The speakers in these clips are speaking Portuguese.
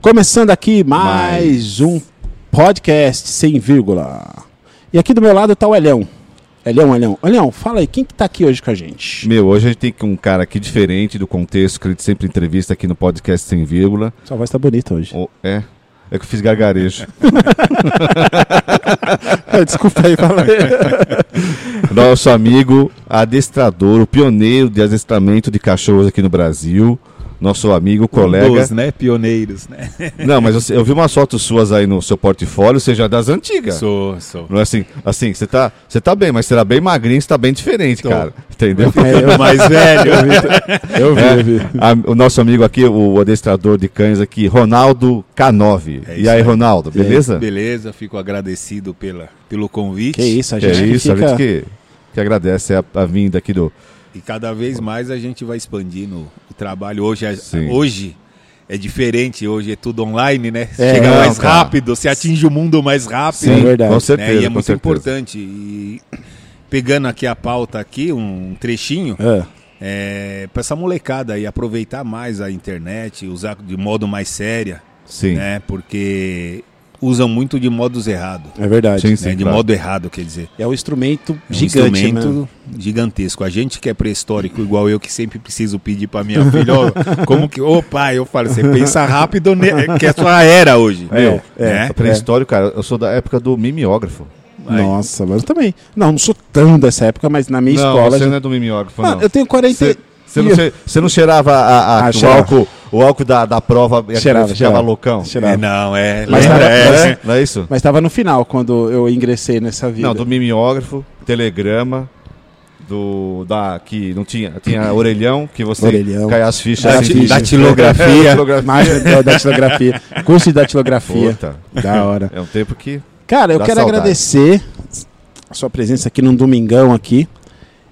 Começando aqui mais um podcast sem vírgula. E aqui do meu lado tá o Elhão. Elhão, Elhão. Elhão, fala aí, quem que tá aqui hoje com a gente? Meu, hoje a gente tem um cara aqui diferente do contexto que ele sempre entrevista aqui no podcast sem vírgula. Sua voz tá bonita hoje. O- é. É que eu fiz gargarejo. É, Desculpa aí, fala aí. Nosso amigo adestrador, o pioneiro de adestramento de cachorros aqui no Brasil. Nosso amigo, Um colega. dos, né? Pioneiros, né? Não, mas você- eu, vi umas fotos suas aí no seu portfólio, você já é das antigas. Sou, sou. Não é assim, assim, você tá, você tá bem, mas será bem magrinho, você tá bem diferente, Tô. cara. Entendeu? É, É, mais velho. eu, eu vi, eu vi. A- o nosso amigo aqui, o adestrador de cães aqui, Ronaldo K9. É e isso aí, aí. Ronaldo, beleza? Beleza, fico agradecido pela, pelo convite. Que isso, a Que é gente que isso, fica... a gente que, que agradece a, a vinda aqui do. E cada vez mais a gente vai expandindo o trabalho. Hoje, é- Sim. hoje é diferente, hoje é tudo online, né? É, Chega não, mais cara. rápido, você atinge o mundo mais rápido. Sim, é verdade. com né? certeza. e é com muito certeza. importante. E pegando aqui a pauta aqui, um trechinho. Ah, É, para essa molecada aí aproveitar mais a internet, usar de modo mais séria, Sim. É. né? Porque usam muito de modos errados. é verdade. Sim, sim. né, de claro. modo errado, quer dizer. É um instrumento É um gigante, né? instrumento gigantesco. A gente que é pré-histórico, igual eu, que sempre preciso pedir pra minha filha, ó, como que. Ô pai, eu falo, você pensa rápido, né, que é sua era hoje. Meu, né? é, pré-histórico, cara, eu sou da época do mimeógrafo. Aí. Nossa, mas eu também. Não, não sou tão dessa época, mas na minha não, escola. você a gente- não é do mimeógrafo, Ah, não. eu tenho 40. Você você não, Ih, che- você não cheirava a- a- Ah, o cheirava. álcool, o álcool da, da prova e Cheirava, ficava cheirava. loucão? Cheirava. É, não, é. Mas né? lembra, na- é, É, não é isso? Mas tava no final quando eu ingressei nessa vida. Não, do mimeógrafo, telegrama, do. da. que não tinha. Tinha orelhão, que você Orelhão. caia as fichas. assim. É, Dati- datilografia. datilografia. Imagem da datilografia. Curso de datilografia. Puta, Da hora. é um tempo que. Cara, eu Dá quero saudade. agradecer a sua presença aqui num domingão aqui.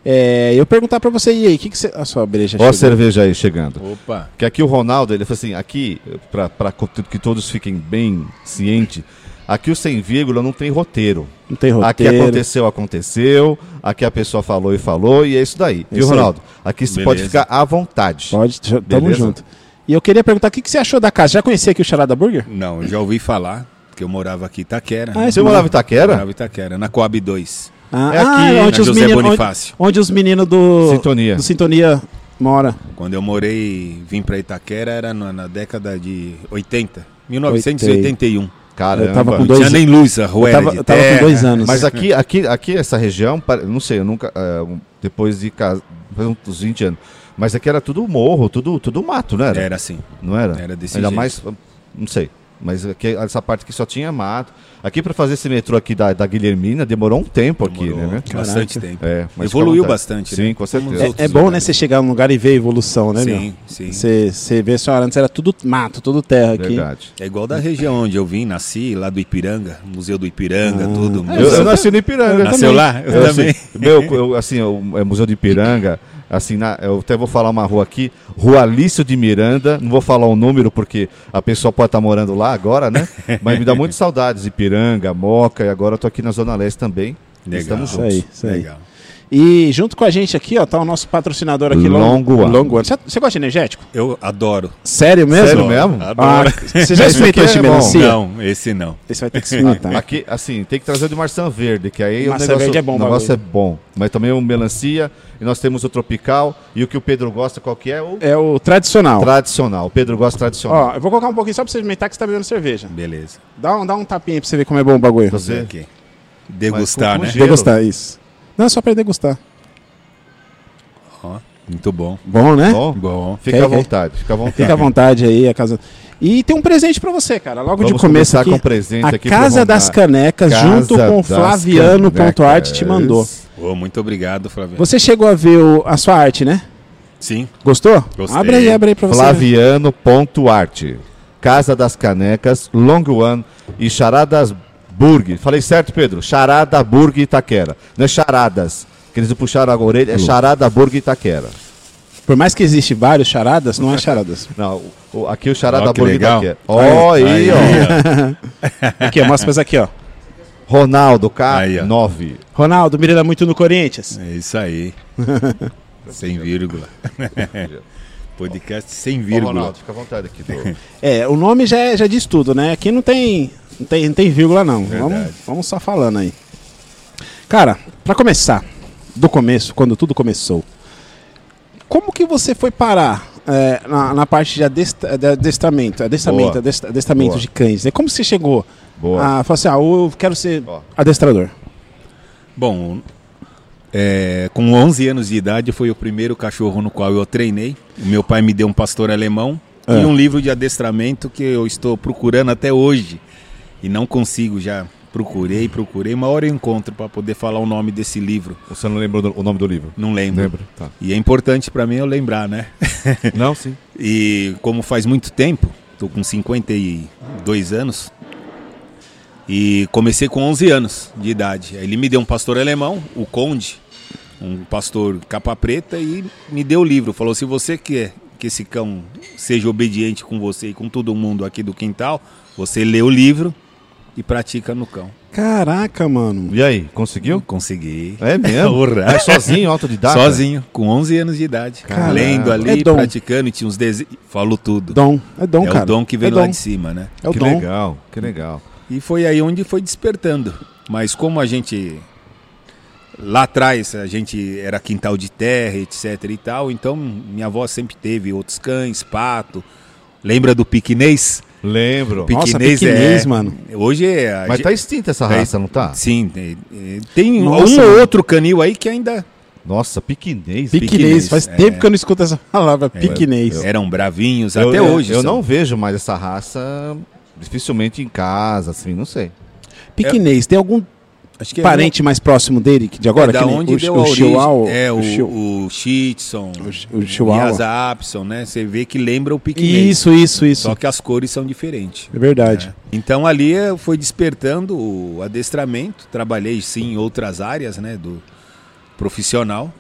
É, eu perguntar pra você, e aí, o que, que você. A sua breja Ó chegou. a cerveja aí chegando. Opa. Que aqui o Ronaldo, ele falou assim, aqui, para que todos fiquem bem cientes, aqui o sem vírgula não tem roteiro. Não tem Aqui roteiro. aconteceu, aconteceu, aqui a pessoa falou e falou, e é isso daí. Viu, Isso aí. Ronaldo? Aqui você pode Beleza. ficar à vontade. Pode, já- tamo Beleza? junto. E eu queria perguntar o que, que você achou da casa. Já conhecia aqui o Charada Burger? Não, eu já ouvi falar que eu morava aqui em Itaquera. Ah, né? isso Você morava em Morava Itaquera? em Itaquera, na Coab 2. Ah, É aqui, ah, na onde, os José menino, onde, Bonifácio. onde os meninos do Sintonia. do Sintonia mora. Quando eu morei, vim pra Itaquera, era na, na década de 80. 1981. Caramba. Eu tava com Não dois- tinha nem luz, a rua Eu era tava, de eu tava com terra. dois anos. É, Mas aqui, aqui, aqui essa região, pare- não sei, eu nunca, é, um- depois de casa, faz uns 20 anos, mas aqui era tudo morro, tudo, tudo mato, não era? Era assim. Não era? Era desse Ainda jeito. mais, não sei, mas aqui, essa parte aqui só tinha mato. Aqui para fazer esse metrô aqui da, da Guilhermina demorou um tempo aqui, Demorou né? Caraca. Bastante tempo. É, mas Evoluiu fica à vontade. bastante, Sim, com né? Como os certeza. outros. É, é bom, né, você chegar num lugar e ver a evolução, né, meu? Sim, sim. Você você vê só, antes era tudo mato, tudo terra aqui. Verdade. É igual da região onde eu vim, nasci, lá do Ipiranga, Museu do Ipiranga, tudo. Ah. Eu, eu nasci no Ipiranga. Ah, Nasceu também. lá? Eu assim, também. meu, eu, assim, o é, Museu de Ipiranga, assim, na- eu até vou falar uma rua aqui, Rua Alício de Miranda, não vou falar o número porque a pessoa pode estar morando lá agora, né? Mas me dá muito saudades, Ipiranga, Moca, e agora eu tô aqui na Zona Leste também. Legal. Estamos Isso juntos. aí, isso aí. Legal. E junto com a gente aqui, ó, tá o nosso patrocinador aqui, Longo Ar. Longo Ar. Você- Você gosta de energético? Eu adoro. Sério mesmo? Sério mesmo? Ah, Adoro. você já Esse experimentou aqui é esse bom. melancia? Não, esse não. Esse vai ter que experimentar. Aqui, assim, tem que trazer o de maçã verde, que Maçã aí o negócio, verde é bom, o negócio é bagulho. bom. Mas também o melancia, e nós temos o tropical, e o que o Pedro gosta, qual que é? O é o tradicional. tradicional. O Pedro gosta tradicional. Ó, eu vou colocar um pouquinho só pra você experimentar que você tá bebendo cerveja. Beleza. Dá um, dá um tapinha aí pra você ver como é bom o bagulho. Você- Vem aqui. Degustar, com- né? com gelo. Degustar, isso. Não, é só pra degustar. Ó, muito bom. Bom, né? Bom, Bom. fica Quer, à quer. vontade, fica à vontade. Fica à vontade aí, a casa. E tem um presente pra você, cara. Logo de Vamos começo começar aqui, com um presente a aqui pro Casa Ronaldo. das Canecas, Casa junto com das Flaviano.arte, te Canecas. mandou. Ô, muito obrigado, Flaviano. Você chegou a ver o- a sua arte, né? Sim. Gostou? Gostei. Abre aí, abre aí pra você. ver. Flaviano.arte, Casa das Canecas, Long One e Charadas Burg. Falei certo, Pedro? Charada Burg Itaquera. Não é charadas, que eles puxaram a orelha, é Charada Burg Itaquera. Por mais que existe vários charadas, não é charadas. Não, o- o- aqui o Charada Ó, que Burg legal. Itaquera. Ó, aí, Aí, ó. ó. Aqui, ó, mostra pra aqui, ó. Ronaldo Aí, ó. K9. Ronaldo, mirando muito no Corinthians. É isso aí. Sem vírgula. Podcast sem Ó, vírgula. Ronaldo, fica à vontade aqui. Tô... É, o nome já, é- já diz tudo, né? Aqui não tem, não tem, não tem vírgula, não. Vamos, Verdade. vamos só falando aí. Cara, pra começar, do começo, quando tudo começou, como que você foi parar é, na, na parte de adest, de adestramento, adestramento, Boa. adest- adestramento Boa. de cães? Né? Como você chegou Boa. a falar assim, ah, eu quero ser Ó. adestrador? Bom, é, com 11 anos de idade foi o primeiro cachorro no qual eu treinei. O meu pai me deu um pastor alemão É. e um livro de adestramento que eu estou procurando até hoje e não consigo já. Procurei, procurei. Uma hora eu encontro para poder falar o nome desse livro. Você não lembrou do- o nome do livro? Não lembro. Lembro. Tá. E é importante para mim eu lembrar, né? Não, sim. E como faz muito tempo, tô com 52 anos. E comecei com 11 anos de idade. Aí Ele me deu um pastor alemão, o Conde, um pastor capa preta e me deu o livro. Falou: "Se você quer que esse cão seja obediente com você e com todo mundo aqui do quintal, você lê o livro e pratica no cão". Caraca, mano. E aí, conseguiu? Consegui. É mesmo? Urra. Mas sozinho, autodidata? Sozinho, com 11 anos de idade, Caramba. lendo É ali, dom. praticando, e tinha uns desejos. Falou tudo. Dom, é dom, é cara. o dom que vem é lá dom. de cima, né? É o que dom. legal, que legal. E foi aí onde foi despertando. Mas como a gente. Lá atrás a gente era quintal de terra, etc e tal, então minha avó sempre teve outros cães, pato. Lembra do piquinês? Lembro. Nossa, piquinês, mano. Hoje é. a Mas ge- tá extinta essa Tá raça, não tá? Sim, tem, tem Nossa, um mano. ou outro canil aí que ainda Nossa, Piquinês. piquinês. Piquinês, Faz é. tempo que eu não escuto essa palavra, É, piquinês. eram bravinhos, Eu- até eu- hoje. Eu são. não vejo mais essa raça dificilmente em casa, assim, não sei. Piquinês, tem algum Acho que é parente mais próximo dele que de agora? é da que nem onde o, deu o a origem. Chihuahua, é, o, o Chi- o Shitson, o Chi- o Chihuahua. Lhasa Apso, né? Você vê que lembra o piquinês. Isso, isso, isso. Só que as cores são diferentes. É verdade. Então ali eh, foi despertando o adestramento. Trabalhei sim em outras áreas, né? Do profissional.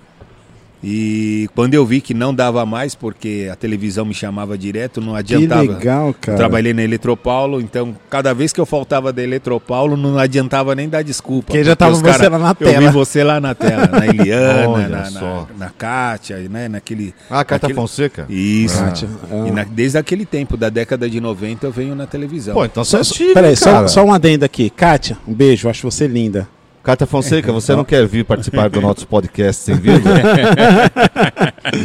E quando eu vi que não dava mais, porque a televisão me chamava direto, não Que adiantava. legal, cara. Eu Trabalhei na Eletropaulo, então cada vez que eu faltava da Eletropaulo, não adiantava nem dar desculpa. Porque já tava os você lá na Eu tela. vi você lá na tela, na Eliana, Olha na, na, só. na Kátia, né, naquele... Ah, a Carta naquele- Fonseca? Isso. Kátia, E é. na- desde aquele tempo, da década de 90, eu venho na televisão. Pô, então você Só, é só- antigo, peraí, só, cara. só um adendo aqui. Kátia, um beijo, acho você linda. Carta Fonseca, você não quer vir participar do nosso podcast sem vírgula?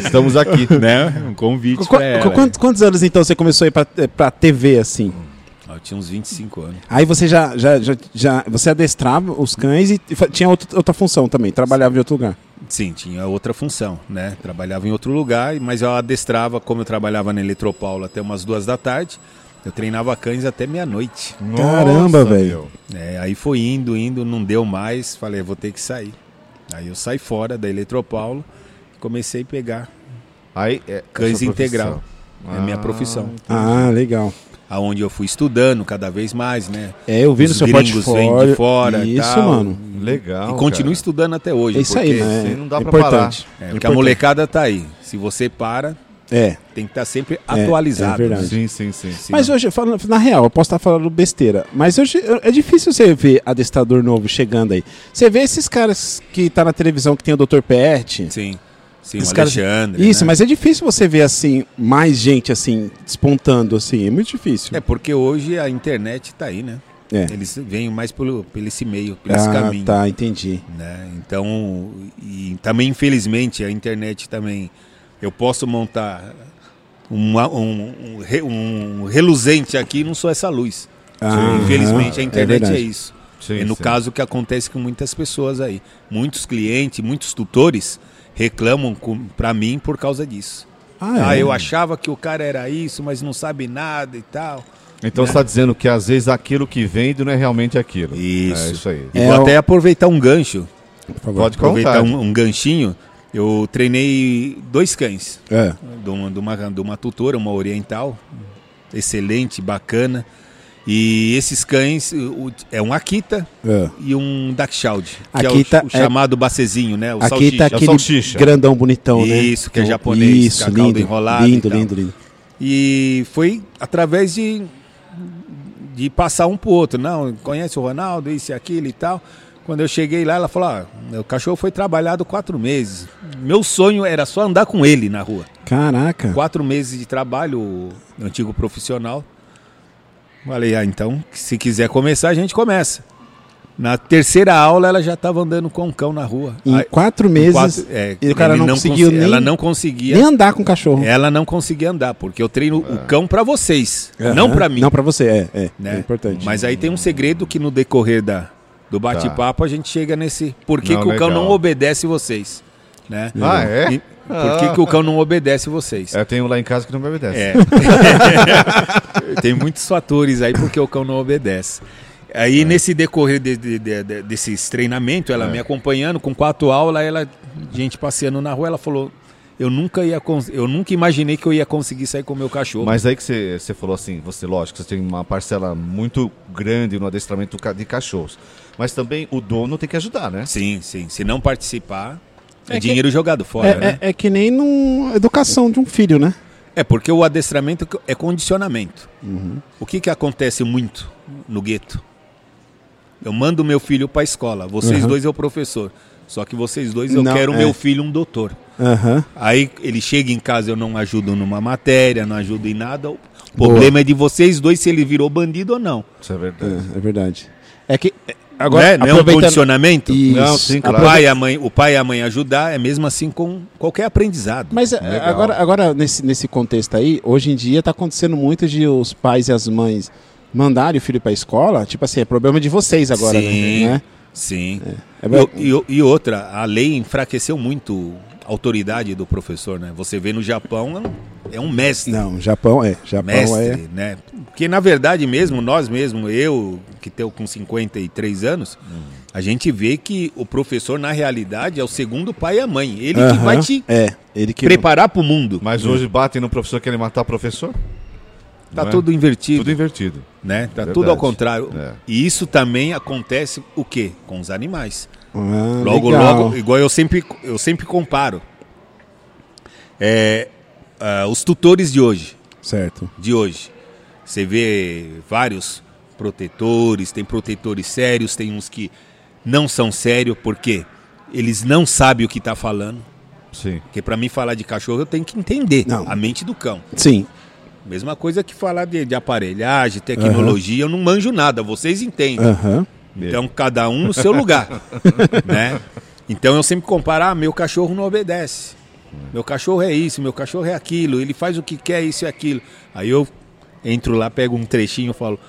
Estamos aqui. né? Um convite Qu- pra ela. qu- quantos, quantos anos então você começou a ir pra, eh, pra TV assim? Hum. Eu tinha uns 25 anos. Aí você já, já, já, já- você adestrava os cães e fa- tinha outra, outra função também, trabalhava em outro lugar. Sim, tinha outra função, né? Trabalhava em outro lugar, mas eu adestrava, como eu trabalhava na Eletropaulo até umas duas da tarde, eu treinava cães até meia-noite. Caramba, Nossa, velho. meu. É, aí foi indo, indo, não deu mais, falei, vou ter que sair. Aí eu saí fora da Eletropaulo e comecei a pegar Aí, é, cães essa é a integral. profissão. É a minha Ah, profissão. Ah, legal. Aonde eu fui estudando cada vez mais, né? É, eu vi Os no seu gringos vêm portfólio. de fora e Isso, tal. mano. Legal. e continuo cara. estudando até hoje. Ah, É isso porque- aí, né? assim não dá pra Importante. É, porque a molecada tá aí. Se você para, É. tem que estar sempre atualizado. né? é verdade. Sim, sim, sim. Mas hoje, falando, na real, eu posso estar falando besteira, mas hoje eu- é difícil você ver adestrador novo chegando aí. Você vê esses caras que tá na televisão que tem o Dr. Pet. Sim. Sim, Esses o caras- Alexandre. Isso, né? mas é difícil você ver assim, mais gente assim, despontando assim. É muito difícil. É porque hoje a internet tá aí, né? É. Eles vêm mais pelo, pelo esse meio, por esse Ah, caminho. tá, entendi. né? Então, e também infelizmente a internet também eu posso montar uma- um, um re- um reluzente aqui, e não sou essa luz. Ah, infelizmente a internet é, verdade. isso. Sim, é no sim. caso que acontece com muitas pessoas aí. Muitos clientes, muitos tutores reclamam para mim por causa disso. Ah, é. Ah, eu achava que o cara era isso, mas não sabe nada e tal. Então você está dizendo que às vezes aquilo que vende não é realmente aquilo. Isso. É isso aí. E É, vou o- até aproveitar um gancho Por favor. Pode contar. aproveitar um, um ganchinho, eu treinei dois cães É. de uma, de uma, de uma tutora, uma oriental, excelente, bacana. E esses cães o- é um Akita é. e um Dachshund, que Akita é o, o é- chamado bacezinho, né? O Aqui tá salsicha. aquele salsicha. grandão bonitão, né? Isso, que é japonês, Isso, com a calda lindo, enrolada e lindo, tal. lindo, lindo. E foi através de, de passar um pro outro. Não, conhece o Ronaldo, isso e aquilo e tal. Quando eu cheguei lá, ela falou: ah, o cachorro foi trabalhado quatro meses. Meu sonho era só andar com ele na rua. Caraca. Quatro meses de trabalho, o antigo profissional. Falei, ah, então, se quiser começar, a gente começa. Na terceira aula, ela já estava andando com um cão na rua. Em Aí- quatro em meses, quatro- é, e o cara ele não, conseguiu consi- nem, Ela não É. conseguia. nem andar com o cachorro. Ela não conseguia andar, porque eu treino o cão pra vocês, não Aham. pra mim. Não pra você, é. É, né? é importante. Mas aí tem um segredo que no decorrer da, do bate-papo a gente chega nesse. Por que, Não, que o cão legal. não obedece vocês? Né? Ah, é? E por que, que o cão não obedece vocês? Eu tenho lá em casa que não me obedece. É. Tem muitos fatores aí porque o cão não obedece. Aí nesse decorrer de- de- de- de- desses treinamentos, ela me acompanhando com quatro aulas, ela gente passeando na rua, ela falou: "Eu nunca ia cons- eu nunca imaginei que eu ia conseguir sair com o meu cachorro". Mas aí que você você falou assim, você, lógico, você tem uma parcela muito grande no adestramento ca- de cachorros. Mas também o dono tem que ajudar, né? Sim, sim, se não participar, é, É que- dinheiro jogado fora, É, né? é- é que nem num educação de um filho, né? É porque o adestramento é condicionamento. Uhum. O que, que acontece muito no gueto? Eu mando meu filho para a escola, vocês Uhum. dois é o professor. Só que vocês dois eu Não, quero é. meu filho um doutor. Aham. Aí ele chega em casa, eu não ajudo numa matéria, não ajudo em nada. O problema é de vocês dois se ele virou bandido ou não. Isso é verdade. É, é verdade. É que. é, Agora, né? não é um aproveitando... condicionamento? Isso. Não, sim, O claro. pai, e a mãe, o pai e a mãe ajudar é mesmo assim com qualquer aprendizado. Mas é, Legal. agora, agora nesse, nesse contexto aí, hoje em dia tá acontecendo muito de os pais e as mães mandarem o filho pra escola. Tipo assim, é problema de vocês agora, Sim. né? Sim. É E o- bom. E, o- e outra, a lei enfraqueceu muito a autoridade do professor, né? Você vê no Japão, é um- é um mestre. um Não, Japão é. Japão mestre, é. né? Porque na verdade mesmo, nós mesmo, eu que tenho com 53 anos, Hum. a gente vê que o professor na realidade é o segundo pai e a mãe. Ele que Aham, vai te É, ele que. preparar para o mundo. Mas hoje batem no professor, querem matar o professor? Tá não é? tudo invertido, Tudo invertido. né? Tá Verdade. tudo ao contrário. É. E isso também acontece o quê? Com os animais. Ah, Logo, legal. logo, igual eu sempre, eu sempre comparo. É, ah, os tutores de hoje, Certo. de hoje, você vê vários protetores, tem protetores sérios, tem uns que não são sérios, porque eles não sabem o que está falando. Sim. Porque para mim falar de cachorro eu tenho que entender Não. a mente do cão. Sim. Mesma coisa que falar de, de aparelhagem, tecnologia, eu não manjo nada, vocês entendem. Aham. Então, cada um no seu lugar, né? Então, eu sempre comparo, ah, meu cachorro não obedece. Meu cachorro é isso, meu cachorro é aquilo, ele faz o que quer, isso e aquilo. Aí eu entro lá, pego um trechinho e falo,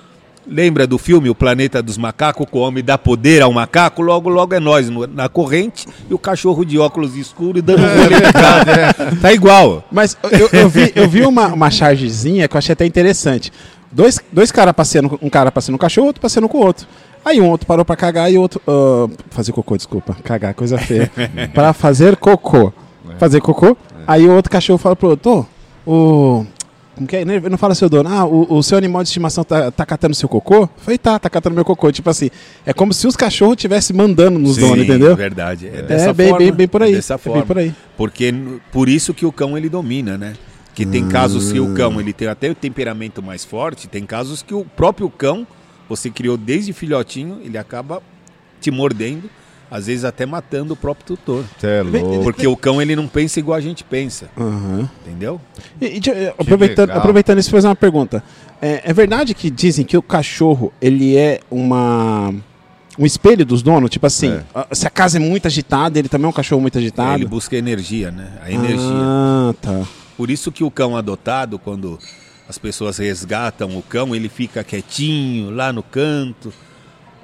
lembra do filme O Planeta dos Macacos, que o homem dá poder ao macaco? Logo, logo é nós no- na corrente e o cachorro de óculos escuros e dando É, rolê em casa. Tá igual. Mas eu, eu vi, eu vi uma, uma chargezinha que eu achei até interessante. Dois, dois caras passeando, um cara passeando com o cachorro, outro passeando com o outro. Aí um outro parou pra cagar e o outro. ah, fazer cocô, desculpa. Cagar, coisa feia. pra fazer cocô. É. Fazer cocô. Aí o outro cachorro fala pro outro: "Ô, o. Como que é? Né? Não fala seu dono. Ah, o, o seu animal de estimação tá, tá catando seu cocô? Eu Falei, tá, tá catando meu cocô. Tipo assim, é como se os cachorros estivessem mandando nos donos, entendeu? verdade. É, É, dessa bem, forma. bem, bem por aí. É dessa é forma. bem por aí. Porque n- por isso que o cão ele domina, né? Que tem casos Hum. que o cão ele tem até o temperamento mais forte, tem casos que o próprio cão você criou desde filhotinho, ele acaba te mordendo, às vezes até matando o próprio tutor. Até é louco. Porque o cão ele não pensa igual a gente pensa, Aham. entendeu? E- e deixa eu- aproveitando, legal. aproveitando isso, fazer uma pergunta. É, é verdade que dizem que o cachorro ele é uma um espelho dos donos? Tipo assim, É. a- se a casa é muito agitada, ele também é um cachorro muito agitado. Ele busca energia, né? A energia. Ah, tá. Por isso que o cão adotado, quando as pessoas resgatam o cão, ele fica quietinho lá no canto,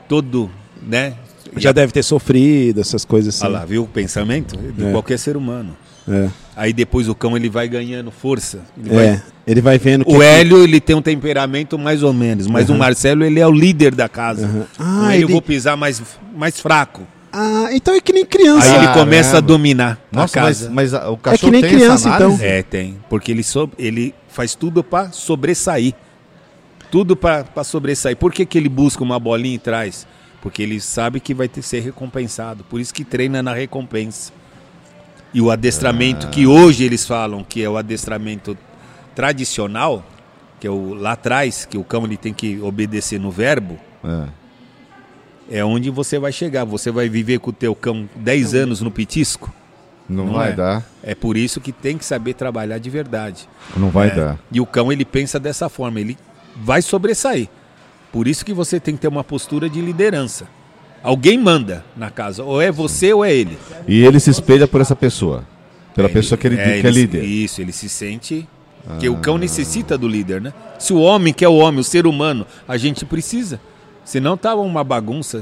todo, né? Já deve ter sofrido essas coisas assim. Olha lá, viu o pensamento? De É. qualquer ser humano. É. Aí depois o cão ele vai ganhando força. Ele É, vai- ele vai vendo que O Hélio ele tem um temperamento mais ou menos, mas o Marcelo ele é o líder da casa. Uhum. Ah, o Hélio eu ele- vou pisar mais, mais fraco. Ah, então é que nem criança. Aí ele Caramba. começa a dominar a Nossa, mas, casa. mas a- o que cachorro nem tem criança, então. essa análise? É, tem. Porque ele, so- ele faz tudo pra sobressair. Tudo pra pra sobressair. Por que, que ele busca uma bolinha e traz? Porque ele sabe que vai ter, ser recompensado. Por isso que treina na recompensa. E o adestramento que hoje eles falam que é o adestramento tradicional, que é o lá atrás, que o cão ele tem que obedecer no verbo, É. é onde você vai chegar. Você vai viver com o teu cão 10 anos no pitisco? Não, Não vai é. dar. É por isso que tem que saber trabalhar de verdade. Não vai É. dar. E o cão ele pensa dessa forma, ele vai sobressair. Por isso que você tem que ter uma postura de liderança. Alguém manda na casa, ou é você ou é ele. E ele se espelha por essa pessoa. Pela É, pessoa que ele, que é se- líder. Ah. Isso, ele se sente. Porque o cão necessita do líder, né? Se o homem que é o homem, o ser humano, a gente precisa. Senão tá uma bagunça.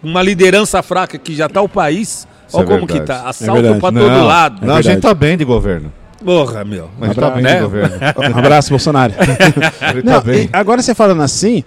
Uma liderança fraca que já tá o país. Isso Olha é como que verdade. tá. Assalto verdade. pra Não, todo lado. É Não, a gente tá bem de governo. Porra, meu. A gente tá Abra- bem de né? governo. Um abraço, Bolsonaro. Ele tá Não, bem. e agora você falando assim,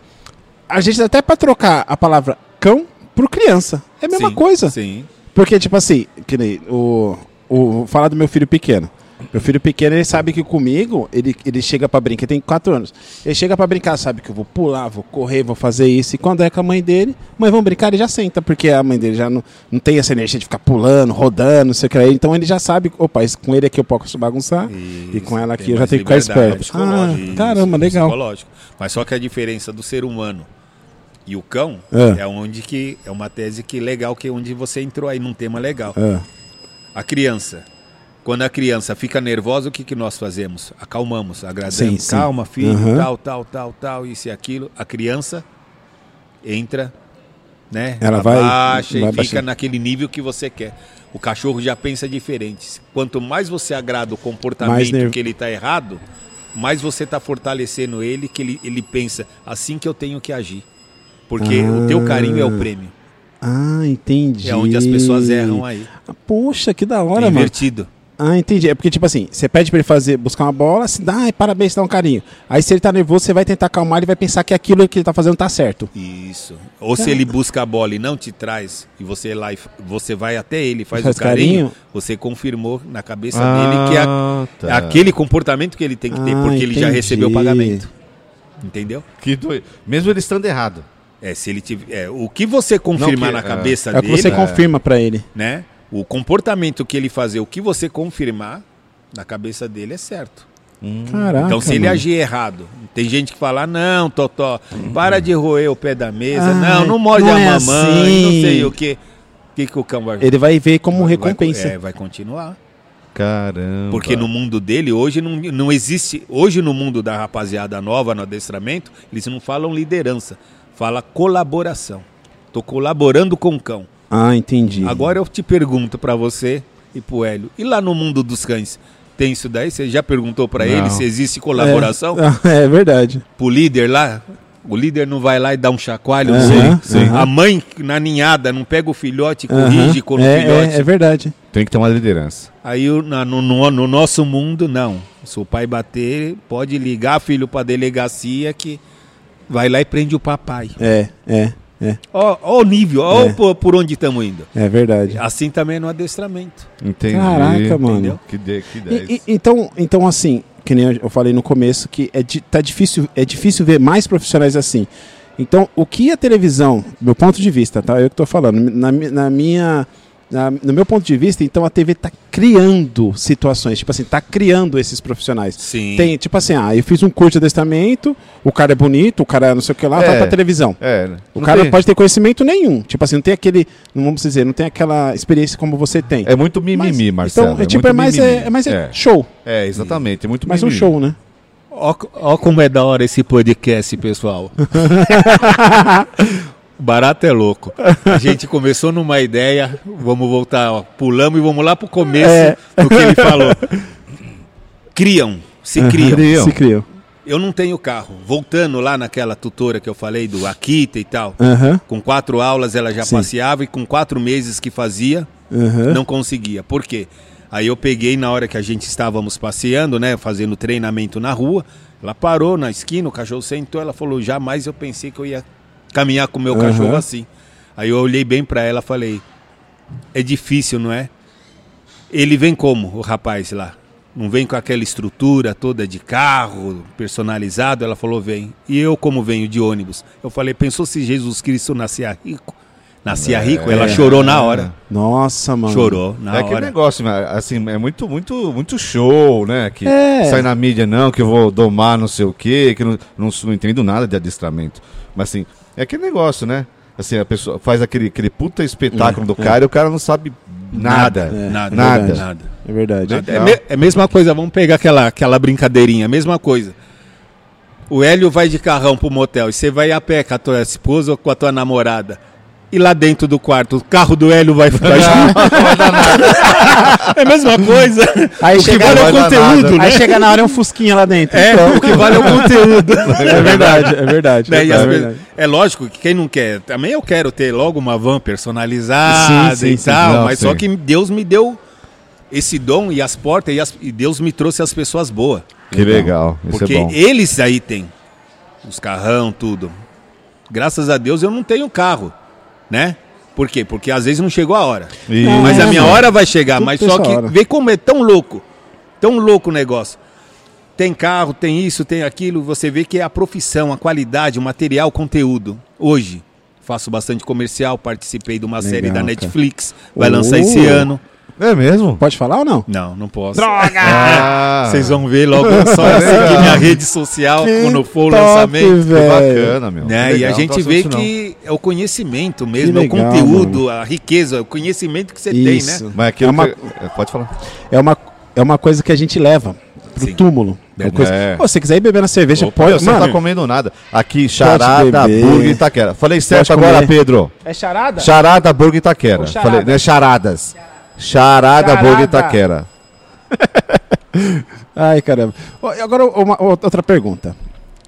a gente dá até pra trocar a palavra cão por criança. É a mesma Sim, coisa. Sim. Porque, tipo assim, que nem o, o. vou Falar do meu filho pequeno. Meu filho pequeno, ele sabe que comigo, ele, ele chega pra brincar, ele tem 4 anos. Ele chega pra brincar, sabe que eu vou pular, vou correr, vou fazer isso. E quando é com a mãe dele, mãe, vamos brincar, ele já senta, porque a mãe dele já não, não tem essa energia de ficar pulando, rodando, não sei o que aí. Então ele já sabe, opa, isso- com ele aqui eu posso bagunçar. e com ela aqui eu já mais tenho que ficar liberdade, é esperto. psicológico, Ah, isso, é caramba, legal. Psicológico. Mas só que a diferença do ser humano e o cão Ah. é, onde que é uma tese que legal que é onde você entrou aí num tema legal. Ah, A criança. Quando a criança fica nervosa, o que, que nós fazemos? Acalmamos, agradecemos. Sim, sim. Calma, filho, Aham. tal, tal, tal, tal, isso e aquilo. A criança entra, né? Ela vai- abaixa vai e fica abaixando. naquele nível que você quer. O cachorro já pensa diferente. Quanto mais você agrada o Mais comportamento nervo- que ele está errado, mais você está fortalecendo ele, que ele, ele pensa, assim que eu tenho que agir. Porque o teu carinho é o prêmio. ah, entendi. É onde as pessoas erram aí. Ah, Poxa, que da É hora, mano. invertido. Ah, entendi. É porque, tipo assim, você pede pra ele fazer, buscar uma bola, se dá, ai, parabéns, dá um carinho. Aí se ele tá nervoso, você vai tentar calmar, ele vai pensar que aquilo que ele tá fazendo tá certo. Isso. Ou se ele busca a bola e não te traz, e você é lá e f- você vai até ele, faz, Faz o carinho, carinho? você confirmou na cabeça Ah, dele que é a- é tá. aquele comportamento que ele tem que ter, Ah, porque ele já entendi. recebeu o pagamento. Entendeu? Que doido. Mesmo ele estando errado. É, se ele tiver. é, o que você Não confirmar que- na é. cabeça É o que dele, você confirma pra ele. né? O comportamento que ele fazer, o que você confirmar na cabeça dele é certo. Caraca. Então, se ele mano. agir errado, tem gente que fala: "Ah, não, Totó, para de roer o pé da mesa, Ah, não, não morde não a é mamãe, não assim." sei o quê. O que, que o cão vai Ele vai ver como vai- recompensa. é, vai continuar. Caramba. Porque no mundo dele, hoje não, não existe. Hoje, no mundo da rapaziada nova, no adestramento, eles não falam liderança, fala colaboração. Tô colaborando com o cão. Ah, entendi. é. Agora eu te pergunto pra você e pro Hélio: e lá no mundo dos cães? Tem isso daí? Você já perguntou pra Não. ele se existe colaboração? É, é verdade. pro líder lá, o líder não vai lá e dá um chacoalho. Aham, não sei. sim. A mãe na ninhada não pega o filhote, corrige, Aham. quando o É, filhote. é, é verdade. Tem que ter uma liderança. Aí o- na- no, no- no nosso mundo, não. Se o pai bater, pode ligar filho pra delegacia que vai lá e prende o papai. É, é, é. Ó, ó o nível, ó É. o por, por onde estamos indo. É verdade. Assim também no adestramento. Entendi. Caraca, mano. Que, de, que dez. E- e- então, então, assim, que nem eu- eu falei no começo, que é, di- tá difícil, é difícil ver mais profissionais assim. Então, o que a televisão, meu ponto de vista, tá? Eu que tô falando, na, mi- na minha. na- no meu ponto de vista, então a TV tá criando situações, tipo assim, tá criando esses profissionais. Sim. Tem, tipo assim, ah, eu fiz um curso de adestramento, o cara é bonito, o cara é não sei o que lá, É. vai pra televisão. É, né? O Não cara tem- pode ter conhecimento nenhum. Tipo assim, não tem aquele. Não vamos dizer, não tem aquela experiência como você tem. É muito mimimi, Mas- Marcelo. Então, é, tipo, é muito mais, é, mimimi. é mais é é. show. É, exatamente. É muito Mais um mimimi. show, né? Ó, ó como é da hora esse podcast, pessoal. Barato é louco. A gente começou numa ideia, vamos voltar, ó, pulamos e vamos lá pro começo É. do que ele falou. Criam, se criam. Criam. Se criam. Eu não tenho carro. Voltando lá naquela tutora que eu falei do Akita e tal. Aham, Com quatro aulas ela já Sim. passeava e com quatro meses que fazia, aham. não conseguia. Por quê? Aí eu peguei na hora que a gente estávamos passeando, né, fazendo treinamento na rua. Ela parou na esquina, o cachorro sentou, ela falou: "Jamais eu pensei que eu ia caminhar com o meu Aham. cachorro assim". Aí eu olhei bem para ela, e falei: "É difícil, não é?" Ele vem como o rapaz lá? Não vem com aquela estrutura toda de carro, personalizado? Ela falou: "Vem". E eu como venho de ônibus? Eu falei: "Pensou se Jesus Cristo nascia rico?" Nascia É, rico, ela chorou na hora. Nossa, mano. Chorou é na hora. aquele negócio, né? assim, é muito, muito, muito show, né? Que É. sai na mídia, não, que eu vou domar não sei o quê, que eu não, não, sou- não entendo nada de adestramento. Mas assim, é aquele negócio, né? Assim, a pessoa faz aquele, aquele puta espetáculo do cara e o cara não sabe nada. É, É. nada, nada. nada. É verdade. É, me- é a mesma coisa, vamos pegar aquela, aquela brincadeirinha, a mesma coisa. O Hélio vai de carrão pro motel e você vai a pé com a tua esposa ou com a tua namorada. E lá dentro do quarto, o carro do Hélio vai ficar junto. é a mesma coisa. Aí o que chega- vale é Não o vai dar conteúdo, né? Aí chega na hora é um fusquinha lá dentro. É, o que vale é o conteúdo. É verdade, é verdade. Né? E é as pe- verdade. é lógico que quem não quer, também eu quero ter logo uma van personalizada Sim, sim, e sim. tal, Não, mas sim. só que Deus me deu esse dom e as portas e, as- e Deus me trouxe as pessoas boas. Que legal, isso é Porque bom. eles aí têm os carrão, tudo. Graças a Deus eu não tenho carro, né? Por quê? Porque às vezes não chegou a hora. Isso. Mas a minha mano. hora vai chegar, Tudo mas tem só sua que hora. vê como é tão louco. Tão louco o negócio. Tem carro, tem isso, tem aquilo, você vê que é a profissão, a qualidade, o material, o conteúdo. Hoje faço bastante comercial, participei de uma Legal, série da cara. Netflix, vai Oh. lançar esse ano. É mesmo? Pode falar ou não? Não, não posso. Ah, Vocês vão ver logo é só eu seguir minha rede social quando for o top, lançamento. que velho. bacana, meu. Que Né? e a legal, não gente tô vê assunto, não. que é o conhecimento mesmo, Que é o legal, conteúdo, a riqueza, o conhecimento que você Isso. tem, né? Mas aquilo É uma- que- é, Pode falar. É uma, é uma coisa que a gente leva pro Sim. túmulo. É uma Verdade. coisa... É. Pô, se quiser ir beber na cerveja, Opa, pode. você não tá Mano, comendo nada. Aqui, charada, beber. burger e Itaquera. Falei certo Pode agora, comer. Pedro. É charada? Charada, burger e Itaquera. Ou charada. Falei, né, charadas. Charada, Charada. burger e Itaquera. Ai, caramba. Ó, e Agora uma- outra pergunta.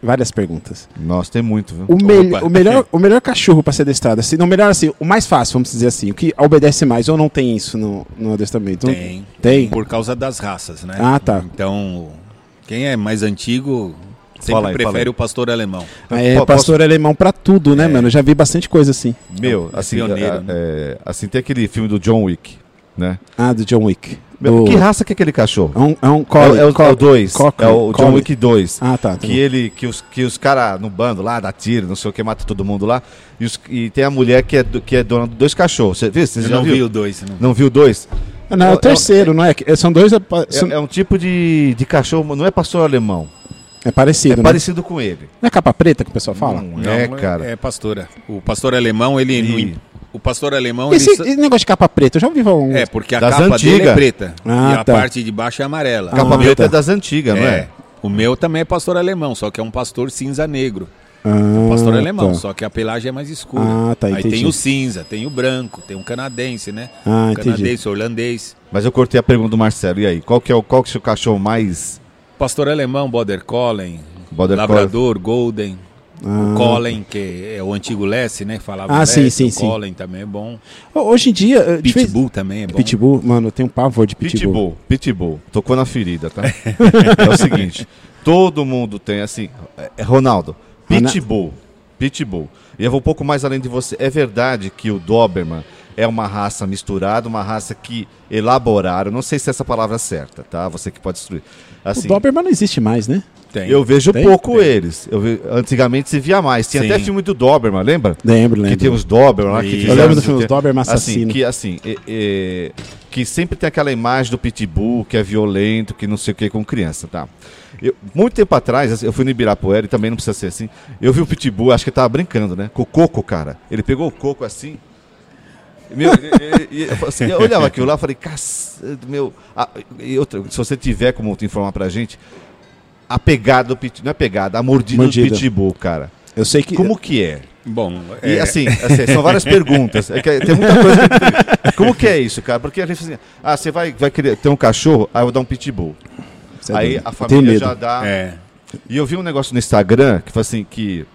Várias perguntas. Nossa, tem muito, viu? O, me- Opa. o melhor, o melhor cachorro para ser adestrado, assim, não, o melhor assim, o mais fácil, vamos dizer assim, o que obedece mais, ou não tem isso no, no adestramento? Tem. Tem? Por causa das raças, né? Ah, tá. Então, quem é mais antigo sempre Fala aí, fala aí. prefere o pastor alemão. É, Po- pastor alemão pra tudo, né, É. mano? Eu já vi bastante coisa assim. Meu, É assim, pioneiro, a- né? é, assim, tem aquele filme do John Wick, né? Ah, do John Wick. Do- Meu, Que raça que é aquele cachorro? É um, é um É, collie, o- é o- é o collie, 2. Cocker, É o John collie. Wick 2. Ah, tá. tá Que bom. ele, que os, que os caras no bando lá, dá tiro, não sei o que, mata todo mundo lá. E, os- e tem a mulher que é, do- que é dona de dois cachorros. Você viu? Você Eu já não viu? vi o dois. Não. Não viu dois? Não, é é- o terceiro, não é? Que- São dois. É, pa- são- É, é um tipo de, de cachorro, não é pastor alemão. é parecido. é né? parecido com ele. Não é capa preta que o pessoal fala? Não Não, é, cara. É pastora. O pastor alemão, ele... não Ih. imp- O pastor então alemão, Esse, é- ele... sa- esse negócio de capa preta, eu já ouvi falar um. É, porque a Das capa dele antigas. é preta. Ah, e a tá. parte de baixo é amarela. Capa O meu preta é das antigas, não é? O meu também é pastor alemão, só que é um pastor cinza negro. Ah, Pastor alemão, tá. só que a pelagem é mais escura. Ah, tá, Aí tem entendi. o cinza, tem o branco, tem o canadense, né? Ah, o entendi. canadense, o holandês. Mas eu cortei a pergunta do Marcelo. E aí, qual que é o, qual que é o seu cachorro mais. Pastor alemão, Border Collie, Border Labrador, Golden. Ah. O Colin, que é o antigo Lesse, né? Falava Ah, sim, Lesse, sim, o sim. Colin também é bom. Ho- Hoje em dia. eh, de vez- Pitbull também tá é bom. Pitbull, mano, eu tenho um pavor de pitbull. Pitbull. Pitbull. Tocou na ferida, tá? é o seguinte: todo mundo tem, assim. é- é Ronaldo, Rona- Pitbull. Pitbull. E eu vou um pouco mais além de você. É verdade que o Doberman é uma raça misturada, uma raça que elaboraram. Não sei se essa palavra é certa, tá? Você que pode destruir. Assim, O Doberman não existe mais, né? Tem. Eu vejo Tem? pouco eles. Eu ve- Antigamente se via mais. Tinha Sim. até filme do Doberman, lembra? Lembro, Que lembro. tem os Doberman lá que Eu fizeram lembro do não sei filme, o os quê. Doberman Assim, assassino. que, assim, é- é- que sempre tem aquela imagem do Pitbull, que é violento, que não sei o que com criança, tá? Eu- muito tempo atrás, assim, eu fui no Ibirapuera, e também não precisa ser assim, eu vi o Pitbull, acho que ele tava brincando, né? Com o coco, cara. Ele pegou o coco assim... Meu, e- e- e- eu, assim, eu olhava aquilo lá e falei, cacete, meu... ah, e outra, se você tiver como te informar pra gente, a pegada do Pitbull, não é pegada, a mordida, Mordida. do Pitbull, cara. Eu sei que. Como que é? Bom, E é- assim, assim, são várias perguntas. É que tem muita coisa que... Como que é isso, cara? Porque a gente fala assim, ah, você vai, vai querer ter um cachorro, aí eu vou dar um pitbull. Você é aí doido. a Eu tenho família medo. já dá. é. E eu vi um negócio no Instagram que foi assim, que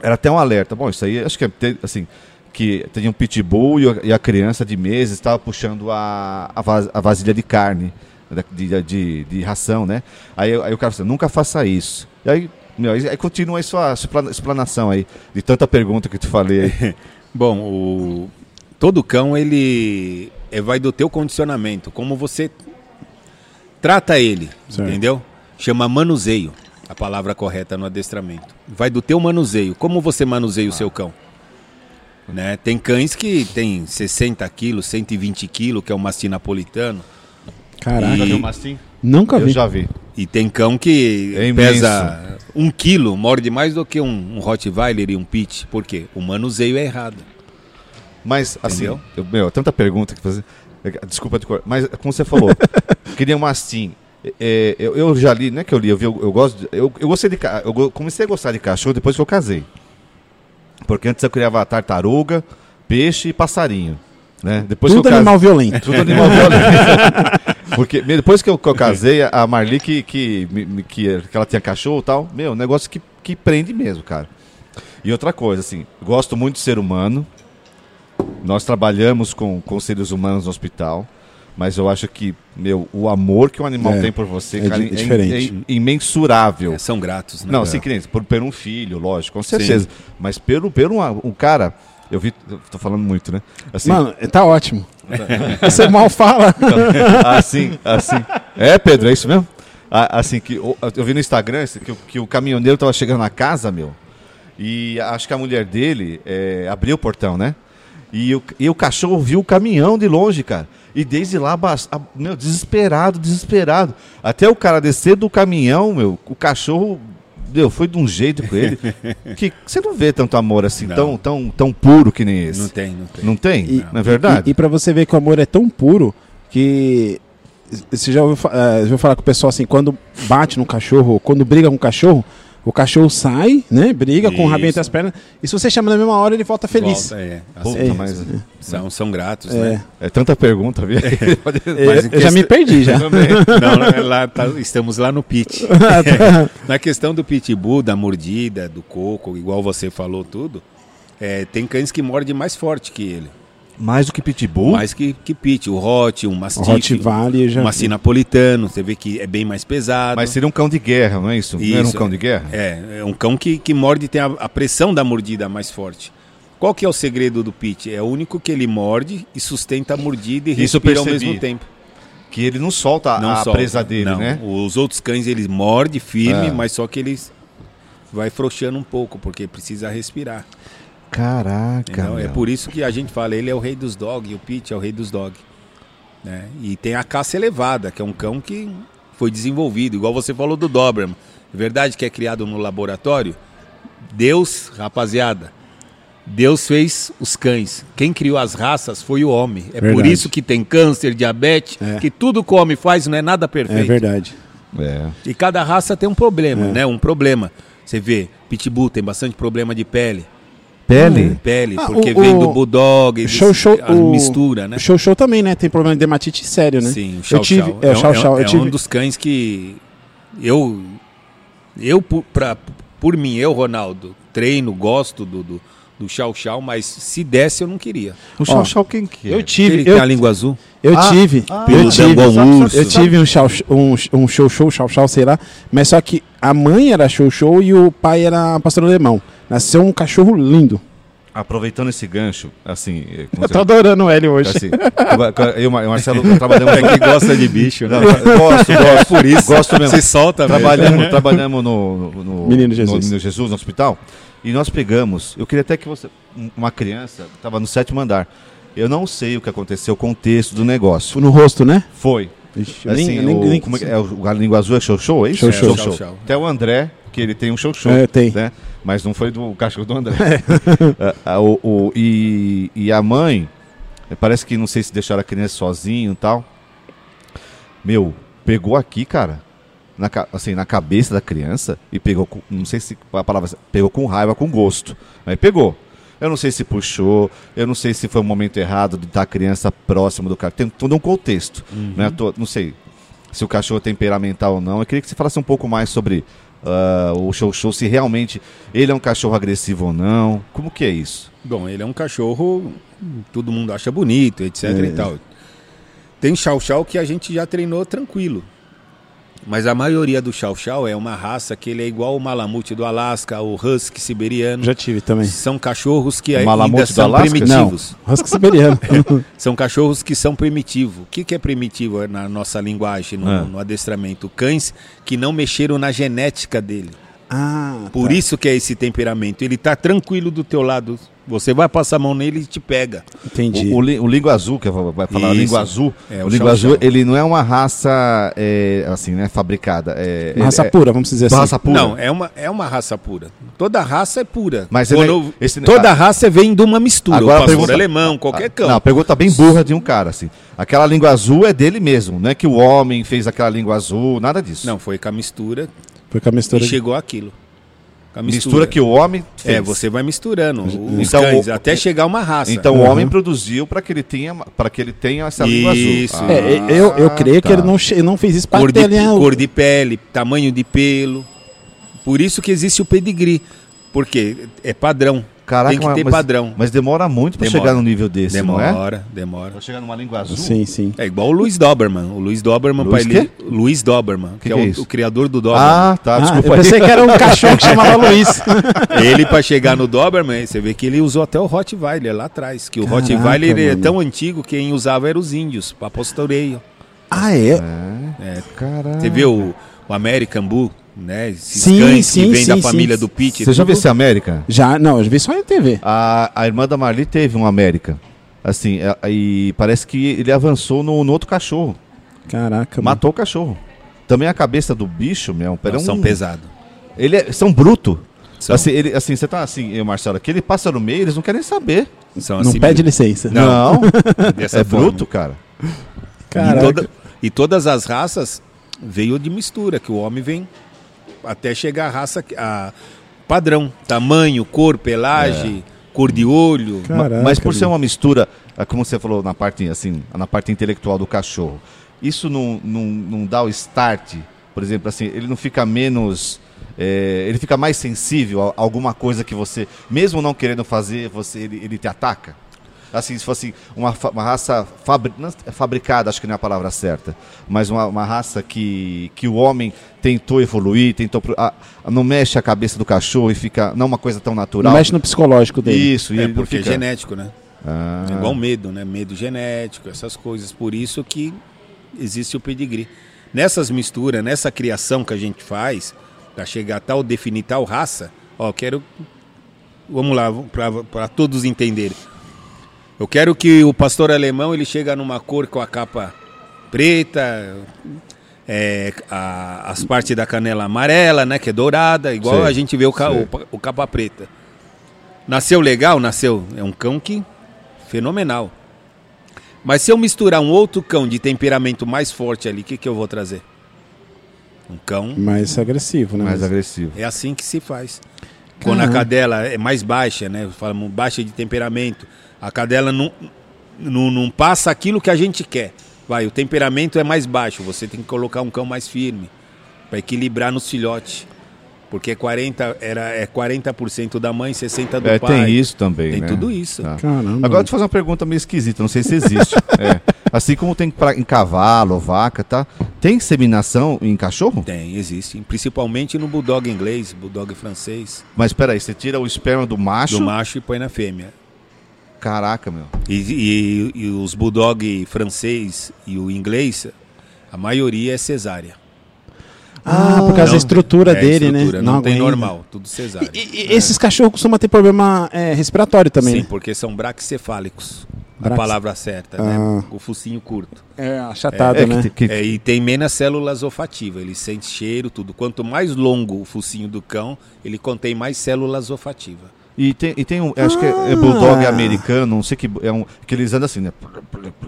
era até um alerta. Bom, isso aí acho que é te- assim, que tinha um pitbull e a, e a criança de meses estava puxando a, a, vas- a vasilha de carne, da- de, de, de ração, né? Aí, aí o cara falou assim, nunca faça isso. E aí, meu, aí aí continua aí sua explana- explanação aí, de tanta pergunta que tu falei aí. Bom, o... todo cão ele é, vai do teu condicionamento, como você trata ele, Certo. entendeu? Chama manuseio, a palavra correta no adestramento. Vai do teu manuseio, como você Ah. manuseia o seu cão. Né? Tem cães que tem 60 quilos, 120 quilos, que é o mastim napolitano. Caraca. E- mastim? Nunca Eu vi. já vi. E tem cão que É imenso. pesa um quilo, morde mais do que um, um Rottweiler e um Pit. Por quê? O manuseio é errado. Mas, assim, Entendeu? eu- meu, tanta pergunta que fazer. é, Desculpa, de cor- mas como você falou, que nem o Mastim. É, eu, eu já li, não é que eu li, eu, vi, eu, eu gosto. de- eu, eu gostei de ca- eu go- comecei a gostar de cachorro depois que eu casei. Porque antes eu criava tartaruga, peixe e passarinho. Né? Depois Tudo que eu casei- animal violento. Tudo animal violento. Porque me- depois que eu, que eu casei, a Marli, que, que, me- me- que, que ela tinha cachorro e tal, meu, um negócio que, que prende mesmo, cara. E outra coisa, assim, gosto muito de ser humano. Nós trabalhamos com, com seres humanos no hospital. Mas eu acho que, meu, o amor que um animal É, tem por você, é cara, di- é, diferente. é imensurável. É, são gratos, né? Não, assim, que nem por, por um filho, lógico, com certeza. Mas pelo, pelo um, um cara, eu vi, eu tô falando muito, né? Assim, Mano, tá ótimo. Você mal fala. assim, assim. É, Pedro, é isso mesmo? A- Assim, que o- eu vi no Instagram esse- que, o- que o caminhoneiro tava chegando na casa, meu, e acho que a mulher dele é, abriu o portão, né? E o, e o cachorro viu o caminhão de longe, cara. E desde lá, bas- a- meu, desesperado, desesperado. Até o cara descer do caminhão, meu, o cachorro, meu, foi de um jeito com ele. que você não vê tanto amor assim, Não. tão, tão, tão puro que nem esse. Não tem, não tem. Não tem? E- não é verdade? E, e pra você ver que o amor é tão puro que. Você já ouviu, fa- eh, já ouviu falar com o pessoal assim, quando bate no cachorro, ou quando briga com o cachorro, o cachorro sai, né? Briga com o rabinho entre as Isso. pernas. E se você chama na mesma hora, ele volta feliz. Volta, é. Assim, Puta, É, mas- são, são gratos, É. né? É tanta pergunta, viu? Mas em Eu já quest- me perdi já. Não, não, lá tá- estamos lá no pit. Na questão do pitbull, da mordida, do coco, igual você falou tudo, é, tem cães que mordem mais forte que ele. Mais do que pitbull? Mais que, que pit. O hot, um O mastiff, Rottweiler já. um massim napolitano. Você vê que é bem mais pesado. Mas seria um cão de guerra, não é isso? não era um Isso, cão de guerra? É, é um cão que, que morde e tem a, a pressão da mordida mais forte. Qual que é o segredo do pit? É o único que ele morde e sustenta a mordida e Isso eu respira ao percebi. mesmo tempo. Que ele não solta a solta. presa dele, Não. né? Os outros cães eles mordem firme, É. mas só que eles vai frouxando um pouco porque precisa respirar. Caraca, Então, é meu. por isso que a gente fala, ele é o rei dos dog, e o Pit é o rei dos dog. Né? E tem a caça elevada, que é um cão que foi desenvolvido, igual você falou do Doberman. É Verdade que é criado no laboratório? Deus, rapaziada, Deus fez os cães. Quem criou as raças foi o homem. É por Verdade. isso que tem câncer, diabetes, É. que tudo que o homem faz não é nada É perfeito. verdade. É. E cada raça tem um problema, É. né? Um problema. Você vê, pitbull tem bastante problema de pele. Pele? Pele, Ah, porque o- vem do o- bulldog, O eles- show show a o mistura, né? o show show também, né? Tem problema de dermatite sério, né? Sim, o eu Chow tive, Chow. é, o um- Chow um- Chow, eu é tive. um dos cães que eu eu por, pra- por mim, eu, Ronaldo, treino, gosto do do, do Chow Chow, mas se desse eu não queria. O Chau Chau quem que é? Eu Ele tive, tem a eu, língua azul. eu Ah, tive, eu ah, pelo tive, Django sabe- Urso. eu tive um show, um, um show show, show show, sei lá, mas só que a mãe era show show e o pai era pastor alemão. Nasceu um cachorro lindo. Aproveitando esse gancho, assim... é, como Eu você- tô adorando ele hoje. assim, eu e o Mar- o Marcelo trabalhamos... gosta de bicho, Não, gosto, gosto. Por isso. Gosto mesmo. Se solta, trabalhamos, trabalhamos no, no- no- Menino Jesus. no Menino Jesus, no hospital. E nós pegamos. Eu queria até que você. um- Uma criança estava no sétimo andar. Eu não sei o que aconteceu com o texto do negócio. No rosto, né? Foi. Ixi, eu Assim, nem- eu nem- o, nem- como é, que é, o, a língua azul é show show, é isso? Show É, show. Show show. Até o André, que ele tem um show show. É, tem. É. Né? Mas não foi do cachorro do André. Ah, ah, o- o- e, e a mãe, eh, parece que não sei se deixaram a criança sozinho e tal. Meu, pegou aqui, cara. Na, ca- assim, na cabeça da criança e pegou com, não sei se a palavra pegou com raiva, com gosto, mas pegou eu não sei se puxou, eu não sei se foi o momento errado de estar a criança próximo do cara. Tem todo um contexto. Né? Uhum. Eu tô- não sei se o cachorro é temperamental ou não. Eu queria que você falasse um pouco mais sobre ah, o Show Show, se realmente ele é um cachorro agressivo ou não. Como que é isso? Bom, ele é um cachorro, todo mundo acha bonito, etc É. e tal. Tem chau chau que a gente já treinou tranquilo. Mas a maioria do chau chau é uma raça que ele é igual o malamute do Alasca, o husky siberiano. Já tive também. São cachorros que O ainda malamute do são Alasca? primitivos. Husky siberiano. São cachorros que são primitivos. O que, que é primitivo na nossa linguagem, no, Ah. no adestramento? Cães que não mexeram na genética dele. Ah, Tá. Por isso que é esse temperamento. Ele tá tranquilo do teu lado. Você vai passar a mão nele e te pega. entendi. O, o, li- o língua azul, que eu vou- vai falar, o Isso. língua azul, É, o o língua azul, chão, chão. ele não é uma raça, é, assim, né, fabricada. É, Uma raça ele é- pura, vamos dizer assim. uma raça pura. Não, é uma, é uma raça pura. Toda raça é pura. Mas ele é- Quando- esse- toda raça vem de uma mistura. Agora o pastor pergunta- alemão, qualquer Ah, Não, campo. pergunta bem burra de um cara, assim. Aquela língua azul é dele mesmo, não é que o homem fez aquela língua azul, nada disso. Não, foi com a mistura Foi com a mistura. e de- chegou aquilo. Com a Mistura que o homem fez. É, você vai misturando os Então, cães o- até chegar uma raça. Então o Uhum. homem produziu para que ele tenha, para que ele tenha essa língua azul. Isso. É, Ah, eu, eu creio tá. que ele não, che- ele não fez isso para cor de, ter a- cor de pele, tamanho de pelo. Por isso que existe o pedigree. Porque é padrão. Caraca, Tem que mas- ter mas- padrão. Mas demora muito para Demora. chegar num nível desse, não é? demora, demora. Pra chegar numa língua azul. Sim, sim. É igual o Luiz Doberman. O Luiz Doberman, Luiz pra ele- Luiz Doberman, que, que é, é o, isso? o criador do Doberman. Ah, tá, Ah, desculpa eu pensei aí. que era um cachorro que chamava Luiz. Ele, pra chegar no Doberman, você vê que ele usou até o Rottweiler lá atrás. Que o Caraca, Rottweiler ele é mano. tão antigo que quem usava eram os índios, pra pastoreio. Ah, é? É, Caraca. Você vê o, o American Bull, né? Esses Sim, cães sim, que vem sim, da família sim. do Pitt. Você já tudo. viu esse América? Já, não, eu vi só em TV. A, a irmã da Marli teve um América. Assim, é- e parece que ele avançou no, no outro cachorro. Caraca, mano. Matou o cachorro. Também a cabeça do bicho, meu. pera, Nossa, é são um- pesado. Ele é, são bruto. São. Assim, ele, assim, você tá assim, eu, Marcelo, aqui ele passa no meio, eles não querem saber. São Não assim pede mesmo, licença. Não. é dessa forma. bruto, cara. E, Caraca. toda- e todas as raças veio de mistura, que o homem vem até chegar a raça que- a padrão, tamanho, cor, pelagem, cor de olho. Ma- É. Caraca, Mas por ser meu. uma mistura, ah, como você falou na parte assim, na parte intelectual do cachorro, isso não, não, não dá o start, por exemplo, assim, ele não fica menos. eh, ele fica mais sensível a alguma coisa que você, mesmo não querendo fazer, você ele, ele te ataca. Assim, se fosse uma, fa- uma raça fabri- não é fabricada, acho que não é a palavra certa, mas uma, uma raça que, que o homem tentou evoluir, tentou. pro- ah, não mexe a cabeça do cachorro e fica. Não é uma coisa tão natural. Não mexe no psicológico dele. Isso, e É ele não porque é fica. genético, né? Ah. É igual medo, né? Medo genético, essas coisas. Por isso que existe o pedigree. Nessas misturas, nessa criação que a gente faz, para chegar a tal, definir tal raça, ó, eu quero. Vamos lá, para todos entenderem. Eu quero que o pastor alemão ele chega numa cor com a capa preta, é, a- as partes da canela amarela, né? Que é dourada, igual Sei, a gente vê o, ca- sei. o pa- o capa preta. Nasceu legal, nasceu. É um cão que. fenomenal. Mas se eu misturar um outro cão de temperamento mais forte ali, o que, que eu vou trazer? Um cão. Mais agressivo, né? mais Mas- agressivo. É assim que se faz. Quando a Uhum. Caramba. cadela é mais baixa, né? Falamos baixa de temperamento. A cadela não, não, não passa aquilo que a gente quer. Vai, o temperamento é mais baixo. Você tem que colocar um cão mais firme para equilibrar nos filhotes. Porque 40, era, é 40% da mãe, 60% do É, pai. tem isso também. Tem né? tudo isso. Tá. Caramba. Agora eu te fazer uma pergunta meio esquisita, não sei se existe. É. Assim como tem pra- em cavalo, vaca, tá? Tem inseminação em cachorro? Tem, existe. Principalmente no bulldog inglês, bulldog francês, Mas peraí, você tira o esperma do macho? do macho e põe na fêmea. Caraca, meu. E, e- e os bulldog francês e o inglês, a maioria é cesárea. Ah, por causa da Não, estrutura é dele, estrutura, né? Não, tem aguenta. normal, tudo cesárea. E, e- e esses cachorros costumam ter problema é, respiratório também, Sim, né? porque são braxcefálicos, a Brax- palavra certa, né? Ah. O focinho curto. É, achatado, É né? que, que- É, e tem menos células olfativas, ele sente cheiro, tudo. Quanto mais longo o focinho do cão, ele contém mais células olfativas. E tem, e tem um. Acho que é, é bulldog Ah! americano, não sei que. É um, que eles andam assim, né?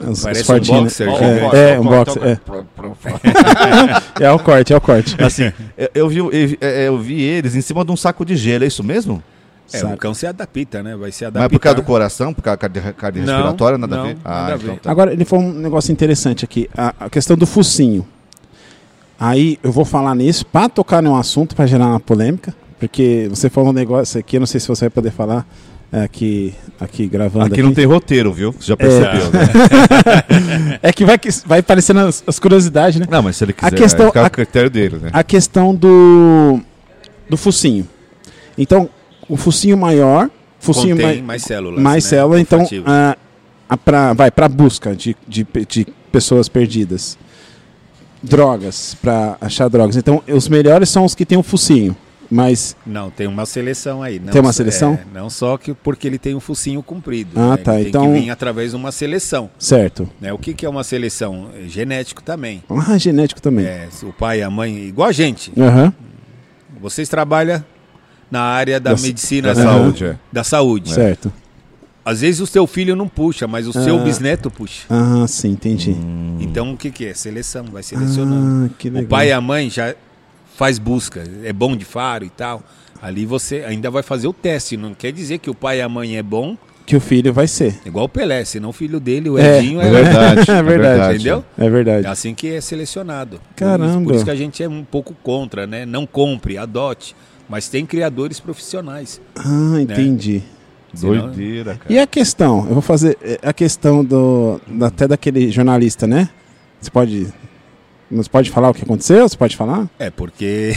Os- Parece os fortinhos, um boxer né? gigante. É, é, um boxer. É. é o corte, é o corte. Assim, é, eu, vi, eu, vi- é, eu vi eles em cima de um saco de gelo, é isso mesmo? É, Sabe? o cão se adapta, né? Vai se Mas adaptar. é por causa do coração, por causa da cardi- cardiorrespiratória, Não, nada a não, ver? nada a ver. tá. Agora, ele falou um negócio interessante aqui. A, a questão do focinho. Aí eu vou falar nisso para tocar num assunto, para gerar uma polêmica. Porque você falou um negócio aqui, eu não sei se você vai poder falar é, aqui, aqui gravando. Aqui não tem roteiro, viu? Você já percebeu, né? É que vai, que- vai parecendo as, as curiosidades, né? Não, mas se ele quiser, A questão- é, fica a- a critério dele, né? A questão do, do focinho. Então, o focinho maior. Focinho contém mai- mais células. mais né? célula, então olfativas. a, a pra, vai para busca de, de, pe- de pessoas perdidas. Drogas, para achar drogas. Então, os melhores são os que têm o focinho. Mas Não, tem uma seleção aí. Não Tem uma só- seleção? é, não só que porque ele tem um focinho comprido. Ah, né? tá, Ele então- Tem que vir através de uma seleção. certo. Né? O que, que é uma seleção? É Genético também. Ah, genético também. É, se o pai e a mãe, igual a gente. Aham. Vocês trabalham na área da, Da sa- medicina da saúde, é. Da saúde. Certo. Às vezes o seu filho não puxa, mas o seu Ah. bisneto puxa. Ah, sim, entendi. Então o que, que é? Seleção, vai selecionando. Ah, que legal. o pai é- e a mãe já faz busca, é bom de faro e tal. Ali você ainda vai fazer o teste. Não quer dizer que o pai e a mãe é bom, Que o filho vai ser. igual o Pelé, senão o filho dele, o É. Edinho, É é, verdade. É verdade. Entendeu? É é verdade. assim que é selecionado. Por isso- Por, Caramba. isso que a gente é um pouco contra, né? Não compre, adote. Mas tem criadores profissionais. É. Ah, entendi. Senão- Doideira, É. cara. E a questão? Eu vou fazer eh, a questão do da- até daquele jornalista, né? Você pode você pode falar o que aconteceu? Você pode falar? É, porque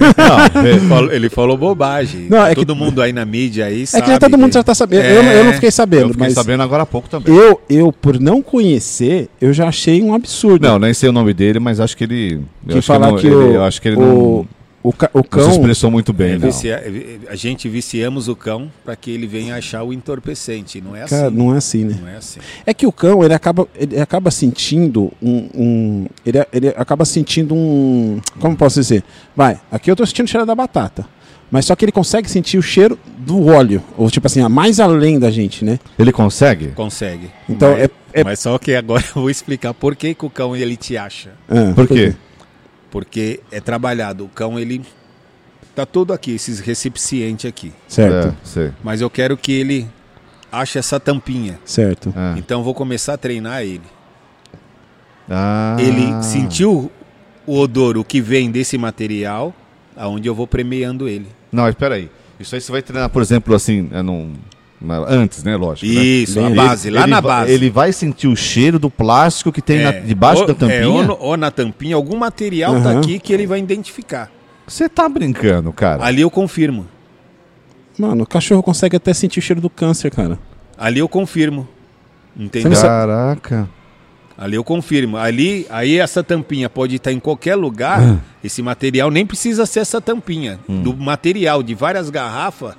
Não, ele, falou, ele falou bobagem. É. Tá Não, é todo que- mundo aí na mídia aí é sabe. que já todo mundo já tá sabendo. Eu, É, eu não fiquei sabendo, eu fiquei mas sabendo agora há pouco também. eu eu por não conhecer, eu já achei um absurdo. Não, nem sei o nome dele, mas acho que ele. eu que acho falar não- que, ele- o, eu acho que ele o, não, o, ca- o não se cão expressou muito bem, É, não. vicia- eh, a gente viciamos o cão para que ele venha achar o entorpecente. Não é assim. Cara, não é assim, né? Não é assim. É que o cão, ele acaba, ele acaba sentindo um. um- ele, ele acaba sentindo um. Como posso dizer? Vai, aqui eu tô sentindo o cheiro da batata. Mas só que ele consegue sentir o cheiro do óleo. Ou tipo assim, a mais além da gente, né? Ele consegue? Consegue. Então mas, é. é- mas só que agora eu vou explicar por que, que o cão ele te acha. ah, Por quê? Porque é trabalhado. O cão ele tá todo aqui, esses recipientes aqui. Certo, É, sei. Mas eu quero que ele ache essa tampinha. certo. Ah. Então eu vou começar a treinar ele. Ah. Ele sentiu o odor, o que vem desse material, aonde eu vou premiando ele. Não, espera aí. Isso aí você vai treinar, por exemplo, assim, é num- na- antes, né? Lógico. né? Isso, Bem, a Ele- base, lá ele na va- base. Ele vai sentir o cheiro do plástico que tem É, na- debaixo ou- da tampinha. é, ou, no- ou na tampinha, algum material tá Aham. aqui que ele vai identificar. Você tá brincando, cara. Ali eu confirmo. Mano, o cachorro consegue até sentir o cheiro do câncer, cara. Ali eu confirmo. Entendeu? Você não Caraca. Ali eu confirmo. Ali, aí essa tampinha pode estar em qualquer lugar. Ah. Esse material nem precisa ser essa tampinha. Hum. Do material de várias garrafas,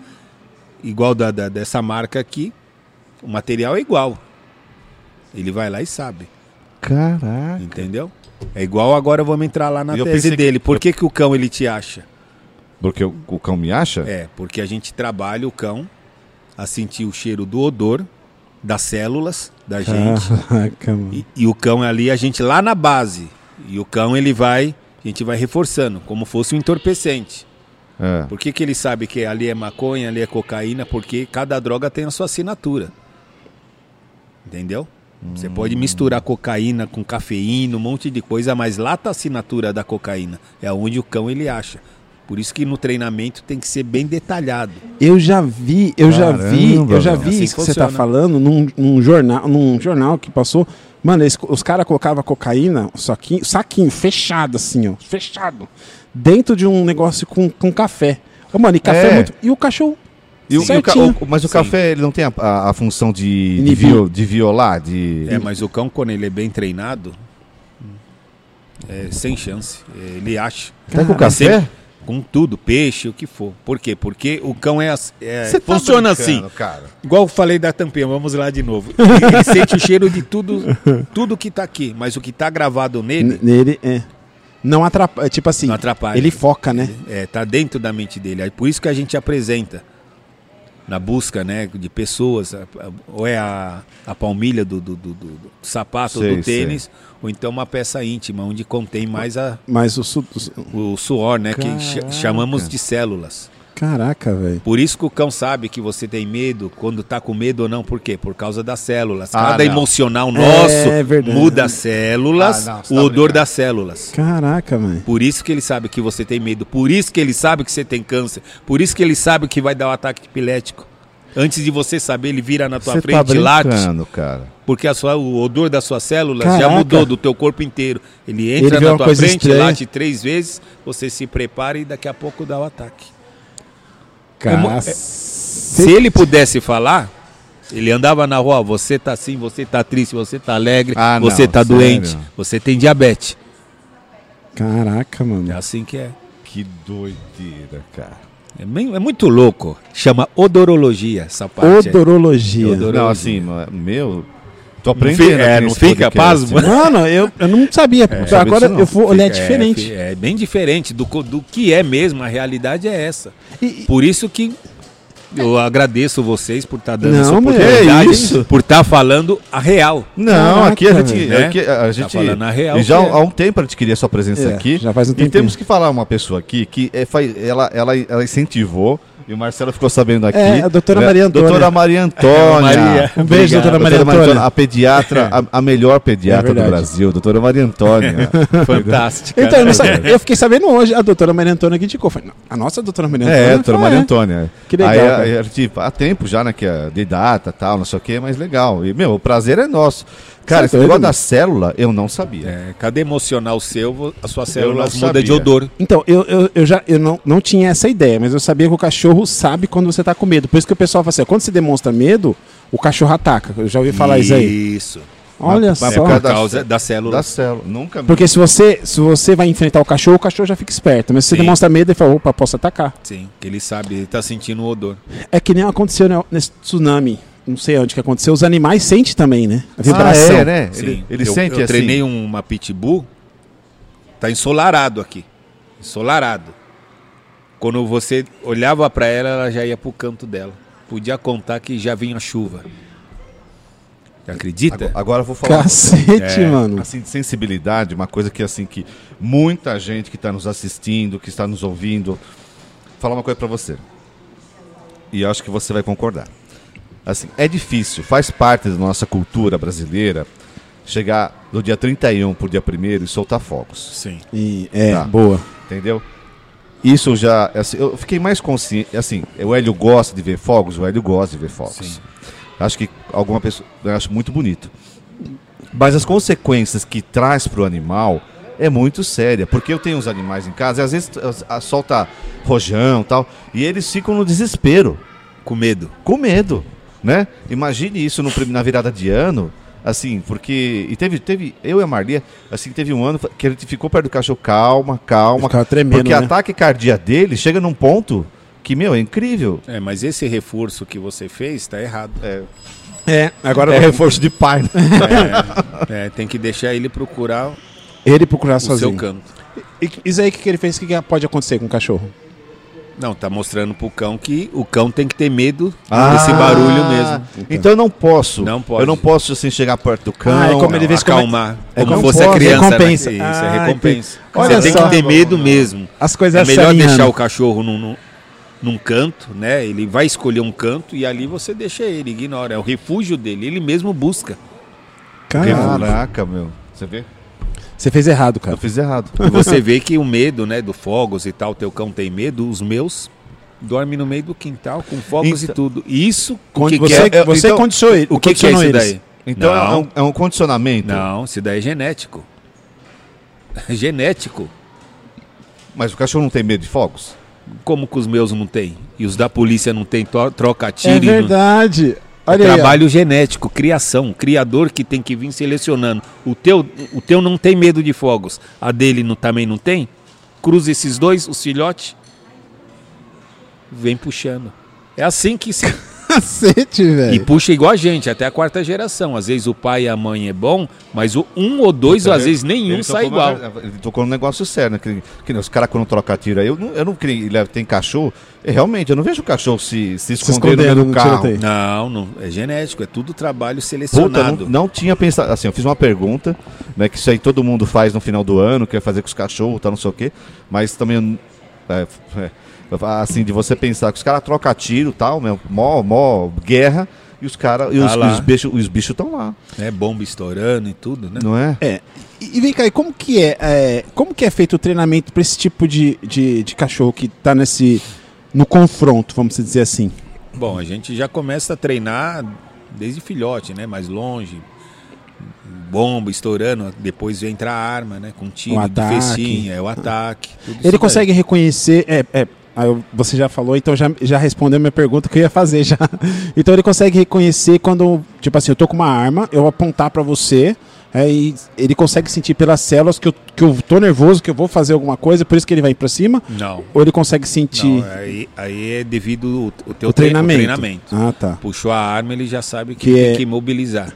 igual da, da- dessa marca aqui, o material é igual. Ele vai lá e sabe. Caraca. Entendeu? É igual agora eu vamos entrar lá na E eu tese pensei que- dele. Por que, que o cão ele te acha? Porque o, o cão me acha? É, porque a gente trabalha o cão a sentir o cheiro do odor das células Ah. da gente. Caraca, mano. E, e o cão é ali, a gente lá na base. E o cão ele vai, a gente vai reforçando, como fosse um entorpecente. É. Por que, que ele sabe que ali é maconha, ali é cocaína? Porque cada droga tem a sua assinatura. Entendeu? Você pode misturar cocaína com cafeína, um monte de coisa, mas lá tá a assinatura da cocaína. É onde o cão ele acha. Por isso que no treinamento tem que ser bem detalhado. Eu já vi, eu já vi, Caramba, eu já mano. vi Assim que isso que você tá funciona. falando num, num jornal, num jornal que passou. Mano, eles- os caras colocavam cocaína, um saquinho, saquinho fechado assim, ó, fechado, dentro de um negócio com, com café. Ô, mano, e café É. é muito. E o cachorro E o- e o ca- certinho. o- mas o Sim. café ele não tem a, a- a função de, de, Inibir. viol- de violar, de. É, mas o cão, quando ele é bem treinado, é sem chance. É, Ele acha. Até com É café? sempre- com tudo, peixe, o que for. Por quê? Porque o cão é. as- é- Você tá funciona brincando, assim. Cara. Igual eu falei da tampinha, vamos lá de novo. Ele, ele sente o cheiro de tudo, tudo que tá aqui, mas o que tá gravado n- nele nele é. Não atrapalha. Tipo assim, não atrapalha. ele foca, né? É, tá dentro da mente dele. É por isso que a gente apresenta na busca, né, de pessoas, a- a- ou é a, a palmilha do, do, do- do- do sapato, Sei, do tênis, ou então uma peça íntima, onde contém mais a, Mas o. su- o su- o suor, né, que cha- Caraca. chamamos de células. Caraca, velho. Por isso que o cão sabe que você tem medo, quando tá com medo ou não, por quê? Por causa das células. Ah, Cada não. É emocional nosso verdade. muda as células, Ah, não, você o tá odor brincando. das células. Caraca, velho. Por isso que ele sabe que você tem medo. Por isso que ele sabe que você tem câncer. Por isso que ele sabe que vai dar o ataque epilético. Antes de você saber, ele vira na tua Você tá frente, e late, brincando, cara. porque a sua, o odor das suas células já Caraca. mudou do teu corpo inteiro. Ele entra vê uma na tua coisa frente, estranha. late três vezes, você se prepara e daqui a pouco dá o ataque. mo- é- Se Cacete. ele pudesse falar, ele andava na rua, "Ó, você tá assim, você tá triste, você tá alegre, Ah, não, você tá sério? doente, você tem diabetes. Caraca, mano. É assim que é. Que doideira, cara. É, meio- é muito louco. Chama odorologia essa parte. aí. Odorologia. Odor- Adorei. Não, assim, mano, meu. Tô Não aprendendo. fi- aqui é, não nesse fica podcast. pasmo? Mano, eu, eu não sabia. sabia Agora É, disso não. eu vou olhar Fica- é, diferente. fi- É, bem diferente do, co- do que é mesmo. A realidade é essa. E- Por isso que eu agradeço vocês por estar dando Não, essa meu, oportunidade, é isso. por estar falando a real. Não, Caraca, né? Tá aqui a gente. velho. aqui a gente falando a real e já que é. há um tempo a gente queria sua presença É, aqui. já faz um E tempinho. temos que falar uma pessoa aqui que é, faz- ela, ela, ela incentivou. E o Marcelo ficou sabendo aqui. É, a doutora né? Maria Antônia. Doutora Maria Antônia. Maria. Um beijo, doutora Maria Antônia. É A pediatra, a, a melhor pediatra do verdade. Brasil, doutora Maria Antônia. Fantástica. Então, eu, né? não sa- é. eu fiquei sabendo hoje, a doutora Maria Antônia que indicou. Falei, não, a nossa doutora Maria Antônia. É, a doutora Ah, Maria é. Antônia. Que legal, Aí, cara. aí, tipo, há tempo já, né, que é de data tal, não sei o que, mas legal. E, meu, o prazer é nosso. Cara, Você esse é doido, negócio mano? da célula, eu não sabia. É, cada emocional seu, vo- a sua não célula muda sabia. de odor. Então, eu, eu, eu já eu não, não tinha essa ideia, mas eu sabia que o cachorro sabe quando você tá com medo. Por isso que o pessoal fala assim, ó, quando você demonstra medo, o cachorro ataca. Eu já ouvi falar isso aí. Isso. Olha mas- só. mas por Por Da causa cé- da célula. Da célula. Nunca vi. Porque se você, se você vai enfrentar o cachorro, o cachorro já fica esperto. Mas se você Sim. demonstra medo, ele fala, opa, posso atacar. Sim, que ele sabe, ele tá sentindo o odor. É que nem aconteceu né, nesse tsunami. Não sei onde que aconteceu. Os animais sentem também, né? A Ah, vibração. é, né? Ele, Sim. ele eu, sente eu assim. treinei um- uma pitbull, tá ensolarado aqui. Ensolarado. Quando você olhava pra ela, ela já ia pro canto dela. Podia contar que já vinha chuva. Acredita? um Agora, agora eu vou falar. Cacete, É. mano. Assim, de sensibilidade, uma coisa que assim que muita gente que está nos assistindo, que está nos ouvindo, falar uma coisa para você. E eu acho que você vai concordar. Assim, é difícil, faz parte da nossa cultura brasileira chegar do dia 31 pro dia 1 e soltar fogos, Sim. E- é, Tá. boa. entendeu? Isso já, assim, eu fiquei mais consciente, assim, o Hélio gosta de ver fogos, o Hélio gosta de ver fogos. Sim. Acho que alguma pessoa. Eu acho muito bonito. Mas as consequências que traz para o animal é muito séria. Porque eu tenho os animais em casa e às vezes as- a- solta rojão e tal. E eles ficam no desespero, Com medo. com medo. né? Imagine isso no prim- na virada de ano. Assim, porque. E teve, teve. Eu e a Marlia, assim, teve um ano que ele ficou perto do cachorro. Calma, calma. Ficava tremendo, porque né? a taquicardia dele chega num ponto que, meu, é incrível. É, mas esse reforço que você fez tá errado. É, agora É reforço de pai, né? É, tem que deixar ele procurar o ele procurar seu sozinho. canto. E isso aí que que ele fez, o que que pode acontecer com o cachorro? Não, tá mostrando pro cão que o cão tem que ter medo Ah, desse barulho mesmo. Então eu não posso. Não pode. Eu não posso assim chegar perto do cão. Ah, é como não. ele vê se acalmar. é Como, como fosse a pode, criança. recompensa. Né? Isso, Ah, é recompensa. entendi. Olha Você tem só. que ter medo mesmo. As coisas é melhor salinhando. deixar o cachorro num, num, num canto, né? Ele vai escolher um canto e ali você deixa ele, ignora. É o refúgio dele, ele mesmo busca. Cara, Ah, né? Caraca, meu. Você vê? você fez errado, Eu cara. fiz errado. E você vê que o medo, né, do fogos e tal, teu cão tem medo, os meus dormem no meio do quintal com fogos Então- e tudo. E isso, o Quando que, você que é? você então, condicionou ele. O que, que é condicionou isso eles. daí? Então Não. é um, é um condicionamento. Não, isso daí é genético. É genético. Mas o cachorro não tem medo de fogos? Como que os meus não tem? E os da polícia não tem to- troca tiro? É e não- verdade. Olha aí, ó. Trabalho genético, criação, criador que tem que vir selecionando. O teu, o teu não tem medo de fogos, a dele não, também não tem? Cruza esses dois, os filhotes, vem puxando. É assim que se Cacete, E velho. puxa igual a gente, até a quarta geração. Às vezes o pai e a mãe é bom, mas o um ou dois, ou às vezes nenhum Ele sai tocou igual. uma- ele tocou num negócio sério, né? Que, que nem os caras quando trocam tiro aí, eu não, eu não creio. Ele tem cachorro. É, Realmente, eu não vejo o cachorro se, se esconder escondendo no meio do no carro. tiroteio. Não, não, é genético, é tudo trabalho Puta, selecionado. não, não tinha pensado. Assim, eu fiz uma pergunta, né? Que isso aí todo mundo faz no final do ano, quer fazer com os cachorros, tá, não sei o quê. Mas também. é, é, assim, de você pensar que os caras trocam tiro e tal, meu, mó, mó guerra, e os caras. E Tá os, e lá. os bichos os bichos estão lá, É bomba estourando e tudo, né? não é? É. E, e vem cá, e como que é, é, como que é feito o treinamento pra esse tipo de, de, de cachorro que tá nesse no confronto, vamos dizer assim? Bom, a gente já começa a treinar desde filhote, né? Mais longe, bomba estourando, depois vem entrar a arma, né? Com tiro, O de ataque. Ah. festim, é o ataque. tudo isso Ele daí. consegue reconhecer. É, é, aí eu- você já falou, então já, já respondeu a minha pergunta que eu ia fazer já. Então ele consegue reconhecer quando, tipo assim, eu tô com uma arma, eu apontar pra você, É, e ele consegue sentir pelas células que eu, que eu tô nervoso, que eu vou fazer alguma coisa, por isso que ele vai ir pra cima? Não. Ou ele consegue sentir Não, aí, aí é devido o, o o teu tre- o treinamento? treinamento. Ah, tá. Puxou a arma, ele já sabe que, Que tem é- Ah, que mobilizar.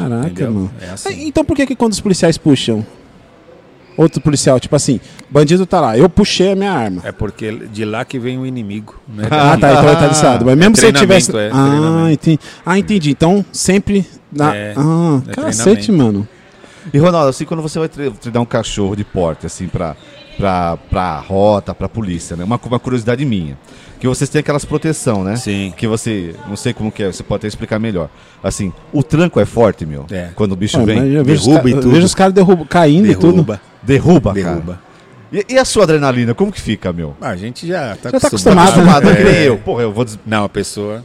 Caraca, entendeu? mano. É assim. Então por que, que quando os policiais puxam? Outro policial, tipo assim, bandido tá lá, eu puxei a minha arma. É porque de lá que vem o inimigo. Né? Ah, Daqui. tá, então ele tá liçado. Mas mesmo É se ele treinamento, tivesse. é, ah, treinamento. entendi. ah, entendi. Então sempre. Na... É, ah, é cacete, treinamento. mano. E Ronaldo, assim, quando você vai tre- treinar um cachorro de porte, assim, pra, pra, pra rota, pra polícia, né? Uma, cu- uma curiosidade minha. Que vocês têm aquelas proteção, né? Sim. Que você, não sei como que é, você pode até explicar melhor. Assim, o tranco é forte, meu. É. Quando o bicho Pô, Ah, mas vem, eu vejo os derruba ca- e eu tudo. vejo os caras derruba, caindo e tudo. Ah, Derruba. derruba, cara. Derruba. E, e a sua adrenalina, como que fica, meu? Ah, a gente já tá Já tá acostumado, né? Acostumado, É. que nem eu. Porra, eu vou... Des... Não, a pessoa...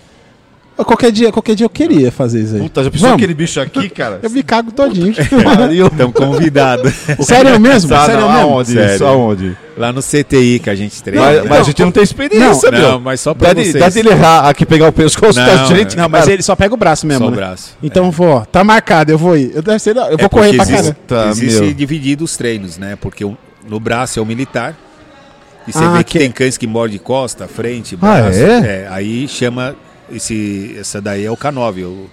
Ah, Qualquer dia, qualquer dia eu queria fazer isso aí. Puta, já pensou Vamos. aquele bicho aqui, cara? Eu me cago todinho. Pariu. Estamos convidados. Sério mesmo? Tá, Sério não, mesmo? aonde Sério. isso? Aonde? Lá no CTI que a gente treina. mas, né? mas não, a gente não tem experiência, não, meu. mas só pra Dá de, vocês. dá de ele errar aqui, pegar o pescoço tá Não, da gente. Não, mas ele só pega o braço mesmo. Só o né? braço. Então, vou, tá marcado, eu vou ir. Eu, deve ser, eu vou É correr porque pra existe, caramba. Puta, existe meu. dividido os treinos, né? Porque o- no braço é o militar. E você Ah, vê que, que- Ah, tem cães que morde costa, frente, braço. é? aí chama esse essa daí é o K9, o-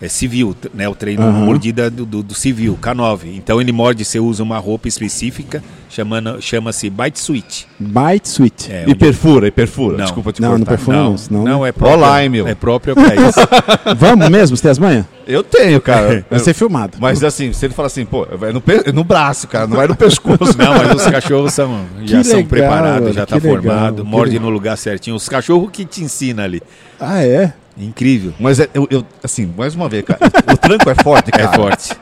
é civil, t- né? O treino Aham. mordida do, do, do civil, K9. Então ele morde, você usa uma roupa específica, chamando chama-se bite suit. Bite Sweet. É, E perfura, e perfura. Não. Desculpa te Não, não cortar. perfura não, senão- né? é próprio. Online, meu. É próprio pra isso. Vamos mesmo, você tem as manhas? Eu tenho, cara. Vai ser filmado. Mas assim, se ele fala assim, pô, vai no, pe- no braço, cara, não vai no pescoço. Não, mas os cachorros são, já Que são legal, preparados, já que tá legal, formado, que morde legal. no lugar certinho. Os cachorros que te ensina ali. Ah, é? Incrível. Mas é- eu, eu- assim, mais uma vez, cara, o tranco é forte, É cara. forte.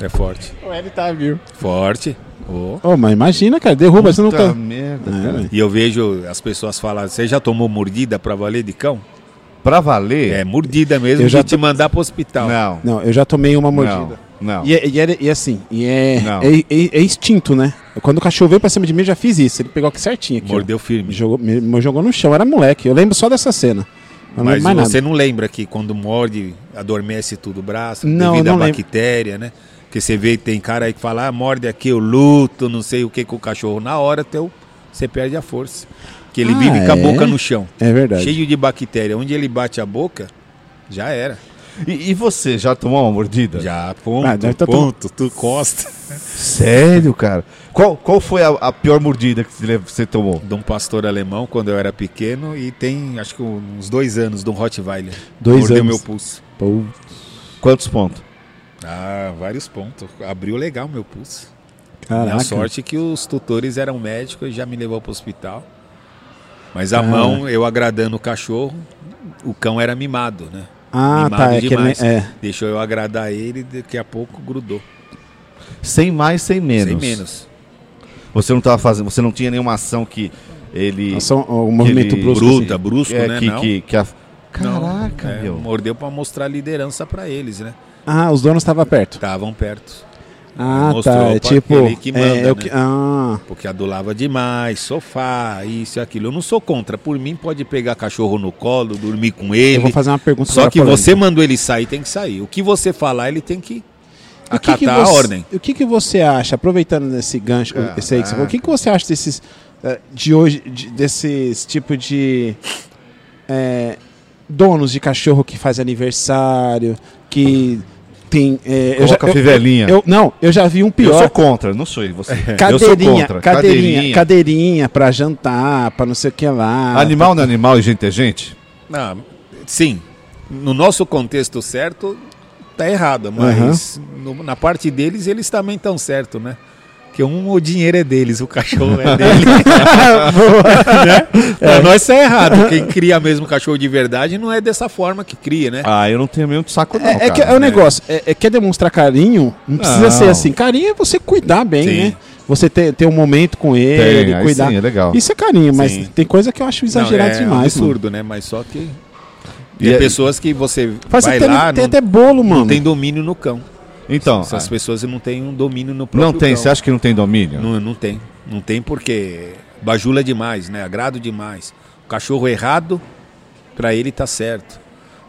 É forte. O L tá, viu? Forte. Ô. Oh, mas imagina, cara, derruba, você não Puta tá... merda, É, cara. velho. E eu vejo as pessoas falarem, você já tomou mordida pra valer de cão? Pra valer, É, mordida mesmo Eu já de te mandar pro hospital. não, Não, eu já tomei uma mordida. Não, não. E, é- e é- e assim, e é, Não. é, é- é instinto, né? Quando o cachorro veio pra cima de mim, eu já fiz isso. Ele pegou aqui certinho. Aqui, ó. Mordeu Me firme. jogou, me, me jogou no chão, era moleque. Eu lembro só dessa cena. Eu Não Mas lembro mais você nada. não lembra que quando morde, adormece tudo o braço, Não, devido eu à não lembro. bactéria, né? Porque você vê, tem cara aí que fala, ah, morde aqui, eu luto, não sei o que com o cachorro. Na hora, teu, você perde a força. Que ele Ah, vive com a é? boca no chão. É verdade. Cheio de bactéria. Onde ele bate a boca, já era. E, e você já tomou uma mordida? Já, ponto, Ah, deve tá ponto, tu costa. Sério, cara? Qual, qual foi a, a pior mordida que você- você tomou? de um pastor alemão quando eu era pequeno e tem acho que uns dois anos de um Rottweiler. Dois Mordeu anos. meu pulso. Pô, Quantos pontos? Ah, vários pontos. Abriu legal meu pulso. caraca. Na sorte é que os tutores eram médicos e já me levou para o hospital. Mas a Caraca. mão, eu agradando o cachorro, o cão era mimado, né? Ah, mimado tá. É, que ele, demais. é. Deixou eu agradar ele, daqui a pouco grudou. Sem mais, sem menos. Sem menos. Você não tava fazendo, você não tinha nenhuma ação que ele Só um, um movimento ele- brusco. Bruta, assim. brusco, é, né? que, Não. que, que a... Não, Caraca, é, meu. Mordeu para mostrar liderança para eles, né? Ah, os donos estavam perto. Estavam perto. Ah, Mostrou tá. É pra tipo. aquele que manda, é, eu né? que- Ah, Porque adulava demais, sofá, isso e aquilo. Eu não sou contra. Por mim, pode pegar cachorro no colo, dormir com eu vou ele. fazer uma pergunta Só agora que polêmica. você mandou ele sair, tem que sair. O que você falar, ele tem que O que acatar que a você- ordem. O que, que você acha, aproveitando esse gancho, Ah, esse aí que você falou, ah. o que, que você acha desses eh, de hoje, de- desses tipo de eh, donos de cachorro que faz aniversário, que tem eh, eu já- Coloca eu- a fivelinha. eu- não, eu já vi um Eu sou pior. contra, não sou você. eu sou Cadeirinha, contra. cadeirinha, cadeirinha, pra jantar, pra não sei o que lá. Animal não é animal e gente é gente? Ah, sim, no nosso contexto certo, tá errado. Mas no- na parte deles, eles também estão certo, né? Porque um, o dinheiro é deles, o cachorro é dele. Né? Pra É. é. nós tá errado. Quem cria mesmo cachorro de verdade não é dessa forma que cria, né? Ah, eu não tenho mesmo de saco não, É, é que é o cara. negócio, é, é quer demonstrar carinho, não precisa Não. ser assim. Carinho é você cuidar bem, Sim. né? Você ter, ter um momento com ele, Tem, aí cuidar. sim, é legal. Isso é carinho, mas Sim. tem coisa que eu acho exagerado Não, é demais. mano. absurdo, né? Mas só que. E Tem é- pessoas que você Faz vai até, lá, tem não, até bolo, mano. é. não tem domínio no cão. Então, Essas ah, pessoas não têm um domínio no próprio não tem, cão. você acha que não tem domínio? Não, não tem. Não tem porque bajula demais, né? Agrado demais. O cachorro errado, pra ele tá certo.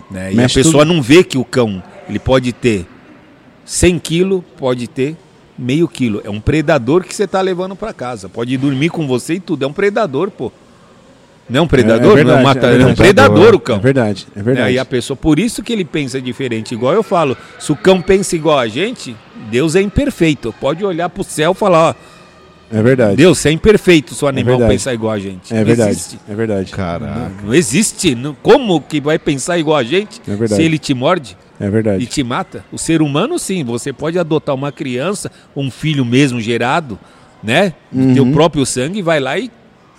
Né? E Mexe a pessoa não vê que o cão, ele pode ter 100 quilos pode ter meio quilo. É um predador que você tá levando para casa. Pode dormir com você e tudo. É um predador, pô. Não é um predador? verdade, não é, um mata- é um verdade. predador o cão. É verdade, é Né? verdade. E a pessoa, por isso que ele pensa diferente. Igual eu falo, se o cão pensa igual a gente, Deus é imperfeito. Pode olhar pro céu e falar, É ó, verdade. Deus, você é imperfeito se o animal verdade. pensar igual a gente. É Não verdade. existe. É verdade. Caraca. Não existe. Não- Como que vai pensar igual a gente É verdade. se ele te morde É e verdade. te mata? O ser humano, sim, você pode adotar uma criança, um filho mesmo gerado, né? Do teu próprio sangue, vai lá e,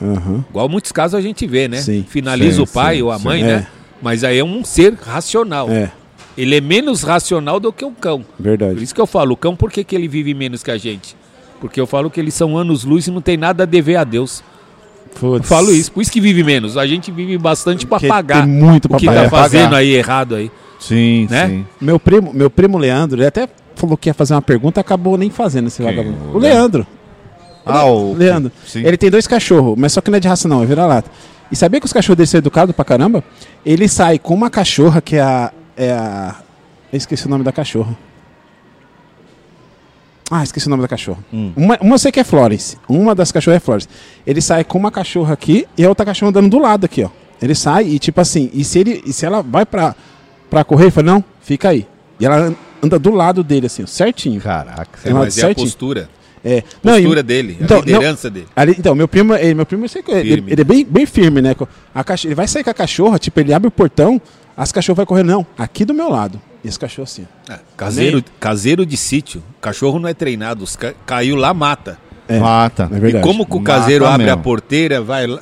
Uhum. Aham. igual muitos casos a gente vê, né? Sim, Finaliza sim, o pai sim, ou a sim. mãe, É. né? Mas aí é um ser racional. É, Ele é menos racional do que um cão. Por verdade. isso que eu falo, o cão, por que, que ele vive menos que a gente? Porque eu falo que eles são anos-luz e não tem nada a dever a Deus. Eu Putz. falo isso, por isso que vive menos. A gente vive bastante para Porque pagar Tem muito o pra que pagar. tá fazendo Pagar. aí errado aí. Sim, Né? sim. Meu primo, meu primo Leandro, ele até falou que ia fazer uma pergunta, acabou nem fazendo esse Quem? vagabundo. O O Leandro. Ah, o... Leandro. Sim. Ele tem dois cachorros, mas só que não é de raça não, é vira-lata. E sabia que os cachorros dele são educados pra caramba? Ele sai com uma cachorra que é a... É a... Eu esqueci o nome da cachorra. Ah, esqueci o nome da cachorra. Uma, uma eu sei que é Florence. Uma das cachorras é Florence. Ele sai com uma cachorra aqui e a outra cachorra andando do lado aqui, ó. Ele sai e tipo assim, e se, ele, e se ela vai pra, pra correr, ele fala, não, fica aí. E ela an- anda do lado dele, assim, ó, certinho. Caraca. Tem lá mas é a certinho. postura. É. A Não, e- postura dele, então, a não- liderança dele. Ali- então, meu primo, ele, meu primo eu sei que ele, Firme. ele é bem, bem firme, né? A cach... Ele vai sair com a cachorra, tipo, ele abre o portão, as cachorras vai correr, não, aqui do meu lado. E esse cachorro assim. Ah, Caseiro, caseiro de sítio. Cachorro não é treinado. os ca- Caiu lá, mata. É, Mata. é verdade. E como que o Mata caseiro abre mesmo. a porteira, vai lá.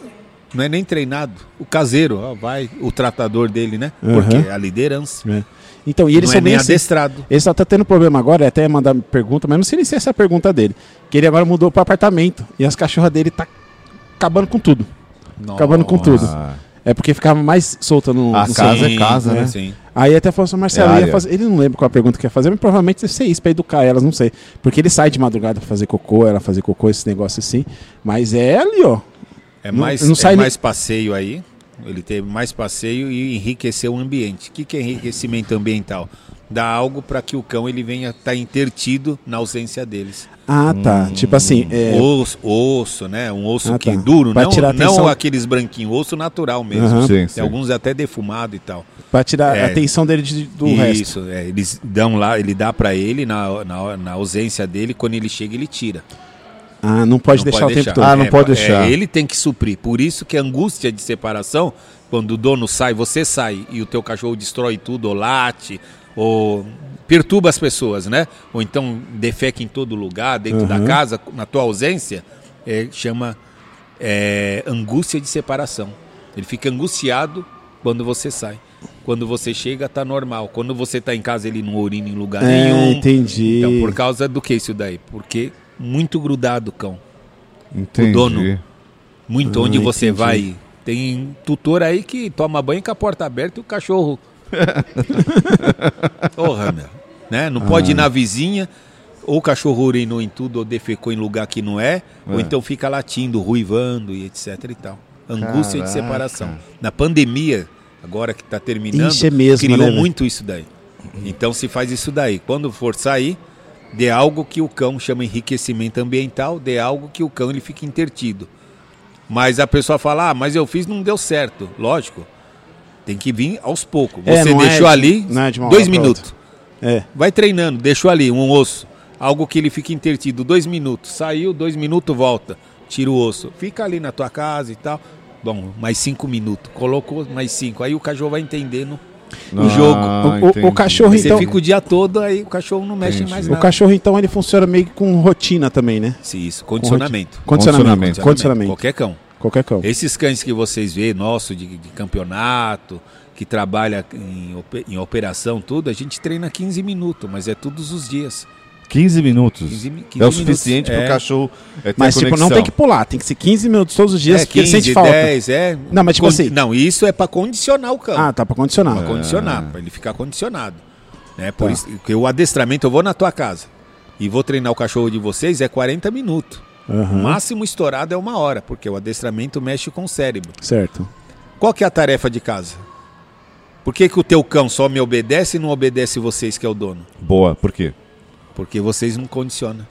Não é nem treinado. O caseiro, ó, vai, o tratador dele, né? Porque Aham. é a liderança. É. Então, e eles não são é bem nem assim. adestrado. Ele só tá tendo problema agora, até ia mandar pergunta, mas não sei nem se essa é a pergunta dele. Que ele agora mudou pro apartamento e as cachorras dele tá acabando com tudo. Acabando com tudo. Ah. É porque ficava mais solta no, A no casa salão. é casa, né? Sim. Aí até falou assim, Marcelo, É ia área. fazer- ele não lembra qual a pergunta que ia fazer, mas provavelmente deve ser isso, pra educar elas, não sei. Porque ele sai de madrugada pra fazer cocô, ela fazer cocô, esse negócio assim. Mas é ali, ó. É Não- mais, não é sai nem- mais passeio aí. Ele teve mais passeio e enriqueceu o ambiente. O que, que é enriquecimento ambiental? Dá algo para que o cão ele venha estar intertido na ausência deles. Ah, tá. tipo assim, é, Osso, osso, né? Um osso Ah, que tá. duro, Pra não, tirar a atenção. não aqueles branquinhos, osso natural mesmo. Aham. Sim, Tem sim. alguns até defumado e tal. pra tirar é. a atenção dele de- do resto. Isso, é, eles dão lá, ele dá para ele na, na, na ausência dele, quando ele chega ele tira. Ah, não pode Não deixar o tempo todo. Ah, não pode é, deixar. ele tem que suprir. Por isso que a angústia de separação, quando o dono sai, você sai e o teu cachorro destrói tudo, ou late, ou perturba as pessoas, né? Ou então defeca em todo lugar, dentro da Uhum. casa, na tua ausência, é, chama é, angústia de separação. Ele fica angustiado quando você sai. Quando você chega, tá normal. Quando você tá em casa, ele não urina em lugar É, nenhum. entendi. Então, por causa do que isso daí? Porque muito grudado, cão. Entendi. dono. Muito Ah, onde você entendi. vai. Tem tutor aí que toma banho com a porta aberta e o cachorro. Porra, meu. Né? Não pode ir Ah. na vizinha, ou o cachorro urinou em tudo, ou defecou em lugar que não é, ou É. então fica latindo, ruivando e etc e tal. Angústia Caraca. de separação. Na pandemia, agora que está terminando, Ixi, é mesmo, né, criou velho? muito isso daí. Então se faz isso daí. Quando for sair, dê algo que o cão chama enriquecimento ambiental, dê algo que o cão ele fica intertido. Mas a pessoa fala, ah, mas eu fiz não deu certo. Lógico, tem que vir aos poucos. É, Você não é deixou de- ali não é de uma dois hora pra minutos. É. Vai treinando, deixou ali um osso. Algo que ele fica intertido, dois minutos. Saiu, dois minutos, volta. Tira o osso. Fica ali na tua casa e tal. Bom, mais cinco minutos. Colocou mais cinco. Aí o cachorro vai entendendo o jogo. Ah, O- o- o entendi. cachorro- Você então- fica o dia todo, aí o cachorro não mexe Entendi. mais O nada. cachorro, então, ele funciona meio que com rotina também, né? Se Isso, condicionamento. Condicionamento. Condicionamento. Condicionamento. Qualquer cão. Qualquer cão. Esses cães que vocês vê, nosso de, de campeonato, que trabalha em, ope- em operação, tudo, a gente treina 15 minutos, mas é todos os dias. 15 minutos. 15 mi- 15 é o minutos. suficiente para É. pro cachorro é, ter Mas, tipo, não conexão. tem que pular, tem que ser 15 minutos todos os dias, é porque ele sente falta. 10, é. Não, mas tipo Con- assim- Não, isso é para condicionar o cão. Ah, tá, pra condicionar. Pra condicionar, pra ele ficar condicionado. Né? Por Tá. isso que o adestramento, eu vou na tua casa e vou treinar o cachorro de vocês, é 40 minutos. O Aham, máximo estourado é uma hora, porque o adestramento mexe com o cérebro. Certo. Qual que é a tarefa de casa? Por que, que o teu cão só me obedece e não obedece vocês que é o dono? Boa, por quê? Porque vocês não condicionam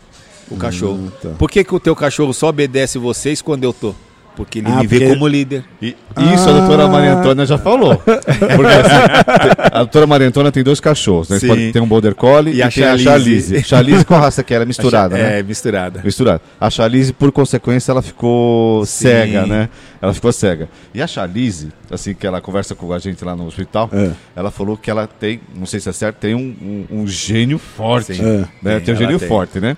o Ah, cachorro. tá. Por que, que o teu cachorro só obedece vocês quando eu tô? Porque ele Ah, me vê porque- como líder. E isso a Ah. doutora Maria Antônia já falou. Porque assim, te- a doutora Maria Antônia tem dois cachorros, né? Sim. Pode- Tem um Border Collie E e, a tem a Charlize. Charlize. Charlize com a raça que era misturada, Acha- né? É, misturada. Misturada. A Charlize, por consequência, ela ficou Sim. cega, né? Ela ficou cega. E a Charlize, assim que ela conversa com a gente lá no hospital, É. ela falou que ela tem, não sei se é certo, tem um, um- um gênio forte. Sim. É. né? Tem, Tem, um ela gênio tem. forte, né?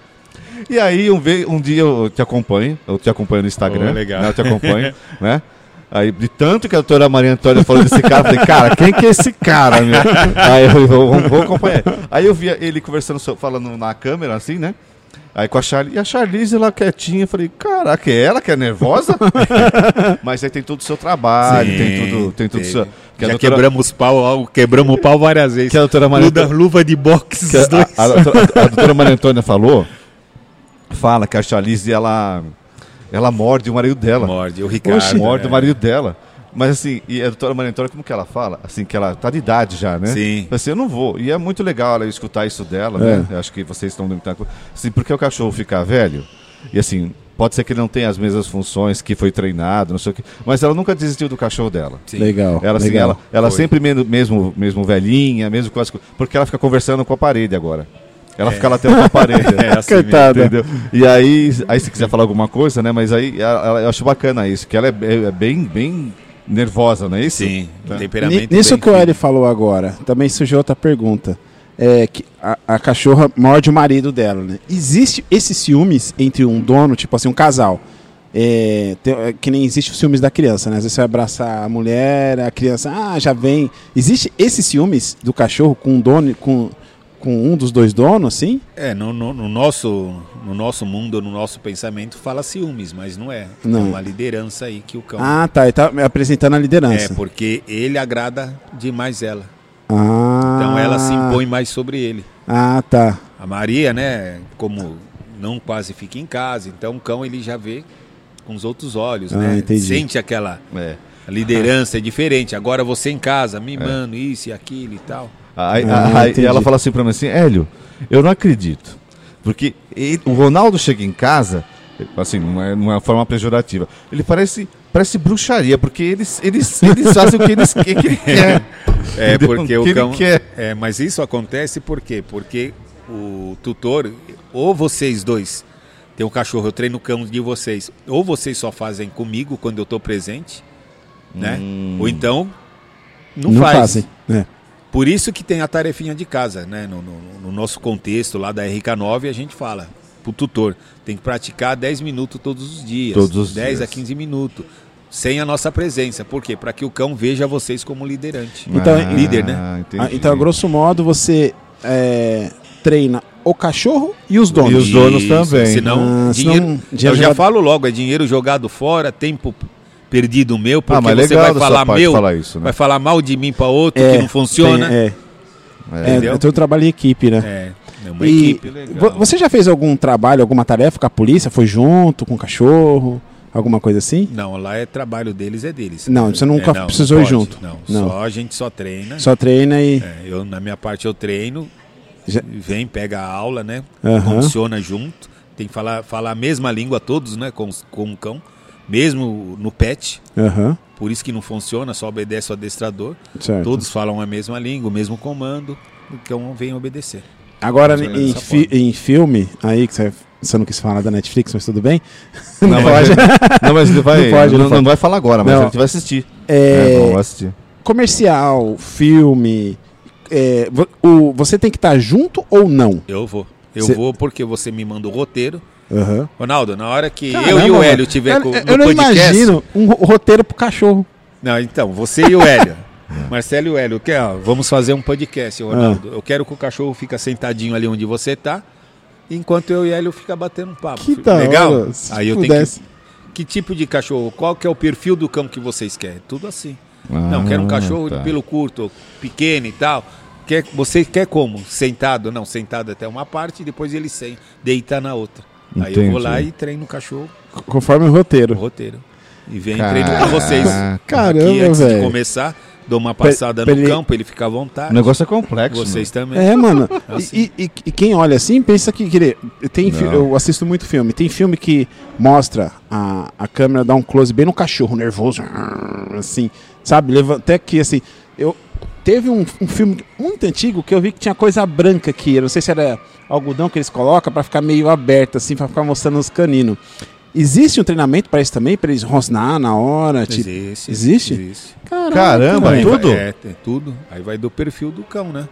E aí um, ve- um dia eu te acompanho, eu te acompanho no Instagram, Oh, legal. né? eu te acompanho, né? Aí, de tanto que a doutora Maria Antônia falou desse cara, eu falei, cara, quem que é esse cara, meu? Aí eu, eu- eu vou acompanhar. Aí eu via ele conversando, so- falando na câmera, assim, né? Aí com a Charlize, e a Charlize lá quietinha, eu falei, caraca, é ela que é nervosa? Mas aí tem todo o seu trabalho, Ah, tem tudo, tem tudo o seu... que a Já doutora- quebramos pau, ao- quebramos o pau várias vezes. Que a doutora Maria Luda, luva de boxe, que os a, dois. a, a doutora- a doutora Maria Antônia falou, fala que a Charlize, ela, ela morde o é. marido dela. Morde, o Ricardo. Poxa, morde né? o marido dela. Mas assim, e a doutora Maria Antônia, como que ela fala? Assim, que ela tá de idade já, né? Sim. Assim, eu não vou. E é muito legal ela escutar isso dela, É. né? Eu Acho que vocês estão limitando. Assim, porque o cachorro ficar velho, e assim, pode ser que ele não tenha as mesmas funções que foi treinado, não sei o quê. Mas ela nunca desistiu do cachorro dela. Sim. Legal. Ela, assim, legal. ela, ela Foi. sempre men- mesmo, mesmo velhinha, mesmo com as co- Porque ela fica conversando com a parede agora. Ela fica latendo com a parede. É, assim mesmo. Coitada. Entendeu? E aí, aí, se quiser falar alguma coisa, né? Mas aí ela- ela- eu acho bacana isso, que ela é, é- é bem, bem nervosa, não é isso? Sim, Tá. Ni- temperamento. Nisso bem que o fino. Eli falou agora, também surgiu outra pergunta. É que a, a cachorra morde o marido dela, né? Existe esses ciúmes entre um dono, tipo assim, um casal. É, tem- é, que nem existe os ciúmes da criança, né? Às vezes você vai abraçar a mulher, a criança, ah, já vem. Existe esses ciúmes do cachorro com um dono, com, com um dos dois donos, assim? É, no, no- no nosso, no nosso mundo, no nosso pensamento, fala ciúmes, mas não é. Não. É uma liderança aí que o cão. Ah, tá. Ele tá apresentando a Então- é, liderança. porque ele agrada demais ela. Ah, Então ela se impõe mais sobre ele. Ah, tá. A Maria, né, como não quase fica em casa, então o cão ele já vê com os outros olhos, Ah, né? entendi. Sente aquela É. liderança é diferente. Agora você em casa, mimando É. isso e aquilo e tal. Aí, Ah, aí entendi. ela fala assim pra mim assim, Hélio, eu não acredito. Porque ele- o Ronaldo chega em casa, assim, não é, não é uma forma pejorativa. Ele parece, parece bruxaria, porque eles, eles, eles fazem o que, eles, o que ele quer. É Entendeu? porque que o ele cão. quer. É, mas isso acontece por quê? Porque o tutor, ou vocês dois, tem o cachorro, eu treino o cão de vocês, ou vocês só fazem comigo quando eu tô presente, né? Hum. Ou então não, Não faz. fazem. É. Por isso que tem a tarefinha de casa, né? No, no- no nosso contexto lá da RK9, a gente fala pro tutor, tem que praticar 10 minutos todos os dias. Todos os 10 dias. a 15 minutos. Sem a nossa presença. Por quê? Para que o cão veja vocês como liderante. Então, Ah, líder, né? entendi. Ah, então, a grosso modo, você é, treina o cachorro e os E donos. os donos também. Senão, Ah, senão dinheiro, dinheiro eu já jogado- falo logo, é dinheiro jogado fora, tempo perdido meu, porque Ah, mas você legal vai da sua falar parte meu, falar isso, né? vai falar mal de mim para outro que não funciona. É, tem- é, é, Entendeu? é todo trabalho em equipe, né? É, é uma E equipe legal. vo- você já fez algum trabalho, alguma tarefa com a polícia? Foi junto, com o cachorro, alguma coisa assim? Não, lá é trabalho deles, é deles. Não, você nunca É, não, precisou não ir pode, junto. Não, Não. Só, a gente só treina. Só treina e. É, eu, na minha parte, eu treino, Já- vem, pega a aula, né? Aham. Condiciona junto. Tem que falar, falar a mesma língua todos, né? Com, os- com o cão. Mesmo no pet. Aham, Por isso que não funciona, só obedece o adestrador. certo. Todos falam a mesma língua, o mesmo comando. O cão vem obedecer. Agora, Mais ou menos em, dessa fi- em filme, aí que você, você não quis falar da Netflix, mas tudo bem. Não, mas, não, mas ele vai, Não não, pode, não não pode. vai falar agora, mas Não. a gente vai assistir. É, não, vai assistir. comercial, filme. é, vo- o, você tem que estar junto ou não? Eu vou. Eu Cê- vou porque você me manda o roteiro. Aham. Ronaldo, na hora que eu Caramba, e o mano. Hélio tiver eu, com, no eu não podcast... imagino um ro- roteiro pro cachorro. Não, então, você e o Hélio. Marcelo e o Hélio, que, ó, vamos fazer um Ah. podcast, Ronaldo. Eu quero que o cachorro fica sentadinho ali onde você tá, enquanto eu e o Hélio fica batendo um papo. Que Fi- da Legal? hora, se Aí eu pudesse. tenho que... Que tipo de cachorro? Qual que é o perfil do cão que vocês querem? Tudo assim. Ah, não, quero um cachorro tá. de pelo curto, pequeno e tal. Quer, você quer como? Sentado? Não, sentado até uma parte e depois ele sem, deita na outra. Aí eu vou Entendi. lá e treino o cachorro, C- Conforme o o roteiro. roteiro. E vem treino com vocês. Caraca. Caramba, Aqui, antes de velho. começar, dou uma passada pra no ele- campo, ele fica à vontade. O negócio é complexo. Vocês também. É, mano. Assim. E, e- e quem olha assim pensa que. que ele- tem fi- Não. eu assisto muito filme. Tem filme que mostra a, a câmera dar um close bem no cachorro, nervoso. Assim, sabe? Leva- Até que assim. Eu, teve um, um filme muito antigo que eu vi que tinha coisa branca aqui. Eu não sei se era algodão que eles colocam pra ficar meio aberto, assim, pra ficar mostrando os caninos. Existe um treinamento pra isso também? Pra eles rosnar na hora? Tipo... Existe. Existe? Tá Existe. Caramba, Caramba, cara. hein? Aí vai- tudo? É, tem tudo. Aí vai do perfil do cão, né?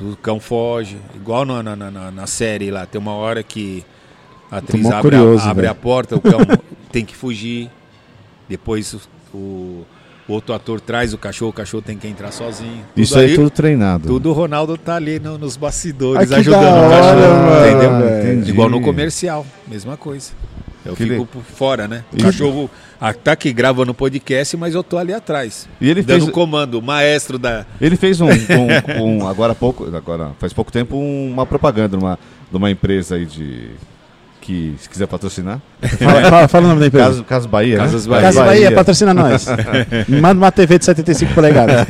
O cão foge. Igual na, na, na- na- na série lá. Tem uma hora que a atriz mó abre, curioso, a, abre velho. a porta, o cão tem que fugir. Depois o, o outro ator traz o cachorro, o cachorro tem que entrar sozinho. Tudo Isso aí é tudo treinado. Tudo o Ronaldo tá ali no- nos Ai, bastidores que da ajudando o hora, cachorro. mano. entendeu? velho. Entendi. Igual no comercial, mesma coisa. Eu Que fico le- por fora, né? O cachorro ah, tá que grava no podcast, mas eu tô ali atrás. E ele dando um fez- comando, o maestro da. Ele fez um, um- um- agora há pouco, agora faz pouco tempo, um- uma propaganda numa, de uma empresa aí de que se quiser patrocinar, Fala, fala- fala o nome da empresa. Caso, Caso Bahia, né? Casas Bahia. Casa Bahia, patrocina nós. Manda uma TV de 75 polegadas.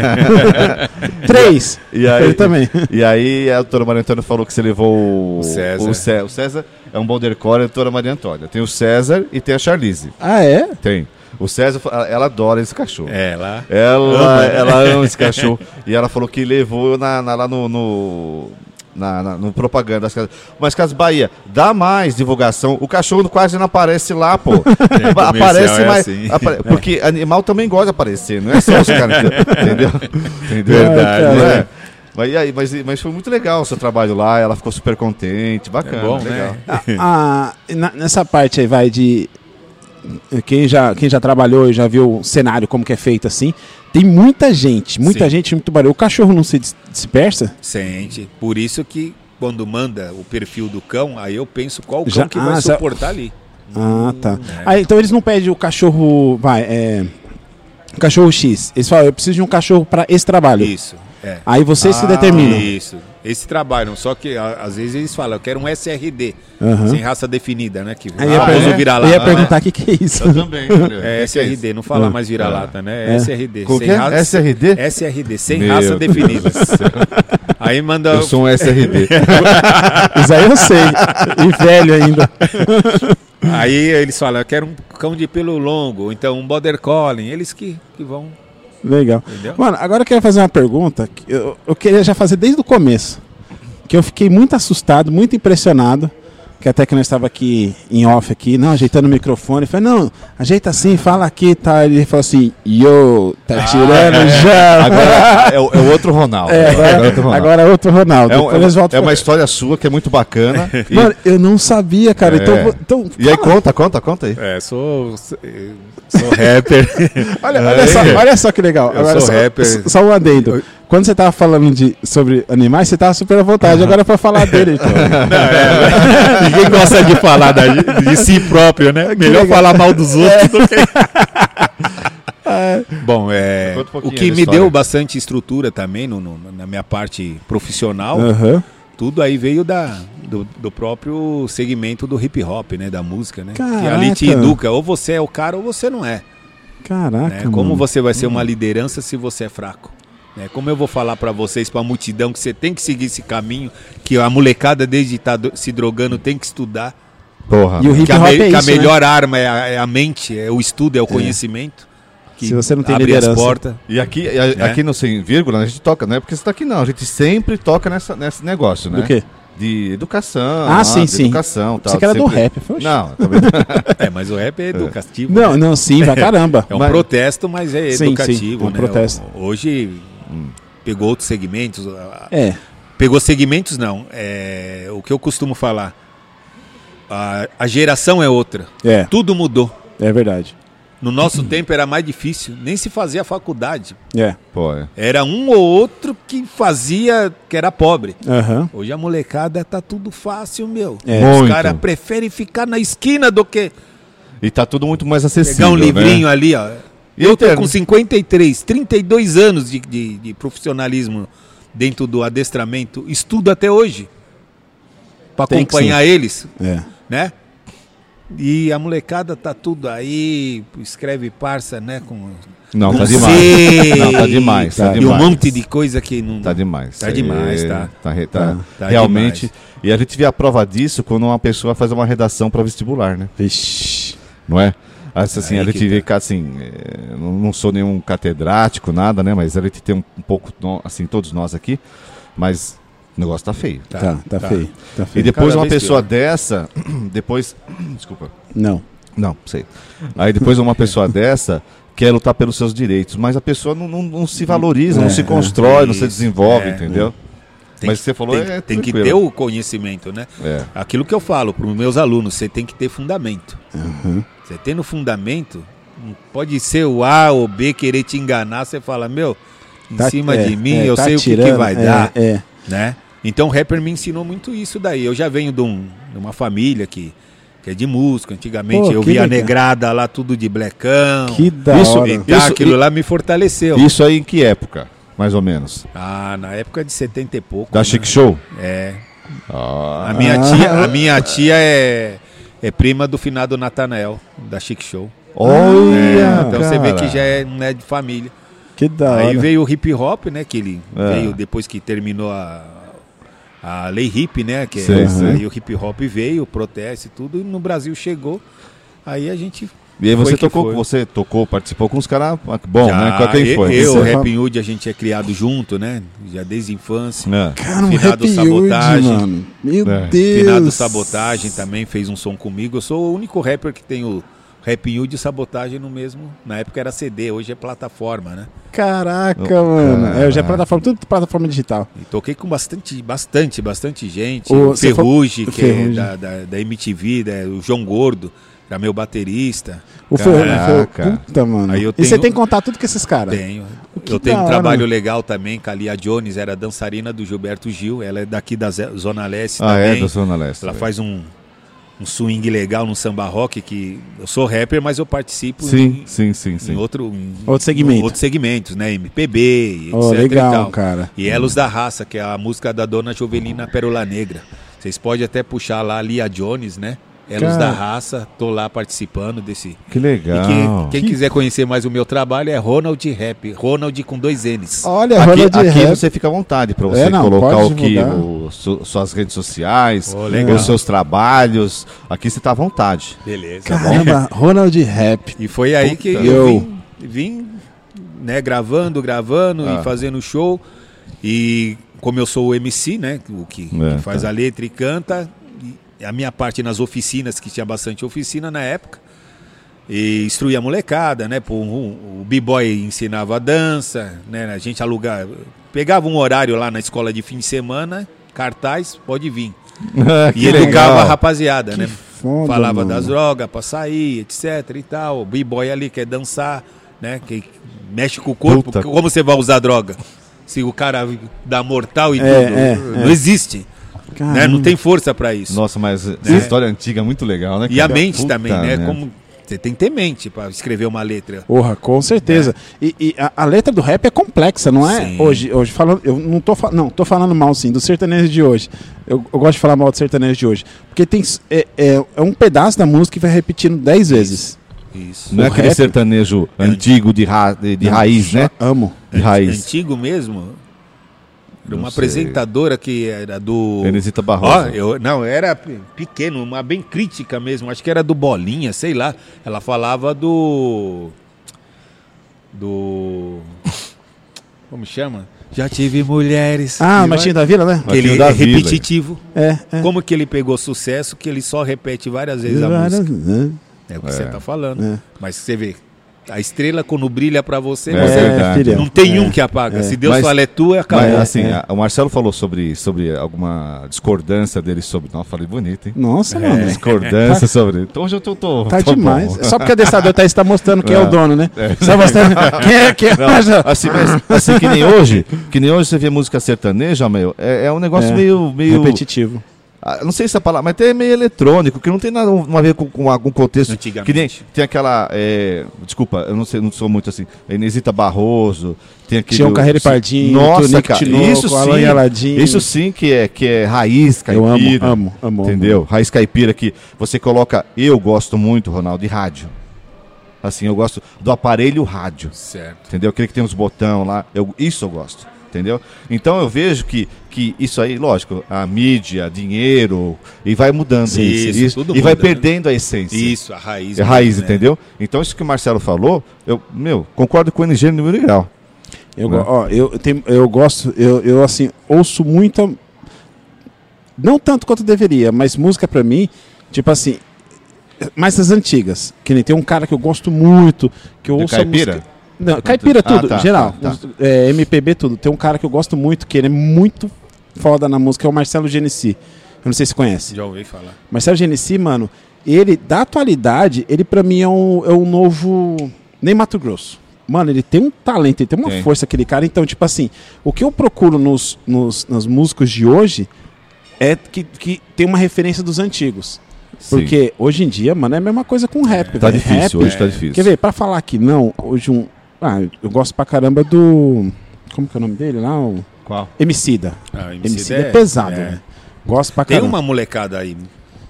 Três. E aí- Ele também. E aí a doutora Maria Antônia falou que você levou o, O César. O, Cé- o César é um border collie, a doutora Maria Antônia. Tem o César e tem a Charlize. Ah, é? Tem. O César, ela- ela adora esse cachorro. É, lá. Uhum. Ela, ela ama esse cachorro. E ela falou que levou na, na- lá no. no... Na, na- no propaganda das casas. Mas Casas Bahia, dá mais divulgação. O cachorro quase não aparece lá, pô. comercial aparece é mais. assim. apare- Porque animal também gosta de aparecer, não é só os caras. entendeu? Entendeu? Verdade, Não né? é? Mas, e aí, mas, mas foi muito legal o seu trabalho lá. Ela ficou super contente. Bacana, É bom, legal. né? Ah, na- nessa parte aí vai de. Quem já, quem já trabalhou e já viu o cenário como que é feito assim, tem muita gente, muita Sim. gente, muito barulho. O cachorro não se dis- dispersa? Sente. Por isso que quando manda o perfil do cão, aí eu penso qual cão Já- que ah, vai já- suportar ali. Ah, tá. Ah, então eles não pedem o cachorro. Vai, é. Cachorro X. Eles falam, eu preciso de um cachorro pra esse trabalho. Isso. É. Aí vocês se determinam. Isso. Esse trabalho, só que a- às vezes eles falam, eu quero um SRD, Aham. sem raça definida, né? Que Aí eu ia, Ah, famoso perguntar- é? vira-lata, eu ia né? perguntar o que, que é isso. Eu também. entendeu? É SRD, não Ah. fala mais vira-lata, né? É SRD. Como sem que é? raça- SRD? SRD, sem Meu raça Deus definida. Aí manda. Eu sou um SRD. Isso aí eu sei. E velho ainda. um Aí eles falam, eu quero um cão de pelo longo, ou então um border collie. Eles que, que vão. Legal. Entendeu? Mano, agora eu quero fazer uma pergunta que eu, eu queria já fazer desde o começo. Que eu fiquei muito assustado, muito impressionado. Que até que nós estava aqui em off aqui, não, ajeitando o microfone. Eu Falei, não, ajeita assim, fala aqui e tal. Ele falou assim, yo, tá tirando já. Ah, É, Agora é, o- é o outro Ronaldo. É, agora, é outro Ronaldo. agora é outro Ronaldo. É, um- é Depois nós uma, volta- é uma história sua que é muito bacana. E, Mano, eu não sabia, cara. Então, É. então e aí conta, conta, conta aí. É, sou. Sou rapper. Olha, É. olha, só, olha só que legal. Eu Agora sou só, rapper. s- Só um adendo. Quando você tava falando de, sobre animais, você tava super à vontade. Agora é pra falar dele, então. Ninguém gosta de falar de si próprio, né? Melhor legal. É. falar mal dos outros do que. Bom, é, Conta um pouquinho o que da me história. deu bastante estrutura também no- no- na minha parte profissional, Aham. tudo aí veio da, do, do próprio segmento do hip hop, né? Da música, né? Que Caraca. ali te educa, ou você é o cara ou você não é. Caraca, né? mano. Hum. Como você vai ser uma liderança se você é fraco? né? Como eu vou falar pra vocês, pra multidão, que você tem que seguir esse caminho, que a molecada desde tá do- se drogando tem que estudar, Porra. E o hip que a, hop me- é que a isso, né? melhor arma é a, é a mente, é o estudo, é o conhecimento. que Se você não tem abre liderança. as portas. E aqui, e a- É. aqui no Sem Vírgula, a gente toca, não é porque você tá aqui não, a gente sempre toca nessa, nesse negócio, né? Do quê? De educação. Ah, sim, de sim. Educação, tal. Você que era do sempre- rap, foi? Não, também É, mas o rap é educativo. né? Não, não, sim, vai caramba. É um Mas- protesto, mas é Sim, educativo, sim, é um né? protesto. O- Hoje hum, pegou outros segmentos. a- É. Pegou segmentos, não. É o que eu costumo falar. A, a geração é outra. É, Uhum. Tudo mudou. é verdade. No nosso tempo era mais difícil, nem se fazia faculdade. É. Pô, é. Era um ou outro que fazia, que era pobre. Aham. Hoje a molecada tá tudo fácil, meu. É. Muito. Os caras preferem ficar na esquina do que E tá tudo muito mais pegar acessível. um livrinho Né? ali, ó. E eu tô interno? com 53, 32 anos de, de, de profissionalismo dentro do adestramento. Estudo até hoje. Pra Tem que acompanhar eles, É. né? E a molecada tá tudo aí, escreve parça, né? Com... Não, com tá demais. C, Não, tá demais, tá e demais. um monte de coisa que não. Tá demais. Tá demais, É, tá. Tá, re- tá- Tá. Tá realmente. demais. E a gente vê a prova disso quando uma pessoa faz uma redação para vestibular, né? Vixe. Não é? Assim, Aí a que gente vê que, assim, é, não não sou nenhum catedrático, nada, né? Mas a gente tem um, um pouco, no- assim, todos nós aqui, mas o negócio tá feio. Tá, tá, feio. Tá E feio. depois Cada uma vez pessoa dessa, depois. Desculpa. Não. Não, sei. Aí depois uma pessoa dessa quer lutar pelos seus direitos, mas a pessoa não, não- não se valoriza, não É, se é. constrói, não se Isso, desenvolve, é. entendeu? Tem mas que- você falou tem, é tem que ter tranquilo. o conhecimento, né? É. Aquilo que eu falo para os meus alunos, você tem que ter fundamento. Uhum. Você tendo fundamento, não pode ser o A ou B querer te enganar, você fala, meu, em Tá- cima é, de mim, é, eu tá sei o que que, tirando, vai é, dar, É, né? Então o rapper me ensinou muito isso daí. Eu já venho de, um- de uma família que, que é de música. Antigamente Pô, eu que via a legal. negrada lá, tudo de blecão. Que da Isso, hora. e tá, Isso- aquilo e- lá me fortaleceu. Isso aí em que época, mais ou menos? Ah, na época de 70 e pouco. Da né? Chic Show? É, Ah, A minha tia, a minha tia é, é prima do finado Natanael, da Chic Show. olha! Então você cara. vê que já é né, de família. Que da hora. Aí veio o hip hop, né? Que ele É. veio depois que terminou a, a lei hip, né? Que é- Sim, sim. Aí o hip hop veio, o protesto e tudo, e no Brasil chegou. Aí a gente. E aí foi você que tocou, foi. você tocou, participou com os caras. Bom, Já né? Qual quem foi? Eu, Você fa- o Rap Hood, a gente é criado junto, né? Já desde a infância. É. Cara, um Finado rap hood, Sabotagem. mano. Meu É. Deus. Finado Sabotagem também fez um som comigo. Eu sou o único rapper que tem o Rap Hood e Sabotagem no mesmo. Na época era CD, hoje é plataforma, né? Caraca, Ô, mano. cara. É, hoje é plataforma, tudo plataforma digital. E toquei com bastante, bastante, bastante gente. O- O você Ferrugem, falou- que é Ferrugem. da, da, da MTV, né? o João Gordo, era meu baterista. O Ferro, Caraca. foi, puta, mano. Aí eu E você tenho- tem que contar tudo com esses caras. Tenho. que eu tenho da um hora, trabalho mano. legal também, com a Lia Jones, era dançarina do Gilberto Gil, ela é daqui da Ze- Zona Leste Ah, também. é, da Zona Leste. Ela velho. faz um, um swing legal no samba rock, que eu sou rapper, mas eu participo Sim, em, sim, sim, em sim. outro, em Outro segmento. outros segmentos, né? MPB, etc. Ô, e legal, tal. cara. E Elos da Raça, que é a música da Dona Jovelina Pérola Negra. Vocês podem até puxar lá a Lia Jones, né? Elos Cara. da Raça, tô lá participando desse. Que E legal. quem, quem quiser conhecer mais o meu trabalho é Ronald Rap, Ronald com dois N's. Olha, Aqui, rola de aqui rap. você fica à vontade para você É, não, colocar pode o que divulgar. o- su- suas redes sociais, Oh, legal. os seus trabalhos. Aqui você tá à vontade. Beleza. Caramba, Ronald Rap. E foi aí que Puta. eu, Eu- vim, vim, né, gravando, gravando Ah. e fazendo show. E como eu sou o MC, né, o que, que É, faz tá. a letra e canta, e a minha parte nas oficinas, que tinha bastante oficina na época, e instruía a molecada, né, pô, um- o b-boy ensinava a dança, né, a gente alugava, pegava um horário lá na escola de fim de semana, cartaz, pode vir. E ele educava a rapaziada, né? foda, Falava mano. das drogas pra sair, etc e tal. O b-boy ali quer dançar, né? Que mexe com o corpo. Puta. Como você vai usar droga? Se o cara dá mortal e É, tudo. é, não é. Ah, existe. Né? Não tem força pra isso. Nossa, mas essa história antiga é muito legal, né? e a cara? mente Puta também, né? merda. Como você tem que ter mente pra escrever uma letra. Porra, com certeza. E, e a, a letra do rap é complexa, não é? É. Sim. Hoje, hoje falando, eu não tô, fa- não, tô falando mal sim, do sertanejo de hoje. Eu, eu gosto de falar mal do sertanejo de hoje. Porque tem, s- é, é- é um pedaço da música que vai repetindo dez vezes. Isso. Não é o aquele rap- sertanejo antigo de, ra- de- de Não, raiz, né? Amo. De raiz. Antigo mesmo. Era Não uma sei. apresentadora que era do. Benezita Ó, Barroso. eu não, era pe- pequeno, uma bem crítica mesmo. Acho que era do Bolinha, sei lá. Ela falava do. Do. Como chama? Já tive mulheres. Ah, E o Martinho da Vila, né? vai- que ele Martinho da é Vila. repetitivo. É, é. Como que ele pegou sucesso que ele só repete várias vezes a música? É o que você tá falando. É. Mas você vê, a estrela quando brilha pra você, É, você verdade. filhão. não tem É. um que apaga. Se Deus Mas- fala é tua, acabou. Mas assim, é. a- o Marcelo falou sobre, sobre alguma discordância dele sobre. Nossa, falei bonito, hein? Nossa, mano. Discordância sobre. Então hoje eu tô. tô Tá tô bom. demais. Só porque a Adestador tá, está mostrando quem é, É. o dono, né? Só mostrando quem é, quem é Não, assim, mas- assim que nem hoje, que nem hoje você vê música sertaneja, meu, é, é um negócio É. meio, meio Repetitivo. ah, não sei se é a palavra, mas até meio eletrônico, que não tem nada um- a ver com, com algum contexto. Antigamente. Que nem tem aquela. é, desculpa, eu não sei, não sou muito assim. A Inesita Barroso, tem aquele. Tinha o Carreiro e Pardinho, Nossa, Tonico cara, Tinoco, isso sim. Alan e Aladim. Isso sim que é, que é raiz, Eu amo, caipira. amo, amo, Entendeu? Raiz caipira que você coloca. Eu gosto muito, Ronaldo, de rádio. Assim, eu gosto do aparelho rádio. Certo. Entendeu? Aquele que tem uns botão lá. Eu, isso eu gosto. Entendeu? Então eu vejo que, que isso aí, lógico, a mídia, dinheiro, e vai mudando Sim, isso. isso, isso, tudo e vai muda, né? perdendo a essência. Isso, a raiz. É raiz, mesmo, né? entendeu? Então isso que o Marcelo falou, eu, meu, concordo com o NG no número grau. Eu, Né? go- ó, eu, tenho- eu gosto, eu, eu assim, ouço muita. Não tanto quanto deveria, mas música pra mim, tipo assim. Mais as antigas. Que nem tem um cara que eu gosto muito, que eu Do ouço. a caipira? música- Não, caipira tudo, Ah, tá, geral. tá, tá. Os- é, MPB tudo. Tem um cara que eu gosto muito, que ele é muito foda na música, é o Marcelo Genesi. Eu não sei se conhece. Já ouvi falar. Marcelo Genesi, mano, ele, da atualidade, ele pra mim é um, é um novo. Nem Mato Grosso. Mano, ele tem um talento, ele tem uma Tem. força, aquele cara. Então, tipo assim, o que eu procuro nos, nos, nos músicos de hoje é que, que tem uma referência dos antigos. Porque hoje em dia, mano, é a mesma coisa com rap. tá É, velho. difícil, Rap- hoje tá difícil. Quer ver, pra falar que não, hoje um. Ah, eu gosto pra caramba do. Como que é o nome dele lá? O Qual? Emicida. Ah, MC Emicida é, pesado, né? Gosto pra Tem caramba. uma molecada aí,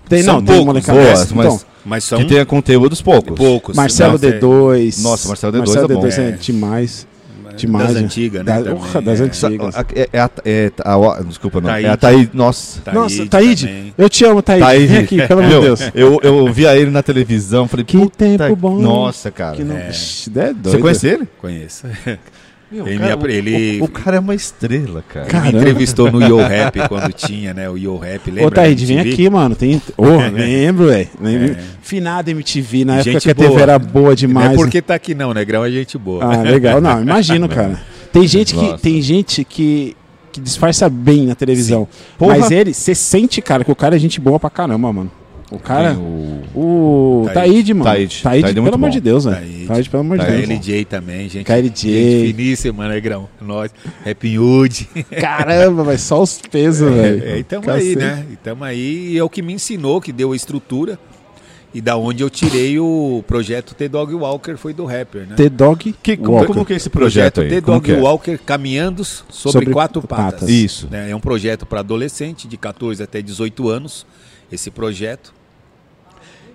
Tem, são não, tem uma poucos, molecada boas, dessa, mas- então. mas são Que tenha conteúdos poucos. poucos. Marcelo Nossa, D2. Nossa, Marcelo D2 é bom. D2 é, É. demais. é- demais, Das né? antigas, Da- né? também, Porra, das é. antigas. Sa- a- É, é a, é a- ó, desculpa, não. É a Thaís. Nossa. Taíde Nossa, Taíde, também. eu te amo, Taíde. Taíde. Vem aqui, pelo amor de Tá Meu, Deus. Eu, eu via ele na televisão, falei, Que puta tempo que- bom. Nossa, cara. Que não... É. Ixi, é doido. Você conhece ele? Conheço. Meu, Ele me apre- ele- o, o cara é uma estrela, cara. né? Cara, Caramba. Me entrevistou no Yo Rap quando tinha, né? O Yo Rap, lembra? Ô, Taíde, vem MTV? aqui, mano. Tem... Ô, lembro, velho. Lembro. Finado MTV, na época É. Gente que né, a TV boa. era boa Não demais. né? é porque tá aqui não, Negrão é gente boa. Ah, legal. Não, imagino, cara. Tem gente que, Nossa. tem gente que, que disfarça bem na televisão. Porra. Mas ele, você sente, cara, que o cara é gente boa pra caramba, mano. O cara... Tem o- O tá Taíde. Taíde, mano. Taíde. Taíde, Taíde é pelo muito amor bom. de Deus, Taíde. velho. Taíde, pelo amor de Deus. mano. KLJ Tá, também, gente. KLJ. Gente finíssima, Negrão. Nós, Rap Hood. Caramba, vai só os pesos, velho. É, e tamo aí, Cacete. né? E tamo aí. E é o que me ensinou, que deu a estrutura. E da onde eu tirei o projeto The Dog Walker foi do rapper, né? The Dog Que, como, Walker. como que é esse projeto, aí? The Como Dog que é? Walker Caminhando sobre, Sobre Quatro Patas. Patas. Isso. né? É um projeto para adolescente de 14 até 18 anos, esse projeto.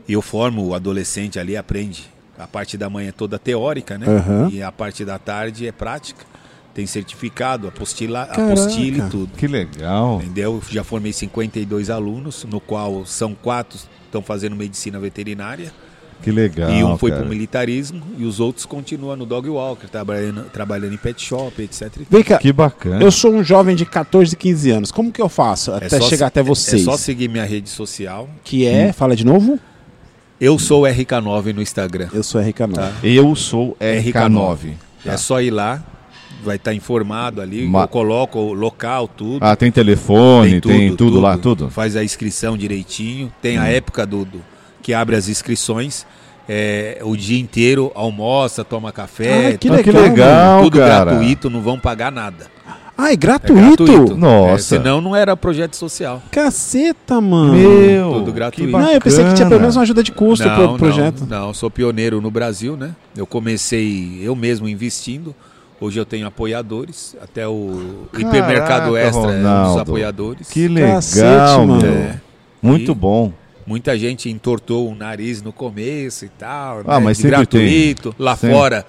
E eu formo o adolescente ali, aprende. A parte da manhã é toda teórica, né? Aham. E a parte da tarde é prática. Tem certificado, apostila, Caraca. apostila e tudo. Que legal. Entendeu? Eu já formei 52 alunos, no qual são quatro estão fazendo medicina veterinária Que legal. e um foi para Ah, cara. pro militarismo e os outros continuam no dog walker, trabalhando, trabalhando em pet shop, etc. e Vem cá, Que bacana. eu sou um jovem de 14, 15 anos. Como que eu faço até só chegar se- Hum. até é- vocês? É só seguir minha rede social. Que é, fala de novo, Eu sou o RK9 no Instagram. eu sou RK9. Tá. Eu sou RK9. É só ir lá, vai estar informado ali, Tá. Ma- eu coloco o local, tudo. Ah, tem telefone, tem tudo, lá, tudo? Hum. Faz a inscrição direitinho, tem a época do, do- que abre as inscrições. é, o dia inteiro almoça, toma café, tá Ah, que Ah, que legal, legal, tudo cara. gratuito, não vão pagar nada. Ah, é É gratuito? gratuito. Nossa. É, senão não era projeto social. Caceta, mano. Meu, Tudo que gratuito. Não, eu pensei que tinha bacana. pelo menos uma ajuda de custo não, pro projeto. Não, não, sou pioneiro no Brasil, né? Eu comecei eu mesmo investindo. Hoje eu tenho apoiadores, até o Caraca, hipermercado extra é um dos Ronaldo. apoiadores. Que Cacete, legal, mano. mano. É. Muito E- bom. Muita gente entortou o nariz no começo e tal, né? Ah, mas de sempre tem. gratuito. Lá Sempre. fora,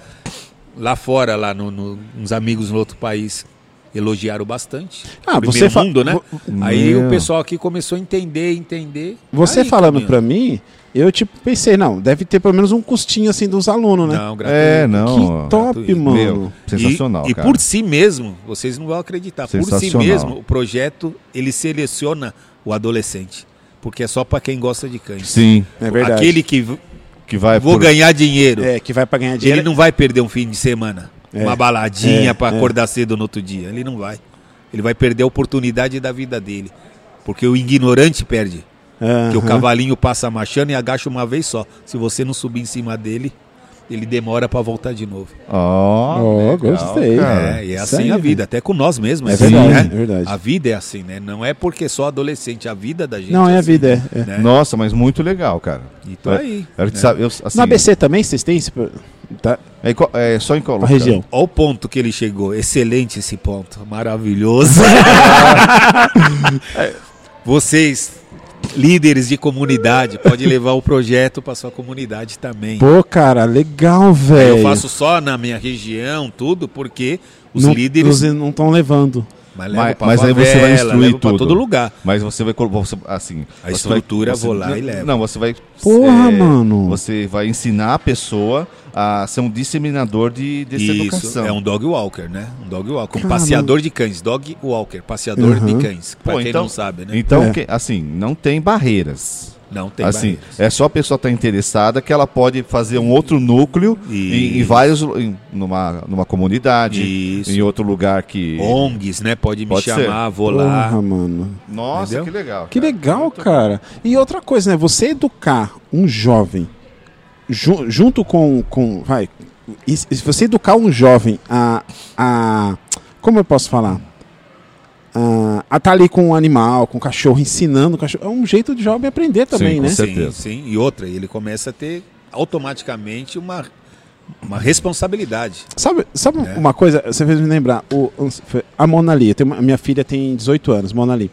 lá fora, lá no, no- uns amigos no outro país elogiaram bastante. Ah, Primeiro você fa- mundo, né? vo- Aí Meu. o pessoal aqui começou a entender, entender. Você Aí, falando caminhou. pra mim, eu tipo pensei, não, deve ter pelo menos um custinho assim dos alunos, né? Não, gratuito. É, não. que top, gratuito. mano. Meu, sensacional, e, cara. E por si mesmo, vocês não vão acreditar, por si Sensacional. mesmo, o projeto ele seleciona o adolescente. Porque é só pra quem gosta de cães. Sim, É verdade. Aquele que v- que vai vou por- ganhar dinheiro, É, que vai pra ganhar ele dinheiro. não vai perder um fim de semana, É. uma baladinha É, pra é. acordar cedo no outro dia. Ele não vai. Ele vai perder a oportunidade da vida dele. Porque o ignorante perde. Que Aham. o cavalinho passa marchando e agacha uma vez só. Se você não subir em cima dele, ele demora pra voltar de novo. Ó, Ó, legal, gostei. cara. Ah, é, e é isso assim aí, a né? vida, até com nós mesmos. É assim, verdade, né? é verdade. A vida é assim, né? Não é porque só adolescente, a vida da gente. Não, é a assim, vida, é. é. Né? Nossa, mas muito legal, cara. Então É. aí. Eu, né? sabe, eu, assim, No ABC também vocês têm esse... pro- Tá, é, inco- é só em Colômbia. pra região. Olha o ponto que ele chegou. Excelente esse ponto. Maravilhoso. É. Vocês, líderes de comunidade, podem levar o projeto para sua comunidade também. Pô, é, cara, legal, velho. Eu faço só na minha região, tudo, porque os Não- líderes. os- Não estão levando. Mas, Mas- pra mas aí você vai instruir levo pra tudo. todo lugar. Mas você vai. colo- Você, assim, A você vai- estrutura, você- vou lá não- e levo. Não, você vai. Porra, é, mano. Você vai ensinar a pessoa a ser um disseminador de, dessa Isso, educação. é um dog walker, né? Um dog walker. Um Caramba. passeador de cães. Dog walker, passeador Uhum. de cães. Pra Pô, quem então- não sabe, né? Então, É. que- assim, não tem barreiras. Não tem assim, barreiras. é só a pessoa estar interessada que ela pode fazer um outro núcleo em, em Isso. vários lu- em- numa numa comunidade, Isso. em outro lugar que ONGs, né? Pode me Pode ser. chamar, vou lá. Porra, mano. Nossa, Entendeu? que legal. Que legal, cara. E outra coisa, né? Você educar um jovem ju- junto com. com vai. e se- se você educar um jovem a. a como eu posso falar? A, a tá ali com um animal, com um cachorro, ensinando o cachorro. É um jeito de jovem aprender também, com né? certeza. Sim, sim. E outra, ele começa a ter automaticamente uma, uma responsabilidade. Sabe, sabe É. uma coisa? Você fez me lembrar. O, o- foi- a Mona Lee. eu tenho uma- minha filha tem 18 anos, Mona Lee.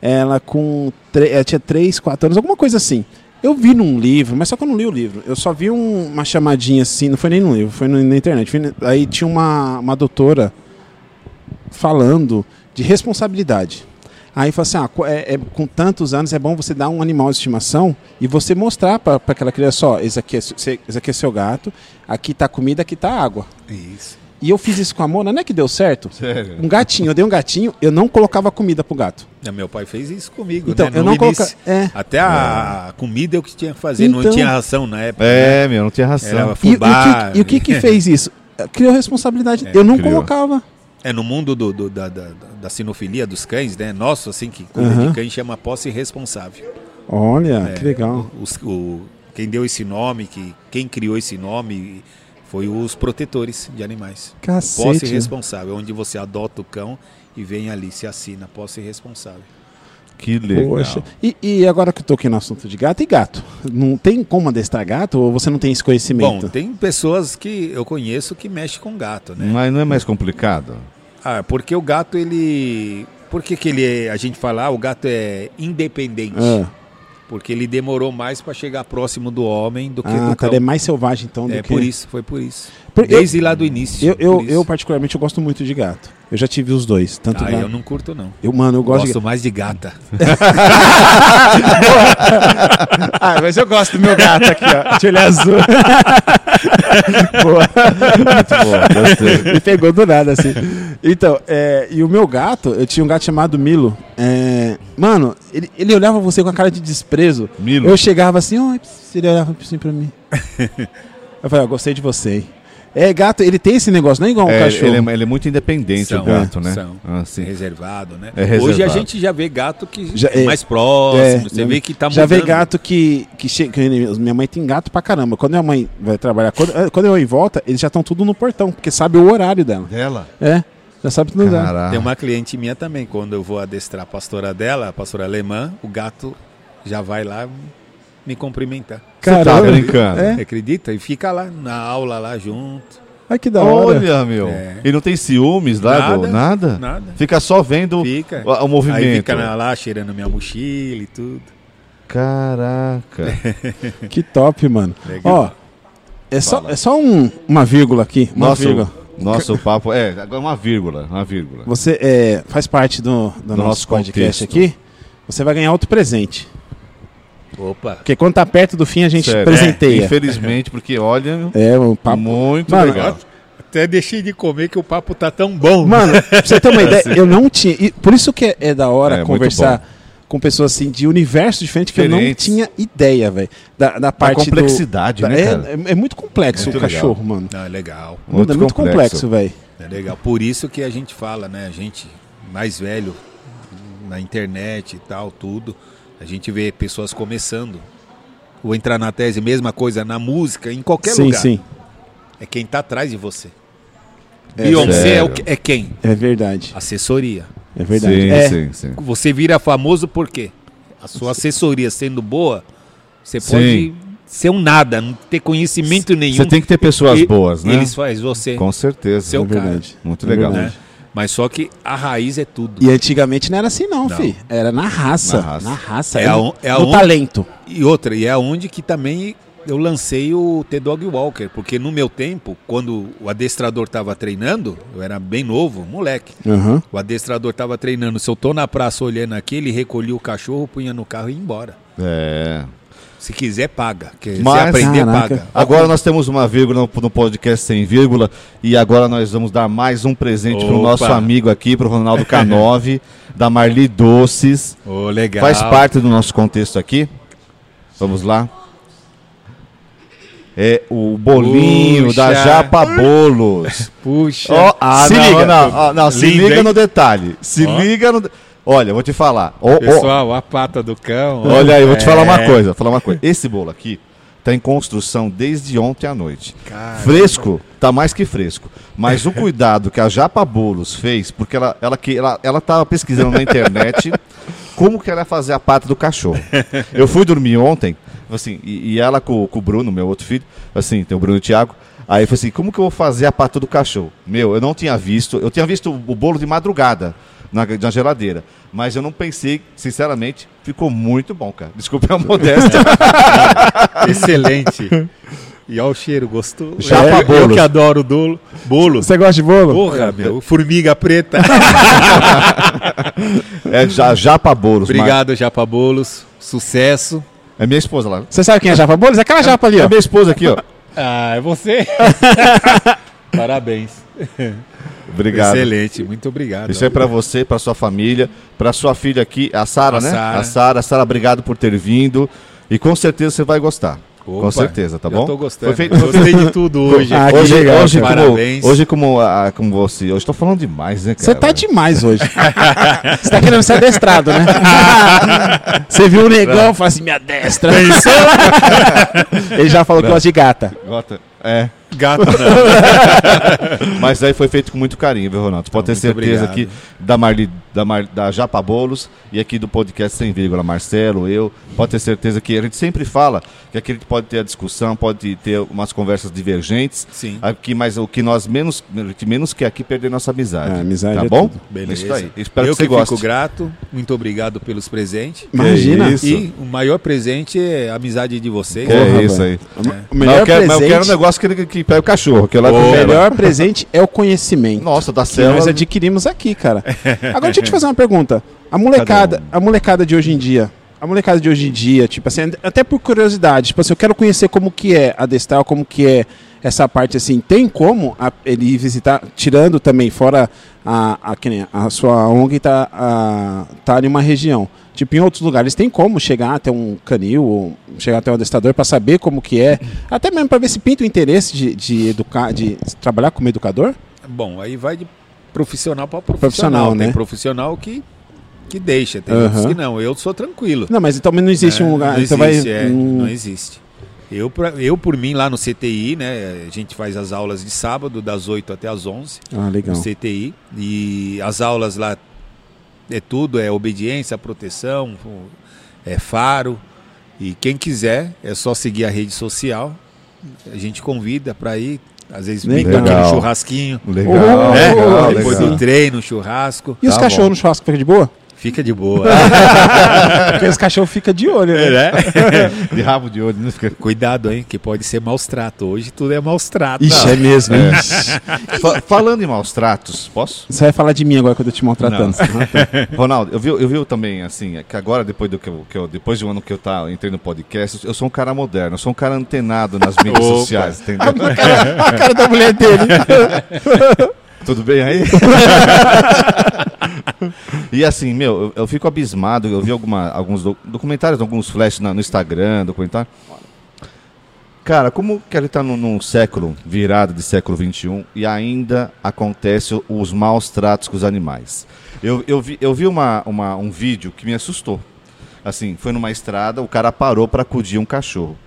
Ela com tre- ela tinha 3, 4 anos, alguma coisa assim. Eu vi num livro, mas só que eu não li o livro. Eu só vi um- uma chamadinha assim, não foi nem num livro, foi no- na internet. Fui na- Aí tinha uma, uma doutora falando de responsabilidade. Aí fala assim, ah, co- é- é- com tantos anos é bom você dar um animal de estimação e você mostrar para aquela criança, só, esse aqui, é, seu- esse aqui é seu gato, aqui tá comida, aqui tá água. Isso. E eu fiz isso com a Mona, não é que deu certo? Sério? Um gatinho, eu dei um gatinho, eu não colocava comida pro gato. É, Meu pai fez isso comigo, Então, né? eu No não início. colocava. É. Até a comida eu que tinha que fazer, não Então- tinha ração na época. né? É, meu, não tinha razão. Era E, e o fubá. que, e o que que fez isso? Criou responsabilidade. eu não criou. colocava. É no mundo do, do- da, da, da sinofilia dos cães, né? Nosso, assim, que cuida Aham. de cães chama posse responsável. Olha, É. que legal. Os, o, quem deu esse nome, que, quem criou esse nome foi os protetores de animais. Posse Cacete. né? responsável, é onde você adota o cão e vem ali, se assina, posse responsável. Que legal. Poxa. E, e agora que eu tô aqui no assunto de gato, e gato? Não tem como adestrar gato ou você não tem esse conhecimento? Bom, tem pessoas que eu conheço que mexem com gato, né? Mas não é mais complicado? Ah, porque o gato, ele... Por que, que ele é- a gente fala, ah, o gato é independente? Ah, Porque ele demorou mais para chegar próximo do homem do que ah, do tá, cão. ele é mais selvagem então do É que... por isso, foi por isso. Por- eu- Desde lá do início. Eu, eu, por isso. eu, particularmente, eu gosto muito de gato. Eu já tive os dois, tanto Ah, gato... eu não curto, não. Eu, mano, eu né? gosto, Gosto, de mais de gata. Ah, mas eu gosto do meu gato aqui, ó. De olho azul. Boa. Muito bom, gostei. Me pegou do nada, assim. Então, é, e o meu gato, eu tinha um gato chamado Milo. É, mano, ele, ele olhava você com a cara de desprezo. Milo. Eu chegava assim, ó, ele olhava assim pra mim. Eu falei, ó, gostei de você, hein. É, gato, ele tem esse negócio, não é igual um É, cachorro. ele, é, ele é muito independente, São, o gato, é, né? são. Ah, sim. Reservado, né? É reservado. Hoje a gente já vê gato que Já- é. mais próximo. É, você já- vê que tá mudando. Já vê gato que, que chega. que ele- Minha mãe tem gato pra caramba. Quando minha mãe vai trabalhar, quando, quando eu em volta, eles já estão tudo no portão, porque sabe o horário dela. Dela? É, já sabe tudo dela. Caraca. Tem uma cliente minha também, quando eu vou adestrar a pastora dela, a pastora alemã, o gato já vai lá me cumprimentar. Você tá Caramba. brincando. É. Você acredita? E fica lá na aula lá junto. Ai, que da hora. Olha, meu. É. E não tem ciúmes lá do Nada, nada? nada. Fica só vendo Fica. o, o movimento. Aí fica na- lá cheirando minha mochila e tudo. Caraca. Que top, mano. Legal. Ó, é só, é só um- uma vírgula aqui. Uma Nossa, vírgula. o- nossa, o papo. É, agora uma vírgula. Uma vírgula. Você é, faz parte do, do nosso, nosso podcast contexto. aqui. Você vai ganhar outro presente. Opa. Porque quando tá perto do fim, a gente Sério. É, presenteia. infelizmente, porque olha. É, um papo. Muito Mano, legal. Até deixei de comer que o papo tá tão bom. Mano, pra você ter uma ideia, eu não tinha. e por isso que é, é da Assim. É, hora muito conversar com pessoas assim de universo diferente que eu não Diferentes. tinha ideia, velho. Da, da parte do- complexidade, da- né, é- cara? É, é muito complexo Muito o legal. cachorro, mano. Não, é legal. é muito complexo, velho. É legal. Por isso que a gente fala, né? A gente mais velho na internet e tal, tudo. A gente vê pessoas começando. Ou entrar na tese, mesma coisa, na música, em qualquer Sim, lugar. sim. É quem tá atrás de você. É, Beyoncé é, o sério. que- é quem? É verdade. Assessoria. É verdade. Sim, É. sim, sim. Você vira famoso por quê? A sua assessoria sendo boa, você Sim. pode ser um nada, não ter conhecimento nenhum. Você tem que ter pessoas E- boas, né? Eles fazem você. Com certeza. Seu É verdade. Muito É legal. verdade. Mas só que a raiz é tudo. E antigamente não era assim, não, Não. fi. Era na raça. Na Na raça. raça. É era a- é a no on- talento. E outra, e é onde que também eu lancei o T-Dog Walker, porque no meu tempo, quando o adestrador estava treinando, eu era bem novo, moleque. Aham. O adestrador estava treinando. Se eu tô na praça olhando aqui, ele recolhia o cachorro, punha no carro e ia embora. É. Se quiser, paga. Que Mas- se aprender, Caraca. paga. Agora nós temos uma vírgula no- no podcast sem vírgula e agora nós vamos dar mais um presente para o Opa. nosso amigo aqui, para o Ronaldo K9, da Marli Doces. Ô, legal. Faz parte do nosso contexto aqui. Vamos lá. É o bolinho Puxa. da Japa Bolos. Puxa. Ó, ah, se não, liga. não, ó, não, se Lindo, liga hein? no detalhe. Se Ó. liga no. de- Olha, vou te falar. Ó, ó, Pessoal, a pata do cão. ó. Olha aí, eu vou te falar uma É. coisa, vou falar uma coisa. Esse bolo aqui tá em construção desde ontem à noite. Caramba. Fresco, tá mais que fresco. Mas o cuidado que a Japa Bolos fez, porque ela ela que ela, ela tava pesquisando na internet como que ela ia fazer a pata do cachorro. Eu fui dormir ontem, assim, e, e ela com, com o Bruno, meu outro filho, assim, tem o Bruno e o Thiago. Aí eu falei assim, como que eu vou fazer a pata do cachorro? Meu, eu não tinha visto, eu tinha visto o bolo de madrugada na, na geladeira. Mas eu não pensei, sinceramente, ficou muito bom, cara. Desculpa a modéstia. Excelente. E olha o cheiro gostoso. Japa Eu- eu, bolos. que adoro dolo, bolo. Você gosta de bolo? Porra, meu. Formiga preta. é já, japa bolos. Mar- Obrigado, Japa Bolos. Sucesso. É minha esposa lá. Você sabe quem é Japa Bolos? É aquela japa ali, É ó. minha esposa aqui, ó. Ah, é você. Parabéns. Obrigado. Excelente, muito obrigado. Isso é pra você, pra sua família, pra sua filha aqui, a Sara, A né? Sara. A Sara, Sara, obrigado por ter vindo e com certeza você vai gostar. com Opa, certeza, tá já bom? tô gostando. Foi feito, foi feito- Gostei de tudo hoje. Ah, que hoje, legal, hoje, cara. como, Parabéns. hoje como, a- como você, hoje tô falando demais, né, cara? Você tá demais hoje. Você tá querendo ser adestrado, né? Você viu o negão e fala assim, me adestra. Ele já falou que gosta de gata. Gota. É. Gato Mas aí foi feito com muito carinho, viu, Ronaldo? Pode ter muito certeza obrigado. que da Marli, da, Mar, da Japa Bolos e aqui do podcast Sem Vírgula, Marcelo, eu, pode ter certeza que a gente sempre fala que aqui a gente pode ter a discussão, pode ter umas conversas divergentes. Sim. Aqui, mas o que nós menos, o que menos quer aqui é perder nossa amizade. É, amizade Tá é bom? tudo. Beleza. Isso aí. Espero Eu que você goste. fico grato. Muito obrigado pelos presentes. Imagina. isso. E o maior presente é a amizade de vocês. Que é Porra, isso velho. aí. O Mas melhor eu, quero, mas eu quero um presente, negócio que, ele- que pega o cachorro, que é eu levo o pra ela. melhor presente é o conhecimento. Nossa, da que nós é célula. adquirimos aqui, cara. Agora deixa eu te fazer uma pergunta. A molecada, a molecada de hoje em dia, a molecada de hoje em dia, tipo assim, até por curiosidade, tipo assim, eu quero conhecer como que é a Destral, como que é essa parte assim, tem como a- ele ir visitar, tirando também fora a, a, que nem a sua ONG tá, a, tá em uma região. Tipo, em outros lugares tem como chegar até um canil, ou chegar até um adestrador para saber como que é, até mesmo para ver se pinta o interesse de, de educar, de trabalhar como educador? Bom, aí vai de profissional para Profissional, profissional. tem né? profissional que, que deixa, tem Aham. outros que não. Eu sou tranquilo. Não, mas então não existe um lugar. Né? Não então existe, vai, é, um- não existe. Eu, pra- eu, por mim, lá no CTI, né? A gente faz as aulas de sábado, das 8 até as 11, Ah, legal. no CTI. E as aulas lá é tudo, é obediência, proteção, é faro. E quem quiser, é só seguir a rede social. A gente convida para ir. Às vezes brinca Legal. aqui no churrasquinho. Legal, É, Oh, né? legal, oh, Depois legal. do treino, churrasco. E os Tá cachorros bom. no churrasco ficam de boa? Fica de boa. Porque os cachorros ficam de olho, né? De rabo de olho, né? não fica. Cuidado, hein? Que pode ser maus trato. Hoje tudo é maus trato. Ixi, é mesmo. hein? Fa- falando em maus tratos, posso? Você vai falar de mim agora que eu tô te maltratando. Ah, então tá. Ronaldo, eu vi, eu vi também, assim, é que agora, depois, do que eu, que eu- depois de um ano que eu tá, entrei no podcast, eu sou um cara moderno, eu sou um cara antenado nas mídias Opa. sociais, entendeu? a, cara, a cara da mulher dele. Tudo bem aí? e assim, meu, eu, eu fico abismado, eu vi alguma, alguns do- documentários, alguns flash na- no Instagram, documentário. Cara, como que ele tá num, num século, virado de século XXI, e ainda acontece os maus tratos com os animais? Eu, eu vi, eu vi uma, uma- um vídeo que me assustou. Assim, foi numa estrada, o cara parou para acudir um cachorro.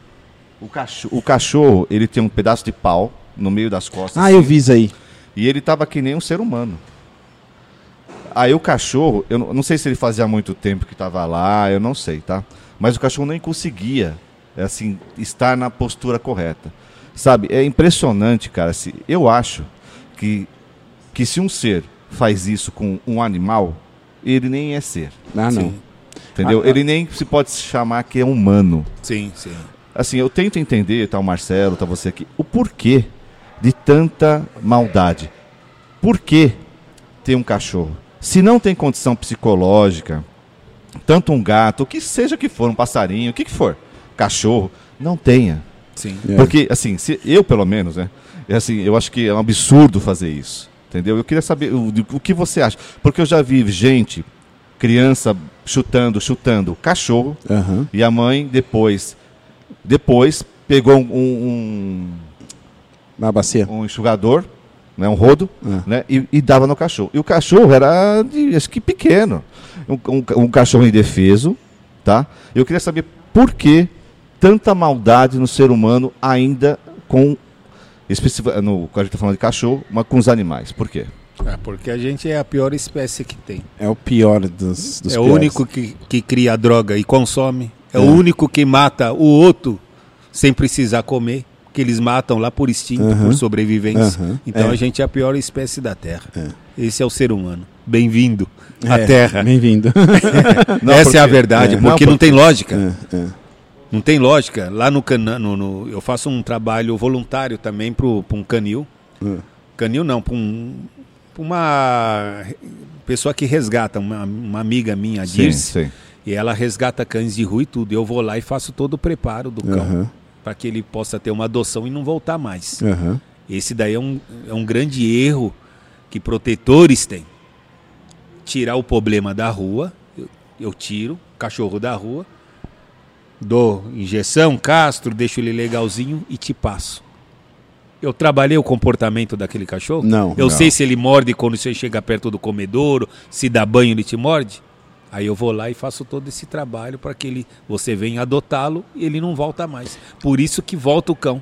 O, cachorro. o cachorro, ele tem um pedaço de pau no meio das costas. Ah, eu vi isso aí. E ele tava que nem um ser humano. Aí o cachorro, eu não não sei se ele fazia muito tempo que tava lá, eu não sei, tá? Mas o cachorro nem conseguia, é assim, estar na postura correta. Sabe, é impressionante, cara. Se, eu acho que, que se um ser faz isso com um animal, ele nem é ser, Ah, não. Sim, entendeu? Ah, ah. Ele nem se pode chamar que é humano. sim, sim. Assim, eu tento entender, tá o Marcelo, tá você aqui, o porquê de tanta maldade. Por que ter um cachorro? Se não tem condição psicológica, tanto um gato, o que seja que for, um passarinho, o que, que for, cachorro, não tenha. sim. É. Porque, assim, se eu pelo menos, né? É assim, eu acho que é um absurdo fazer isso. Entendeu? Eu queria saber o, de- o que você acha. Porque eu já vi gente, criança chutando, chutando, cachorro, Aham. e a mãe depois, depois pegou um, um- Na bacia. um enxugador, né, um rodo, Ah. né, e, e dava no cachorro. E o cachorro era, de, acho que pequeno, um, um ca- um cachorro indefeso, tá? Eu queria saber por que tanta maldade no ser humano ainda com, especifi- no, a gente tá falando de cachorro, mas com os animais. Por quê? É, porque a gente é a pior espécie que tem. É o pior dos, dos é o piores. único que, que cria a droga e consome. É, o único que mata o outro sem precisar comer. Que eles matam lá por instinto, Aham. por sobrevivência. Aham, Então é. a gente é a pior espécie da Terra. Esse é o ser humano. Bem-vindo à É, Terra. Bem-vindo. Não, Essa porque- é a verdade, é. porque não, Não, tem lógica. É, é. Não tem lógica. Lá no cana, no, no- eu faço um trabalho voluntário também para um canil. Hum. Canil não, para um, pra uma pessoa que resgata, uma, uma amiga minha, a Sim, Dirce. sim. E ela resgata cães de rua e tudo. Eu vou lá e faço todo o preparo do cão Aham. para que ele possa ter uma adoção e não voltar mais. Aham. Esse daí é um, é um grande erro que protetores têm. Tirar o problema da rua, eu, eu tiro o cachorro da rua, dou injeção, castro, deixo ele legalzinho e te passo. Eu trabalhei o comportamento daquele cachorro? Não, Eu não. sei se ele morde quando você chega perto do comedouro, se dá banho ele te morde. Aí eu vou lá e faço todo esse trabalho para que ele, você venha adotá-lo e ele não volta mais. Por isso que volta o cão.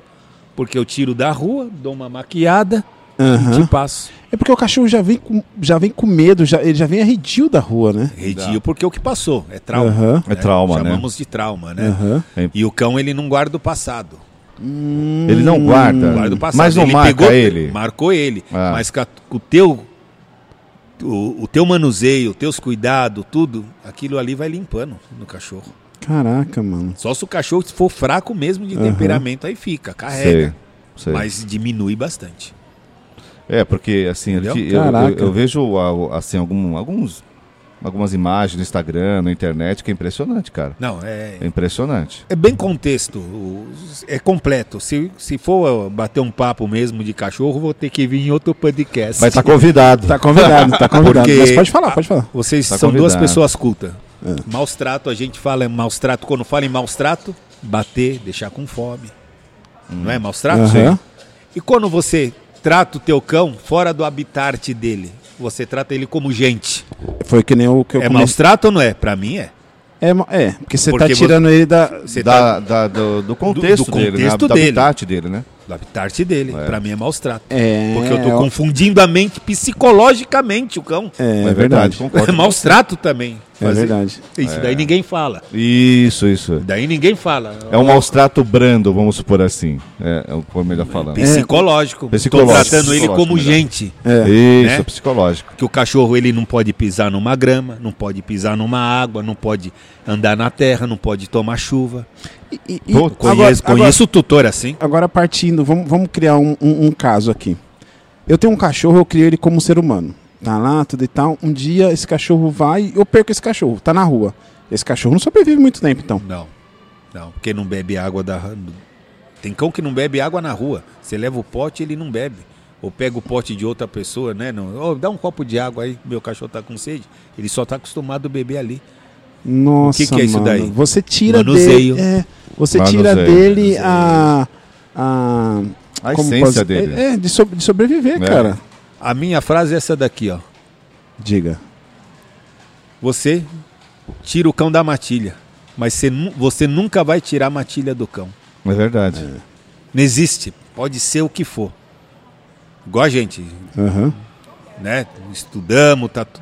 Porque eu tiro da rua, dou uma maquiada Aham. e te passo. É porque o cachorro já vem com, já vem com medo, já, ele já vem arredio da rua, né? Redio, porque é o que passou é trauma. Aham. É trauma, né? Chamamos de trauma, né? Aham. E o cão, ele não guarda o passado. Ele não guarda, Guarda o Hum. passado. mas não ele marca pegou, ele. Marcou ele. Ah. Mas ca- o teu, o, o teu manuseio, teus cuidados, tudo, aquilo ali vai limpando no cachorro. Caraca, mano. Só se o cachorro for fraco mesmo de Aham. temperamento, aí fica, Sei, carrega. sei. Mas diminui bastante. É, porque assim, eu, Entendeu? eu- eu, Caraca. eu vejo ah, assim, algum, alguns, algumas imagens no Instagram, na internet, que é impressionante, cara. Não, é, É impressionante. É bem contexto, o- é completo. Se, se for bater um papo mesmo de cachorro, vou ter que vir em outro podcast. Mas tá convidado. Tá convidado, tá convidado. Porque- Mas pode falar, pode falar. É. Vocês tá são duas convidado. pessoas cultas. Maus trato, a gente fala em maus trato. Quando fala em maus trato, bater, deixar com fome. Hum. Não é maus trato? Aham. E quando você trata o teu cão fora do habitat dele, você trata ele como gente. Foi que nem o que eu é comentei. maus trato ou não é? Pra mim é. É, ma- é, porque você tá Porque tirando ele da. Você tá Da- da- do, do contexto do dele, né? contexto do dele. habitat dele, né? Do habitat dele. Pra mim é maus trato. É, Porque eu tô é, confundindo a mente psicologicamente o cão. É, É verdade, verdade. É concordo. maus trato também. É verdade. Isso daí ninguém fala. Isso, isso. Daí ninguém fala. É um maus-trato brando, vamos supor assim. É, é o que é melhor falando. Psicológico. É, Psicológico, Tô tratando ele psicológico, como melhor. gente. É. Isso, Né? psicológico. Que o cachorro ele não pode pisar numa grama, não pode pisar numa água, não pode andar na terra, não pode tomar chuva. E- e- e- Pô, agora- Conheço, conheço o tutor assim. Agora partindo, vamos, vamos criar um, um- um caso aqui. Eu tenho um cachorro, eu crio ele como um ser humano. Tá lá, tudo e tal. Um dia esse cachorro vai, eu perco esse cachorro, tá na rua. Esse cachorro não sobrevive muito tempo, então. Não, não, porque não bebe água da. Tem cão que não bebe água na rua. Você leva o pote ele não bebe. Ou pega o pote de outra pessoa, né? Não, "Ô, dá um copo de água aí, meu cachorro tá com sede. Ele só tá acostumado a beber ali. Nossa, O que que é isso mano. daí? Você tira Manuseio. dele, é, você tira Manuseio, dele a a A como essência posso- dele. É, é, de, sobre- de sobreviver, É. cara. A minha frase é essa daqui, ó. Diga. Você tira o cão da matilha, mas você, nu- você nunca vai tirar a matilha do cão. É verdade. Não existe. Pode ser o que for. Igual a gente, Aham. né? Estudamos, tá. tu-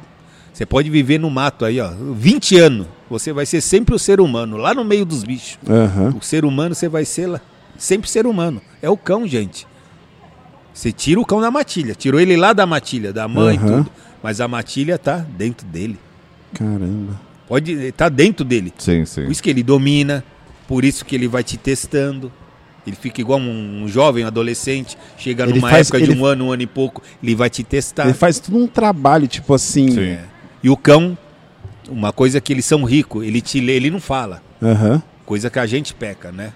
Você pode viver no mato aí, ó, 20 anos. Você vai ser sempre o ser humano, lá no meio dos bichos. Aham. O ser humano você vai ser lá, sempre ser humano. É o cão, gente. Você tira o cão da matilha, tirou ele lá da matilha, da mãe, Aham. tudo. Mas a matilha tá dentro dele. Caramba. Pode, tá dentro dele. Sim, sim. Por isso que ele domina, por isso que ele vai te testando. Ele fica igual um, um jovem, um adolescente, chega Ele numa faz- época de ele- um ano, um ano e pouco, ele vai te testar. É. Ele faz tudo um trabalho, tipo assim. Sim. E o cão, uma coisa que eles são ricos, ele te lê, ele não fala. Aham. Coisa que a gente peca, né?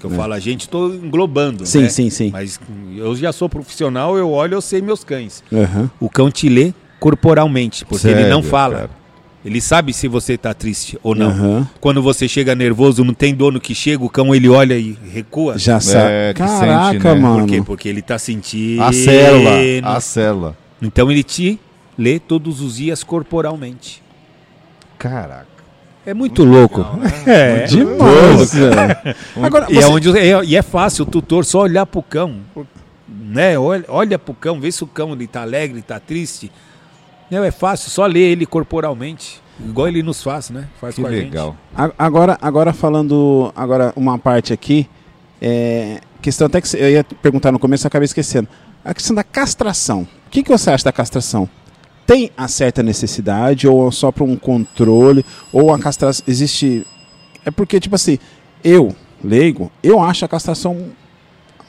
Que eu falo a gente, estou englobando. É. Sim, né? sim, sim. Mas eu já sou profissional, eu olho, eu sei meus cães. Aham. O cão te lê corporalmente, porque ele não Sério, fala. cara? Ele sabe se você tá triste ou não. Aham. Quando você chega nervoso, não tem dono que chega, o cão ele olha e recua. Já sabe. É, que Caraca, sente, né? mano. Por quê? Porque ele tá sentindo. A célula. A célula. Então ele te lê todos os dias corporalmente. Caraca. É muito, louco. né? É. Demais. velho. Agora, E, você- é onde, é- e é fácil o tutor só olhar pro cão. Né? Olha, olha pro cão, vê se o cão ele tá alegre, tá triste. Não, é fácil, só ler ele corporalmente. Igual ele nos faz, né? Faz Que com a legal. A- Agora, agora falando agora uma parte aqui, é, questão até que cê- eu ia perguntar no começo, eu acabei esquecendo. A questão da castração. O que, que você acha da castração? Tem a certa necessidade ou é só para um controle ou a castração existe? É porque tipo assim, eu leigo, eu acho a castração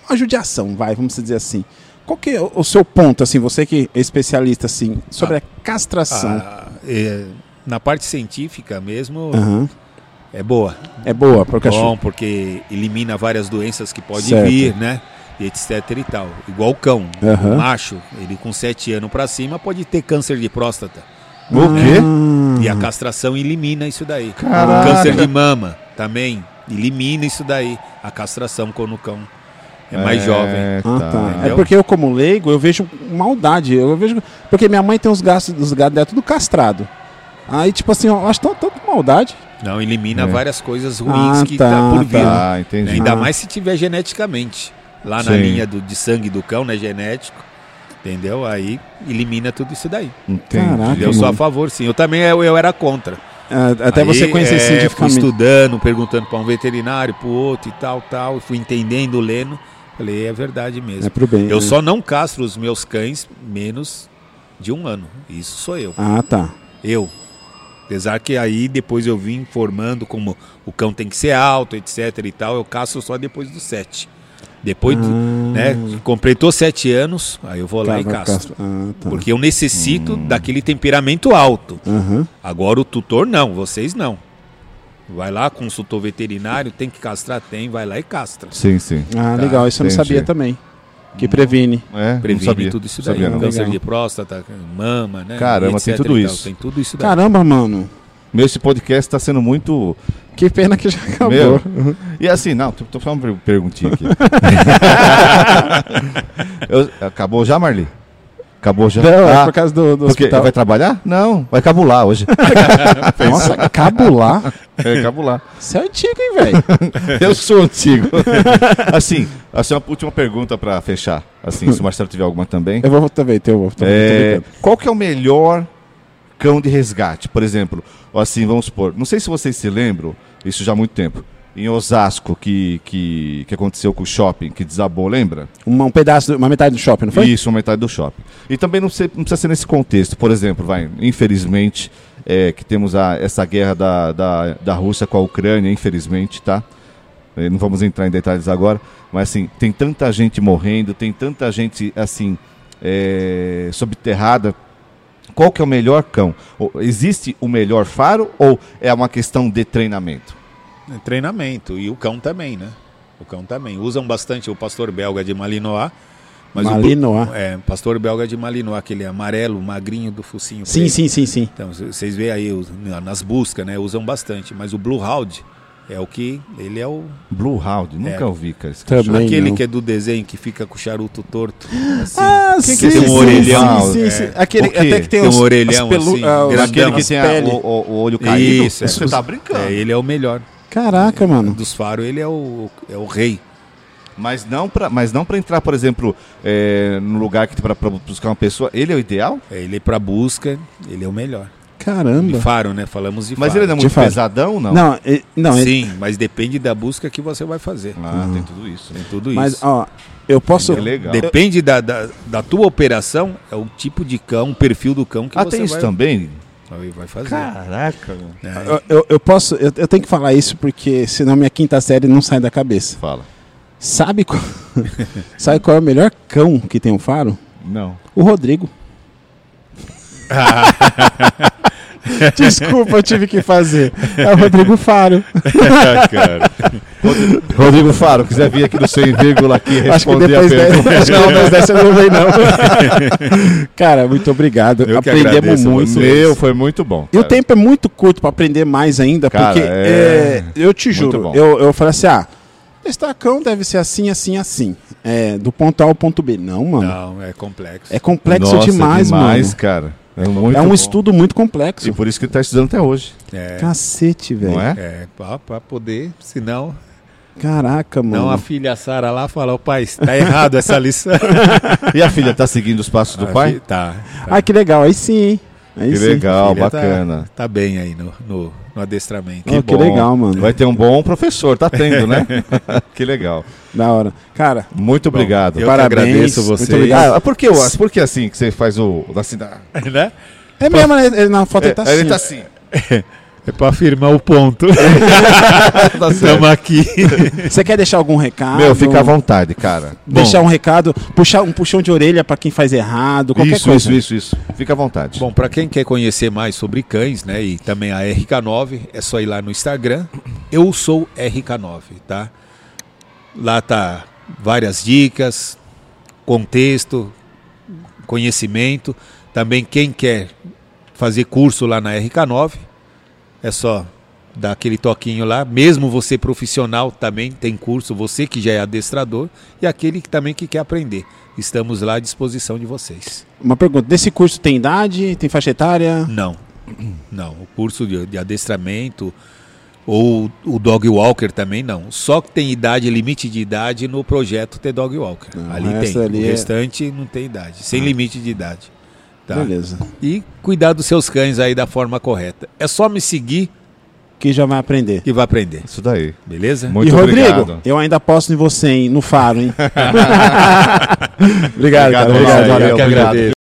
uma judiação, vai, vamos dizer assim. Qual que é o o seu ponto, assim, você que é especialista, assim, sobre a gente. castração? Ah, é, na parte científica mesmo, Aham. é boa. É boa, porque eu Bom, acho... porque elimina várias doenças que podem Certo. vir, né? E etc e tal. Igual o cão, Aham. o macho, ele com 7 anos pra cima pode ter câncer de próstata. O quê? E Uhum. a castração elimina isso daí. Caraca. Câncer de mama também elimina isso daí. A castração quando o cão é mais jovem. Ah, tá. tá. É Entendeu? porque eu, como leigo, eu vejo maldade. Eu vejo. Porque minha mãe tem os gastos dos gatos dela tudo castrado. Aí, tipo assim, eu acho tão- tanta maldade. Não, elimina É. várias coisas ruins Ah, que tá, tá, por vir. tá. Ah, né? entendi. Ainda mais se tiver geneticamente. Lá na Sim. linha do, de sangue do cão, né? Genético. Entendeu? Aí elimina tudo isso daí. Entendi. Caraca. Eu sou a mano. favor, sim. Eu também eu, eu era contra. Ah, Até Aí, você conhecer é, Fui cientificamente. estudando, perguntando para um veterinário, para o outro e tal, tal. Fui entendendo, lendo. Falei, é verdade mesmo. É pro bem. Eu né? só não castro os meus cães menos de um ano. Isso sou eu. Ah, tá. Eu. Apesar que aí depois eu vim informando como o cão tem que ser alto, etc e tal. Eu castro só depois dos sete. Depois, de- Ah. né? Completou sete anos, aí eu vou lá e Tá, vai castro. castro. Ah, tá. Porque eu necessito Hum. daquele temperamento alto. Aham. Agora o tutor não, vocês não. Vai lá, consultor veterinário, tem que castrar, tem, vai lá e castra. Sim, sim. Ah, Tá, legal. Isso eu não entendi. sabia também. Que previne. É, não Previne sabia. tudo isso daí. sabia, não. câncer Legal. de próstata, mama, né? Caramba, etc tem tudo e tal. isso. Tem tudo isso daí. Caramba, mano. Meu, esse podcast tá sendo muito. Que pena que já acabou. Meu. Uhum. E assim, não, tô, tô só uma per- perguntinha aqui. Eu- acabou já, Marli? Acabou já? Não, é Ah, por causa do, do porque hospital. vai trabalhar? Não, vai cabular hoje. Nossa, cabular? É, cabular. Isso é antigo, hein, velho? Eu sou antigo. assim, assim, uma última pergunta pra fechar. Assim, se o Marcelo tiver alguma também. Eu vou também, eu vou. Tô, tô É, brincando. qual que é o melhor cão de resgate? Por exemplo, ou assim, vamos supor, não sei se vocês se lembram, isso já há muito tempo, em Osasco, que, que, que aconteceu com o shopping, que desabou, lembra? Uma- um pedaço, do- uma metade do shopping, não foi? Isso, uma metade do shopping. E também não, sei- não precisa ser nesse contexto, por exemplo, vai, infelizmente, é, que temos a- essa guerra da, da, da Rússia com a Ucrânia, infelizmente, tá? Eh, Não vamos entrar em detalhes agora, mas assim, tem tanta gente morrendo, tem tanta gente, assim, é, subterrada. Qual que é o melhor cão? O- Existe o melhor faro ou é uma questão de treinamento? É Treinamento. E o cão também, né? O cão também. Usam bastante o pastor belga de Malinois. Mas Malinois. O, bru- é, pastor belga de Malinois, aquele amarelo, magrinho do focinho. Sim, preto. sim, sim, sim. Então, c- vocês veem aí os- na- nas buscas, né? Usam bastante. Mas o Blue Hound é o que. Ele é o. Blue Hound, nunca É. ouvi, cara. esse Também. cachorro. aquele não. que é do desenho que fica com o charuto torto. Assim. Ah, Que sim, que tem um sim, orelhão? sim, sim, sim. É. Aquele, O quê? até que tem, Tem um os, orelhão as pelu- assim, ah, os- grandão. Aquele que as tem a- pele. o, o- o olho caído? Isso, é. Você tá brincando. É, ele é o melhor. Caraca, mano. Dos faros, ele é o, é o rei. Mas não para, mas não para entrar, por exemplo, é, no lugar que para buscar uma pessoa, ele é o ideal? Ele pra busca, ele é o melhor. De Caramba. faro, né? Falamos de Mas faro. ele não é De muito fato. pesadão, não? Não, e- não, e- Sim, mas depende da busca que você vai fazer. Ah, tem tudo isso. Tem tudo isso. mas ó, eu posso. É legal. Depende da, da, da tua operação, é o tipo de cão, o perfil do cão que Ah, você tem isso vai, também? vai- vai fazer. Caraca, mano. Eu, eu, eu posso, eu, eu tenho que falar isso porque senão minha quinta série não sai da cabeça. Fala. Sabe qual, sabe qual é o melhor cão que tem um faro? Não. O Rodrigo. Desculpa, eu tive que fazer. É o Rodrigo Faro. Rodrigo, Rodrigo Faro, quiser vir aqui no 100, vírgula aqui responder Acho que depois a pergunta. dessa, acho que depois dessa eu não vem, não. Cara, muito obrigado. Eu que Aprendemos agradeço a muito. vocês. Meu, foi muito bom. E o cara. tempo é muito curto para aprender mais ainda, Cara, porque é- é, eu te muito juro, bom. eu, eu falei assim, ah, testacão deve ser assim, assim, assim, é, do ponto A ao ponto B. Não, mano, Não, é complexo. é complexo Nossa, demais, mano. cara. É, muito é um bom. estudo muito complexo. E por isso que ele tá estudando até hoje, É, Cacete, velho. não é? é pra, pra poder, senão, Caraca, mano. não a filha Sara lá falar, o pai, tá errado essa lição. E a filha tá seguindo os passos do pai? Tá. Ah, que legal, aí sim, hein? Aí Que sim. legal, Filha tá- bacana. Tá bem aí no, no, no adestramento. Que, que legal, mano. Vai ter um bom professor, tá tendo, né? que legal. Da hora. Cara, Muito obrigado. eu- parabéns. agradeço muito vocês. obrigado. Ah, por que, eu- por que assim que você faz o. Assim, da- né? É mesmo, né? Ele- Na foto ele tá É, assim. Ele tá assim. É pra afirmar o ponto. Tá certo. Estamos aqui. Você quer deixar algum recado? Meu, fica à vontade, cara. Deixar um recado, puxar um puxão de orelha pra quem faz errado, qualquer isso, coisa. isso, isso, isso. Fica à vontade. Bom, para quem quer conhecer mais sobre cães, né, e também a RK9, é só ir lá no Instagram. Eu sou RK9, tá? Lá tá várias dicas, contexto, conhecimento. Também quem quer fazer curso lá na RK9, é só dar aquele toquinho lá. Mesmo você profissional também tem curso, você que já é adestrador e aquele que também que quer aprender. Estamos lá à disposição de vocês. Uma pergunta, desse curso tem idade, tem faixa etária? Não, não. O curso de, de adestramento ou o dog walker também não. Só que tem idade, limite de idade no projeto ter dog walker. Não, ali o resto tem. ali o é- Ah. restante não tem idade, sem limite de idade. Tá? Beleza. E cuidar dos seus cães aí da forma correta. É só me seguir Que já vai aprender. que vai aprender, Isso daí. beleza? Muito e Rodrigo, obrigado. eu ainda aposto em você, hein? No faro, hein? obrigado, Obrigado, cara. Ronaldo. Obrigado, Valeu, valeu. obrigado.